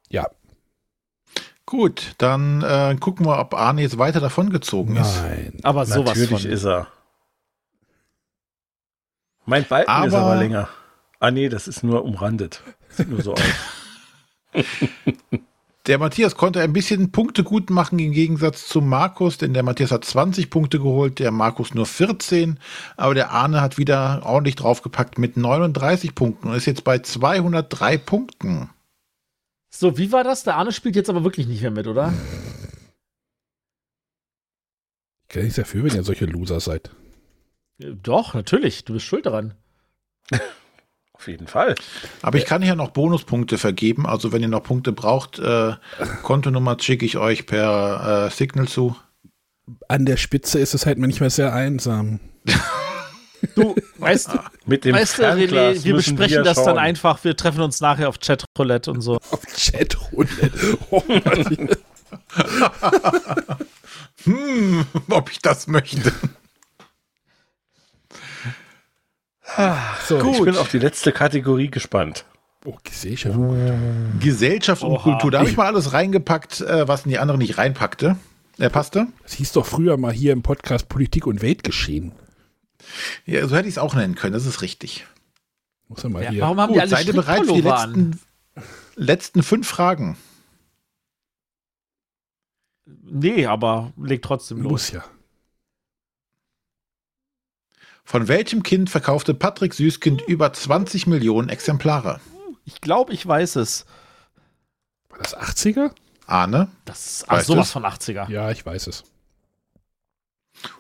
C: Ja.
B: Gut, dann äh, gucken wir, ob Arne jetzt weiter davongezogen ist.
C: Nein.
D: Aber sowas
E: Natürlich
D: von.
E: ist er. Mein Balken ist
B: Aber-
E: aber länger. Ah nee, das ist nur umrandet. Sieht
B: (laughs)
E: nur so aus.
B: Der Matthias konnte ein bisschen Punkte gut machen im Gegensatz zu Markus, denn der Matthias hat 20 Punkte geholt, der Markus nur 14, aber der Arne hat wieder ordentlich draufgepackt mit 39 Punkten und ist jetzt bei 203 Punkten.
D: so, wie war das? Der Arne spielt jetzt aber wirklich nicht mehr mit, oder?
C: Ich kann nichts dafür, wenn ihr solche Loser seid.
D: Äh, Doch, natürlich. Du bist schuld daran.
E: Auf jeden Fall.
B: Aber ich kann ja noch Bonuspunkte vergeben, also wenn ihr noch Punkte braucht, (laughs) äh, Kontonummer schicke ich euch per äh, Signal zu.
C: An der Spitze ist es halt manchmal sehr einsam.
D: Du, weißt,
E: Mit dem
D: weißt du,
E: Fernglas
D: René, wir
E: müssen
D: besprechen das
E: schauen.
D: dann einfach. Wir treffen uns nachher auf Chatroulette und so.
C: Auf Chatroulette. Oh Mann.
B: Hm, (laughs) ob ich das möchte.
C: so,
E: Ich bin auf die letzte Kategorie gespannt.
C: Oh, Gesellschaft.
B: Gesellschaft und
D: Oha.
B: Kultur. Da habe ich mal alles reingepackt, äh, was in die anderen nicht reinpackte. Er äh, passte.
C: Das hieß doch früher mal hier im Podcast Politik und Weltgeschehen.
B: Ja, so hätte ich es auch nennen können, das ist richtig.
C: Muss ja mal
D: Ja,
C: hier.
D: warum haben die
B: Gut,
D: alle
B: seid ihr bereit für die
D: Strickpullover an?
B: letzten, letzten fünf Fragen?
D: Nee, aber leg trotzdem los.
C: Muss ja.
B: Von welchem Kind verkaufte Patrick Süßkind über 20 Millionen Exemplare?
D: Ich glaube, ich weiß es.
C: War das 80er?
B: Arne?
D: Das ist
B: Weißt
D: sowas
B: du's?
D: von 80er.
C: Ja, ich weiß es.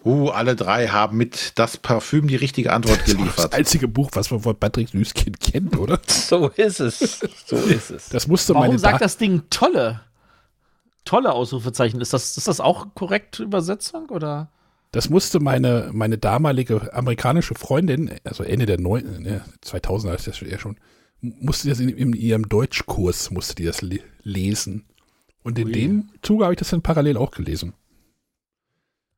B: Uh, alle drei haben mit das Parfüm die richtige Antwort
C: Das
B: geliefert.
C: einzige Buch, was man von Patrick Süßkind kennt, oder?
E: So ist es. So ist es.
C: Das musste
D: Warum
C: meine
D: sagt
C: Da-
D: das Ding tolle? Tolle Ausrufezeichen. Ist das, ist das auch korrekte Übersetzung? Oder?
C: das musste meine, meine damalige amerikanische Freundin, also Ende der neun, ne, 2000er ist das ja schon, musste das in, in ihrem Deutschkurs musste die das le lesen. Und in
D: Ui.
C: dem Zuge habe ich das dann parallel auch gelesen.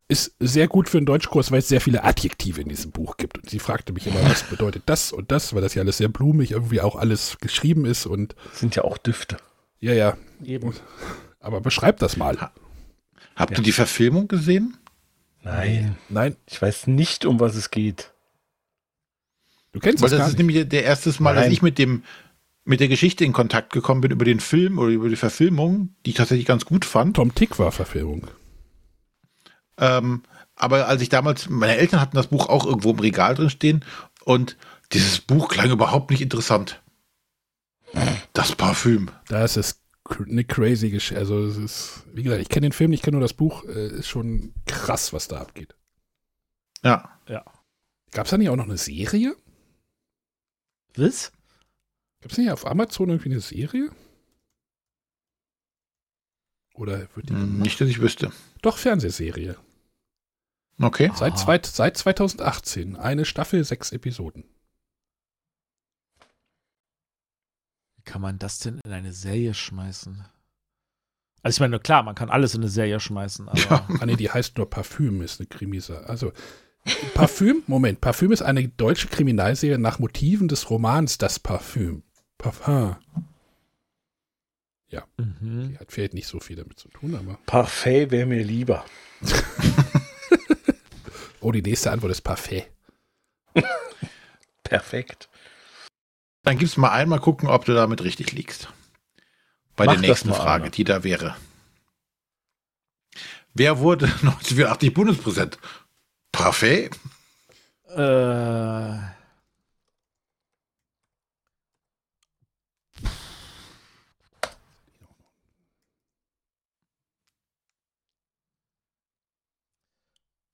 C: Ist sehr gut für einen Deutschkurs, weil es sehr viele Adjektive in diesem Buch gibt. Und sie fragte mich immer, was bedeutet das und das, weil das ja alles sehr blumig irgendwie auch alles geschrieben ist und
E: Sind ja auch Düfte.
C: ja, ja,
D: Eben.
C: aber beschreib das mal.
B: Habt ihr die Verfilmung gesehen?
E: Nein.
C: Nein,
E: Ich weiß nicht, um was es geht.
C: du kennst
B: Weil
C: das gar
B: das ist
C: nicht.
B: nämlich der erste Mal, dass
E: Nein.
B: ich mit dem mit der Geschichte in Kontakt gekommen bin über den Film oder über die Verfilmung, die ich tatsächlich ganz gut fand.
C: Tom Tick war Verfilmung.
B: Ähm, Aber als ich damals, meine Eltern hatten das Buch auch irgendwo im Regal drin stehen und dieses Buch klang überhaupt nicht interessant. Das Parfüm.
C: Das ist cr- eine crazy Geschichte. Also, es ist, wie gesagt, ich kenne den Film, ich kenne nur das Buch. Äh, ist schon krass, was da abgeht.
B: Ja.
C: Gab es da nicht auch noch eine Serie?
D: Was?
C: Gab es nicht auf Amazon irgendwie eine Serie? Oder wird die.
B: Hm, Nicht, dass ich wüsste.
C: Doch, Fernsehserie.
B: Okay.
C: Seit, zwei, seit 2018. Eine Staffel, sechs Episoden.
D: Wie kann man das denn in eine Serie schmeißen? Also ich meine, klar, man kann alles in eine Serie schmeißen, aber
B: Ja.
C: Ah, nee, die heißt nur Parfüm, ist eine Krimise. Also, Parfüm, Moment, Parfüm ist eine deutsche Kriminalserie nach Motiven des Romans Das Parfüm. Parfum.
D: mhm.
C: Die hat vielleicht nicht so viel damit zu tun, aber.
E: Parfait wäre mir lieber.
C: Oh, die nächste Antwort ist Parfait.
E: Perfekt.
B: Dann gib's mal einmal gucken, ob du damit richtig liegst. Bei
E: Mach
B: der
E: das
B: nächsten
E: mal,
B: Frage,
E: Arne.
B: die da wäre. Wer wurde (laughs) 1984 Bundespräsident? Parfait?
D: äh,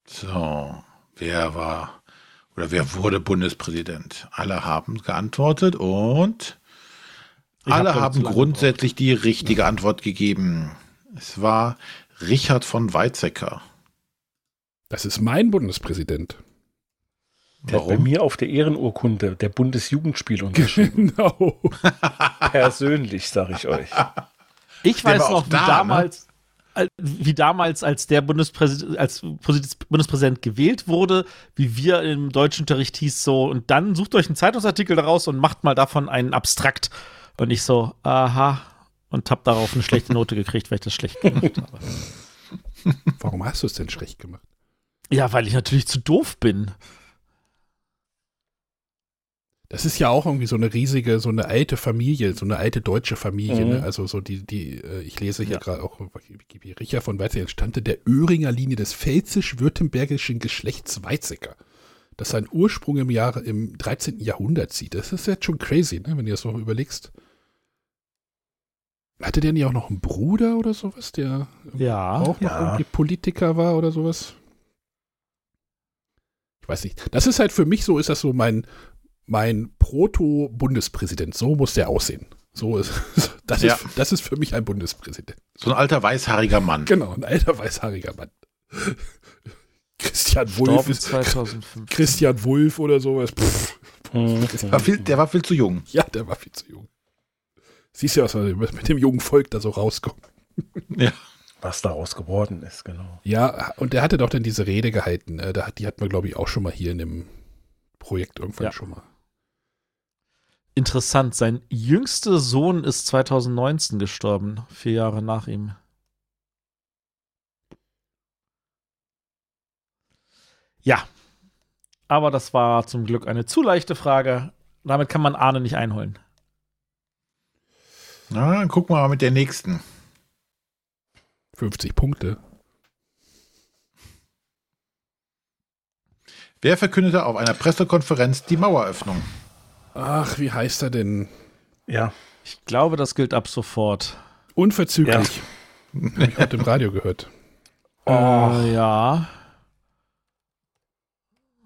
B: So, wer war oder wer wurde Bundespräsident? Alle haben geantwortet und
D: Ich
B: alle
D: hab da
B: haben
D: zu lange
B: grundsätzlich die richtige Antwort gegeben. Es war Richard von Weizsäcker.
C: Das ist mein Bundespräsident.
E: Der hat bei mir auf der Ehrenurkunde der Bundesjugendspiel (laughs) unterschrieben.
C: Genau.
E: Persönlich, sage ich euch.
D: Ich
B: Der
D: weiß
B: war auch
D: noch, wie
B: da, ne?
D: damals, al- wie damals, als der Bundespräsident, als Posi- Bundespräsident gewählt wurde, wie wir im Deutschunterricht hieß so, und dann sucht euch einen Zeitungsartikel daraus und macht mal davon einen Abstrakt. Und ich so, aha, und hab darauf eine (laughs) schlechte Note gekriegt, weil ich das schlecht gemacht habe.
C: Warum hast du es denn schlecht gemacht?
D: Ja, weil ich natürlich zu doof bin.
C: Das ist ja auch irgendwie so eine riesige, so eine alte Familie, so eine alte deutsche Familie.
E: Mhm.
C: Ne? Also so die, die, äh, ich lese hier
D: Ja.
C: gerade auch auf Wikipedia, Richard von Weizsäcker entstammte der Öhringer Linie des pfälzisch-württembergischen Geschlechts Weizsäcker, das seinen Ursprung im Jahre, im 13. Jahrhundert zieht. Das ist jetzt schon crazy, ne? wenn du das noch überlegst. Hatte der nicht auch noch einen Bruder oder sowas, der
D: Oh, Ja.
C: auch noch
E: Ja.
C: irgendwie Politiker war oder sowas. Ich weiß nicht. Das ist halt für mich so, ist das so mein, mein Proto-Bundespräsident. So muss der aussehen. So ist, (laughs) das,
B: Ja.
C: ist, das ist für mich ein Bundespräsident.
B: So ein alter weißhaariger Mann.
C: Genau, ein alter weißhaariger Mann. (laughs) Christian Wulff
D: Dorfen
C: ist
D: 2005.
C: Christian Wulff oder sowas. Pff,
E: Hm.
B: War viel, der war viel zu jung.
C: ja, der war viel zu jung. Siehst ja, was mit dem jungen Volk da so rauskommt.
E: (laughs) Was daraus geworden ist, genau.
C: Ja, und der hatte doch dann diese Rede gehalten. Äh, da hat- Die hatten wir, glaube ich, auch schon mal hier in dem Projekt irgendwann
D: Ja.
C: schon mal.
D: Interessant, sein jüngster Sohn ist 2019 gestorben, vier Jahre nach ihm. Ja, aber das war zum Glück eine zu leichte Frage. Damit kann man Arne nicht einholen.
B: Na, dann gucken wir mal mit der nächsten.
C: 50 Punkte.
B: Wer verkündete auf einer Pressekonferenz die Maueröffnung?
C: Ach, wie heißt er denn?
E: Ja,
D: Ich glaube, das gilt ab sofort.
C: Unverzüglich. Hab ich heute im Radio gehört.
D: Äh, ja.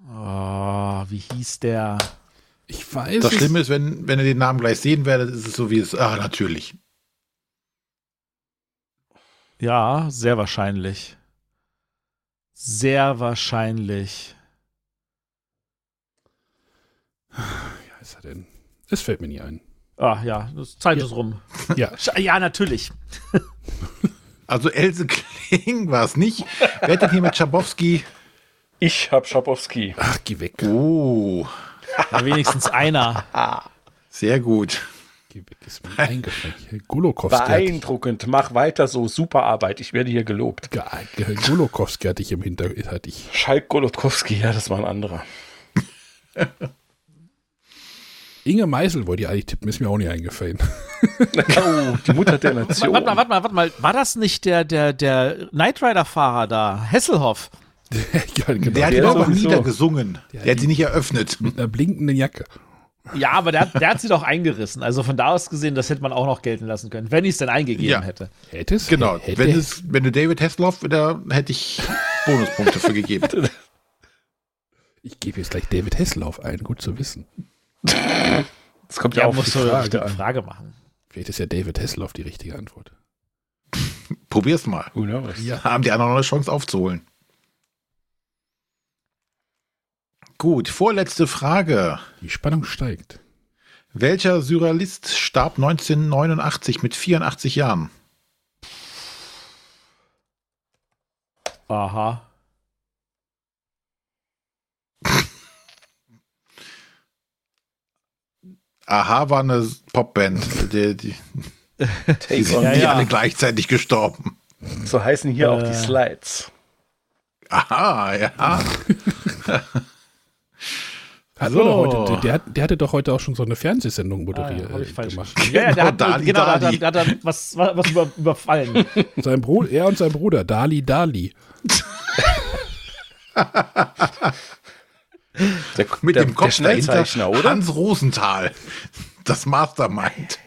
D: Oh, wie hieß der?
C: Ich weiß
B: Das
C: es-
B: Schlimme ist, wenn, wenn ihr den Namen gleich sehen werdet, ist es so wie es. Ah, natürlich.
D: Ja, sehr wahrscheinlich. Sehr wahrscheinlich.
C: Wie heißt er denn? Es fällt mir nie ein.
D: Ah, ja, das Zeit ist rum.
C: Ja.
D: Sch- Ja, natürlich.
B: Also Else Kling war es nicht. Wer hat denn hier mit Schabowski?
E: ich habe Schabowski.
C: Ach, geh weg.
B: Oh,
D: Ja, wenigstens einer.
B: sehr gut.
C: Geh weg, ist mir eingefallen. Golokowski hat, dich
E: Beeindruckend. Mach weiter so. Super Arbeit. Ich werde hier gelobt.
C: ge- ge- Golokowski hat dich im Hintergrund. Hat dich.
E: Schalk Golodkowski, ja, das war ein (laughs) anderer.
C: Inge Meisel wollte ich eigentlich tippen, ist mir auch nicht eingefallen. (laughs)
E: Oh, die Mutter der Nation.
D: Warte mal, warte mal, warte mal. War das nicht der, der, der Knight Rider-Fahrer da? Hesselhoff.
C: ja, genau.
B: Der hat die
E: Der
B: aber
E: sowieso.
B: niedergesungen. Der hat sie nicht eröffnet.
C: mit einer blinkenden Jacke.
D: Ja, aber der, hat- der hat sie doch eingerissen. Also von da aus gesehen, das hätte man auch noch gelten lassen können, wenn ich es denn eingegeben
B: Ja.
D: hätte.
C: Hättest
B: Genau.
C: hätte,
B: Wenn, es, wenn du David Hasselhoff, da hätte ich Bonuspunkte für gegeben.
C: Ich gebe jetzt gleich David Hasselhoff ein, gut zu wissen.
E: Das kommt ja,
D: Ja,
E: auch auf
D: musst
E: die
D: du eine
E: Frage
D: Frage,
E: an.
D: machen.
C: Vielleicht ist ja David Hasselhoff die richtige Antwort.
B: Probier's mal.
E: Who knows?
C: Ja.
B: Haben die anderen noch eine Chance aufzuholen. Gut, vorletzte Frage.
C: Die Spannung steigt.
B: Welcher Surrealist starb 1989 mit 84 Jahren?
D: Aha.
B: Aha, war eine Popband. Die, die, die
E: Take
B: sind
E: on.
D: Ja,
B: nicht
D: ja.
B: alle gleichzeitig gestorben.
E: So heißen hier auch
D: Äh.
E: die Slides.
B: Aha, ja.
C: Hat
B: So.
C: er doch heute, der, hat, der hatte doch heute auch schon so eine Fernsehsendung
D: Ah, ja,
C: moderiert.
D: hab
C: äh,
D: ich falsch
C: gemacht.
D: verstanden. Ja,
B: Genau,
D: ja, der
E: (laughs)
D: hat,
B: Dali,
D: genau, da-
B: Dali.
D: Da, da, da, was, was über, überfallen.
C: Sein Bruder, er und sein Bruder, Dali Dali.
E: Der,
B: Mit dem Kopf dahinter
E: Schnellzeichner, oder?
B: Hans Rosenthal, das Mastermind.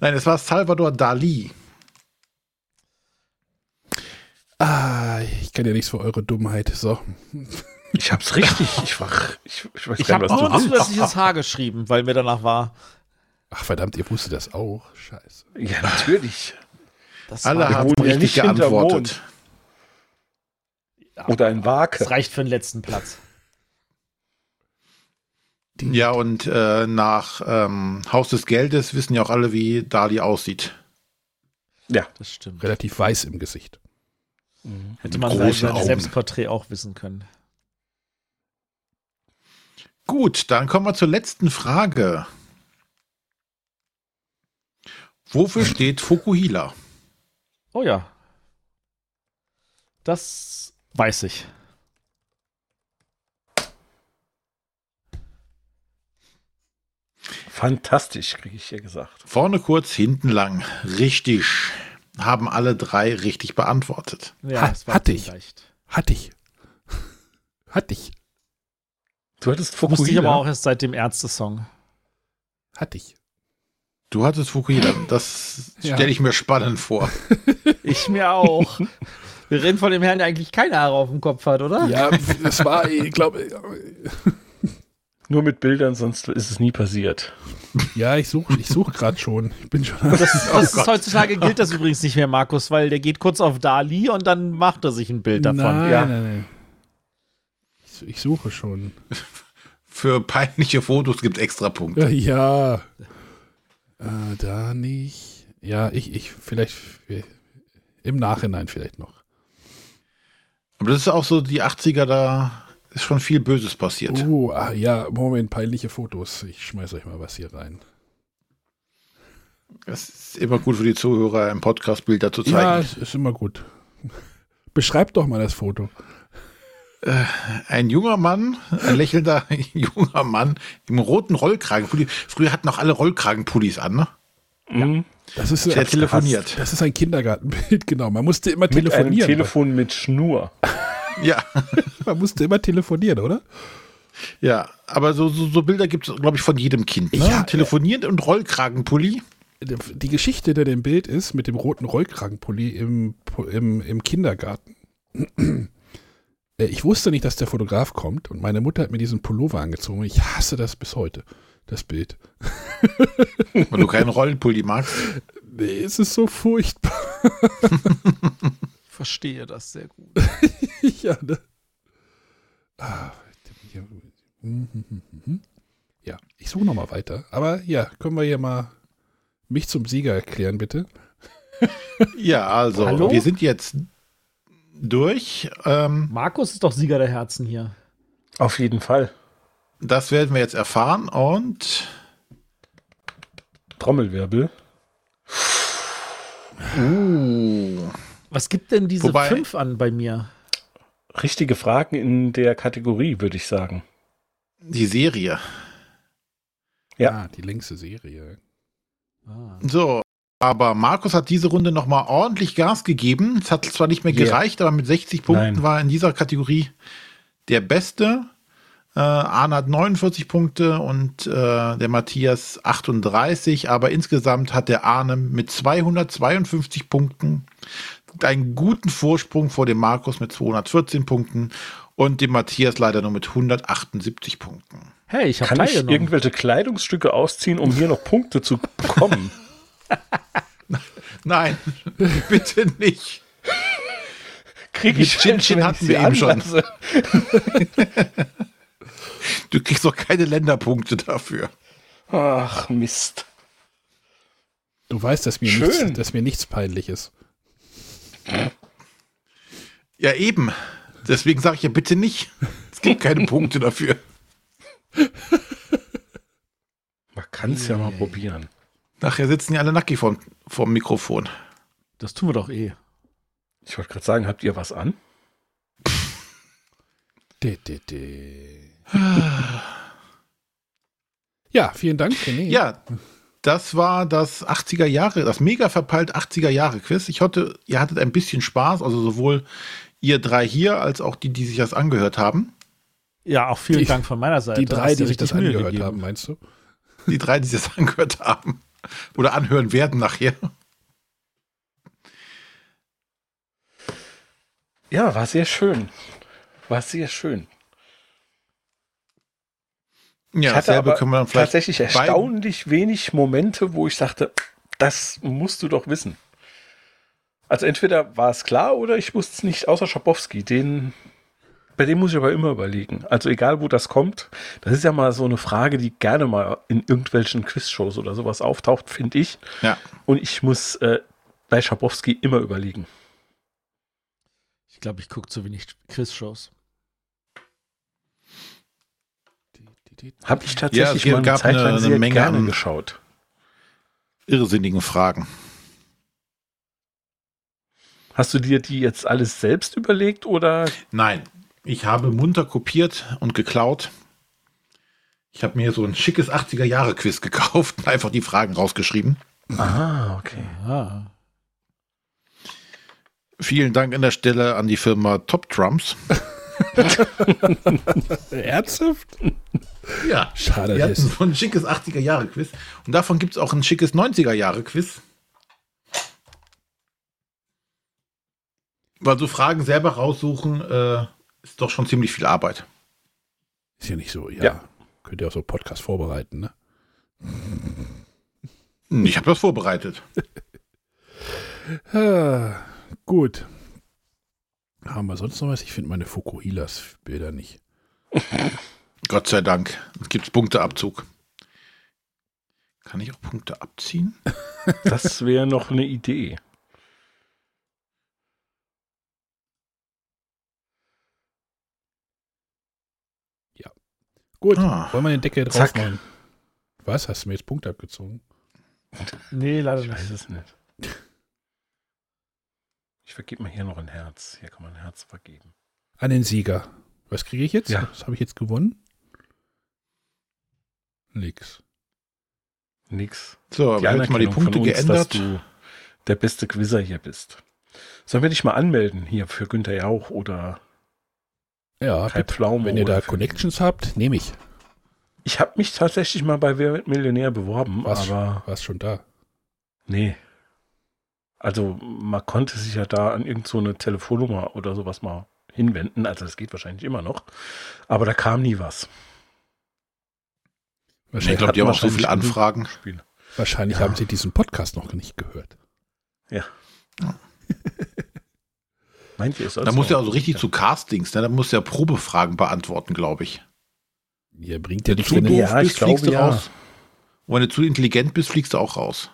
B: Nein, es war Salvador Dali.
C: Ah, ich kann ja nichts für eure Dummheit. So.
E: Ich hab's richtig. Ich war. Ich, ich weiß
D: Ich
E: gar
D: habe
E: nicht, was
D: nur
E: du
D: ein
E: willst.
D: zusätzliches Haar geschrieben, weil mir danach war.
C: Ach verdammt, ihr wusstet das auch. Scheiße.
E: Ja, natürlich.
D: Das,
B: Alle
D: war,
E: Wir
B: haben
E: wohnen ja
B: richtig
E: nicht hinterm
B: geantwortet.
E: Oder ein Wake.
D: das reicht für den letzten Platz.
B: Ja, und äh, nach ähm, Haus des Geldes wissen ja auch alle, wie Dali aussieht.
E: Ja.
D: Das stimmt.
C: Relativ weiß im Gesicht.
D: Hätte
B: Mit
D: man sein,
B: großen
D: sein
B: Augen.
D: Selbstporträt auch wissen können.
B: Gut, dann kommen wir zur letzten Frage. Wofür steht Fukuhila?
D: Oh ja. Das weiß ich.
E: Fantastisch, kriege ich hier gesagt.
B: Vorne kurz, hinten lang. Richtig. Haben alle drei richtig beantwortet.
D: Ja,
C: Ha-
D: das
C: hatte
D: zu
C: ich.
D: leicht.
C: Hatte ich. Hatte ich.
E: Du hattest
D: Musste ich aber auch
E: Fukuhila.
D: erst seit dem Ärzte-Song.
C: Hatte ich.
B: Du hattest Fukuhila. Das
C: Ja.
B: stelle ich mir spannend vor.
D: Ich mir auch.
C: (laughs)
D: Wir reden von dem Herrn, der eigentlich keine Haare auf dem Kopf hat, oder?
C: Ja, das war, ich glaube,
E: Nur mit Bildern, sonst ist es nie passiert.
C: ja, ich suche ich such gerade schon. Ich bin schon.
D: Das,
C: Oh
D: das ist heutzutage gilt das übrigens nicht mehr, Markus, weil der geht kurz auf Dali und dann macht er sich ein Bild davon.
C: Nein,
E: ja.
C: nein, nein. Ich, ich suche schon.
B: Für peinliche Fotos gibt es extra Punkte.
C: Äh, Ja. Äh, da nicht. Ja, ich, ich, vielleicht im Nachhinein vielleicht noch.
B: Aber das ist auch so, die 80er, da ist schon viel Böses passiert.
C: Oh, ah, ja, Moment, peinliche Fotos. Ich schmeiß euch mal was hier rein.
B: Das ist immer gut für die Zuhörer, im Podcast Bilder zu zeigen.
C: Ja, es ist immer gut. (laughs) Beschreibt doch mal das Foto.
B: Ein junger Mann, ein lächelnder (laughs) junger Mann im roten Rollkragenpulli. Früher hatten noch alle Rollkragenpullis an, ne?
E: Mhm.
C: Das ist,
B: Der telefoniert.
C: das ist ein Kindergartenbild, (laughs) genau. Man musste immer
E: Mit einem
C: telefonieren.
E: Telefon mit Schnur.
B: Ja,
C: Man musste immer telefonieren, oder?
B: (laughs) ja. Aber so, so, so Bilder gibt es, glaube ich, von jedem Kind. Ne?
C: Ja,
B: Telefoniert und Rollkragenpulli.
C: Die Geschichte hinter dem Bild ist mit dem roten Rollkragenpulli im, im, im Kindergarten. (clears throat) Äh, Ich wusste nicht, dass der Fotograf kommt und meine Mutter hat mir diesen Pullover angezogen. Ich hasse das bis heute, das Bild.
B: Wenn du keinen Rollenpulli magst.
C: Nee, es ist so furchtbar. (laughs)
D: Ich verstehe das sehr gut.
C: ja, ne? ah, ja. Mhm, mhm, mhm. ja, ich suche nochmal weiter. Aber ja, können wir hier mal mich zum Sieger erklären, bitte?
B: (laughs) Ja, also,
D: Hallo?
B: wir sind jetzt durch. Ähm,
D: Markus ist doch Sieger der Herzen hier.
E: Auf jeden Fall.
B: das werden wir jetzt erfahren und
E: Trommelwirbel.
B: Uh.
D: Was gibt denn diese
B: Wobei-
D: fünf an bei mir?
E: Richtige Fragen in der Kategorie, würde ich sagen.
B: die Serie.
E: Ja.
C: Ah, die längste Serie.
B: So, Aber Markus hat diese Runde nochmal ordentlich Gas gegeben. Es hat zwar nicht mehr
E: Yeah.
B: gereicht, aber mit 60 Punkten
E: Nein.
B: war er in dieser Kategorie der Beste. Äh, Arne hat 49 Punkte und äh, der Matthias 38. Aber insgesamt hat der Arne mit 252 Punkten einen guten Vorsprung vor dem Markus mit 214 Punkten und dem Matthias leider nur mit 178 Punkten.
D: Hey, ich habe
E: Kann ich
D: teilgenommen.
E: irgendwelche Kleidungsstücke ausziehen, um hier noch Punkte zu bekommen?
B: Nein, (laughs) bitte nicht.
E: Kriege
B: Mit
E: ich
B: Chin Chin
E: welche, wenn
B: hatten
E: ich
B: wir
E: sie
B: eben schon.
E: anlasse?
B: Du kriegst doch keine Länderpunkte dafür.
E: Ach, Mist.
C: Du weißt, dass mir,
E: Schön.
C: nichts, dass mir nichts peinlich ist.
B: Ja, eben. Deswegen sage ich ja bitte nicht. Es gibt keine Punkte dafür.
E: Man kann es ja mal probieren.
B: Nachher sitzen ja alle nackig vorm, vorm Mikrofon.
D: Das tun wir doch eh.
E: Ich wollte gerade sagen, habt ihr was an?
C: De, de, de. Ja, vielen Dank, René.
B: Ja, das war das 80er Jahre, das mega verpeilt 80er Jahre Quiz. Ich hoffe, ihr hattet ein bisschen Spaß, also sowohl ihr drei hier als auch die, die sich das angehört haben.
D: Ja, auch vielen
C: Die-
D: Dank von meiner Seite.
C: Die drei,
D: Hast dir
C: die sich das
D: richtig Mühe
C: angehört
D: gegeben.
C: haben, meinst du?
B: Die drei, die sich das (laughs) angehört haben oder anhören werden nachher.
E: Ja, war sehr schön. War sehr schön.
B: Ja,
E: ich hatte
B: dasselbe
E: aber
B: können wir dann vielleicht
E: tatsächlich
B: beiden-
E: erstaunlich wenig Momente, wo ich sagte, das musst du doch wissen. Also entweder war es klar oder ich wusste es nicht, außer Schabowski. Den, bei dem muss ich aber immer überlegen. Also egal, wo das kommt, das ist ja mal so eine Frage, die gerne mal in irgendwelchen Quizshows oder sowas auftaucht, finde ich.
B: Ja.
E: Und ich muss äh, bei Schabowski immer überlegen.
D: Ich glaube, ich gucke zu wenig Quiz-Shows.
E: Habe ich
B: Ja,
E: tatsächlich
B: es
E: mal eine
B: gab
E: Zeit lang
B: eine- eine
E: sehr
B: Menge
E: gerne
B: an-
E: geschaut.
B: irrsinnigen Fragen.
E: Hast du dir die jetzt alles selbst überlegt oder
B: Nein, ich habe munter kopiert und geklaut. Ich habe mir so ein schickes 80er-Jahre-Quiz gekauft und einfach die Fragen rausgeschrieben.
E: Ah, okay.
D: Ah.
B: Vielen Dank an der Stelle an die Firma Top Trumps.
C: Äh, (laughs) Ernsthaft?
B: Ja,
C: Schade,
B: die hatten
C: das.
B: so ein schickes 80er-Jahre-Quiz. Und davon gibt es auch ein schickes 90er-Jahre-Quiz. Weil so Fragen selber raussuchen, äh, ist doch schon ziemlich viel Arbeit.
C: Ist ja nicht so, ja.
E: Ja.
C: Könnt ihr auch so einen Podcast vorbereiten, ne?
B: Ich habe das vorbereitet.
C: Ah, gut. Haben wir sonst noch was? Ich finde meine Fukuhilas-Bilder nicht.
B: Gott sei Dank. Gibt es Punkteabzug. Kann ich auch Punkte abziehen?
E: Das wäre noch eine Idee.
C: Gut,
B: Ah.
C: wollen wir den Deckel drauf
E: Zack.
C: machen? Was? Hast du mir jetzt Punkte abgezogen?
D: Nee, leider
E: Ich
D: nicht.
E: weiß es nicht. Ich vergebe mir hier noch ein Herz. Hier kann man ein Herz vergeben.
C: An den Sieger. Was kriege ich jetzt?
E: Ja.
C: Was habe ich jetzt gewonnen? Nix.
E: Nix.
B: So, aber jetzt mal die
E: Anerkennung von
B: Punkte geändert.
E: Dass du der beste Quizzer hier bist. Sollen wir dich mal anmelden hier für Günther Jauch oder
C: Ja,
E: Kai
C: bitte.
E: Pflaume?
C: wenn ihr
E: oder
C: da
E: für-
C: Connections habt, nehme ich.
E: Ich habe mich tatsächlich mal bei Wer wird Millionär beworben,
C: Was?
E: aber
C: Warst schon da.
E: nee. Also man konnte sich ja da an irgendeine so eine Telefonnummer oder sowas mal hinwenden. Also das geht wahrscheinlich immer noch. Aber da kam nie was.
B: Ich
C: Wahrscheinlich,
B: glaube, die haben auch so
E: Wahrscheinlich
B: viele
E: genug
B: Anfragen.
E: Spiele.
C: wahrscheinlich haben sie diesen Podcast noch nicht gehört.
E: Meint ihr es
B: Da muss ja also richtig zu Castings, ne? da muss ja Probefragen beantworten, glaube ich.
C: Ihr bringt ja nicht,
B: Zu
C: wenn
B: doof
C: ihr,
E: Ja, ich
B: bist, fliegst
E: glaube,
B: du
E: ja.
B: raus. Und wenn du zu intelligent bist, fliegst du auch raus.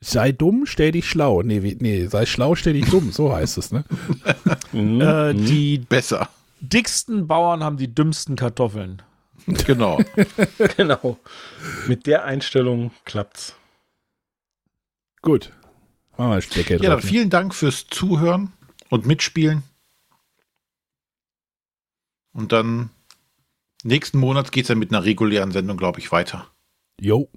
C: sei dumm, stell dich schlau. Nee, wie, nee, sei schlau, stell dich dumm. So heißt es, ne?
B: Hm?
E: Mhm.
D: Äh, die
E: (laughs)
B: Besser.
D: dicksten Bauern haben die dümmsten Kartoffeln.
B: Genau.
E: (laughs) genau. Mit der Einstellung klappt's.
C: Gut. Machen wir einen Stecker
B: ja, dann
C: drauf.
B: vielen Dank fürs Zuhören und Mitspielen. Und dann nächsten Monat geht es ja mit einer regulären Sendung, glaube ich, weiter.
C: Jo.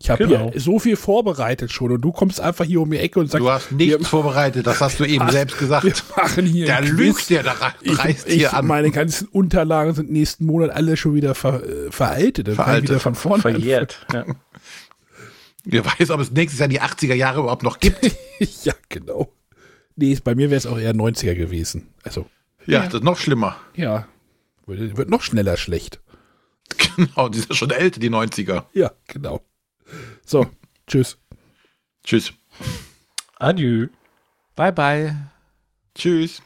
C: Ich habe
E: Genau.
C: hier so viel vorbereitet schon und du kommst einfach hier um die Ecke und sagst,
B: Du hast nichts
C: wir-
B: vorbereitet, das hast du eben
E: (laughs)
B: selbst
C: wir
B: gesagt.
C: machen hier
B: Da
C: ein Quiz.
B: lügt der, da re- reißt
C: ich,
B: hier
C: ich,
B: an.
C: Meine ganzen Unterlagen sind nächsten Monat alle schon wieder ver, äh, veraltet. Dann kann ich
B: Veraltet.
C: wieder von vorne
E: Verjährt. Ja.
B: Wer weiß, ob es nächstes Jahr die 80er Jahre überhaupt noch gibt.
C: anfangen. (laughs) ja, genau. Nee, ist- bei mir wäre es auch eher 90er gewesen. Also,
B: Ja, das ist noch schlimmer. (laughs)
C: ja, wird, wird noch schneller schlecht.
B: Genau, die sind schon älter, die 90er.
C: Ja, genau. So, tschüss.
B: Tschüss.
E: Adieu.
D: Bye, bye.
B: Tschüss.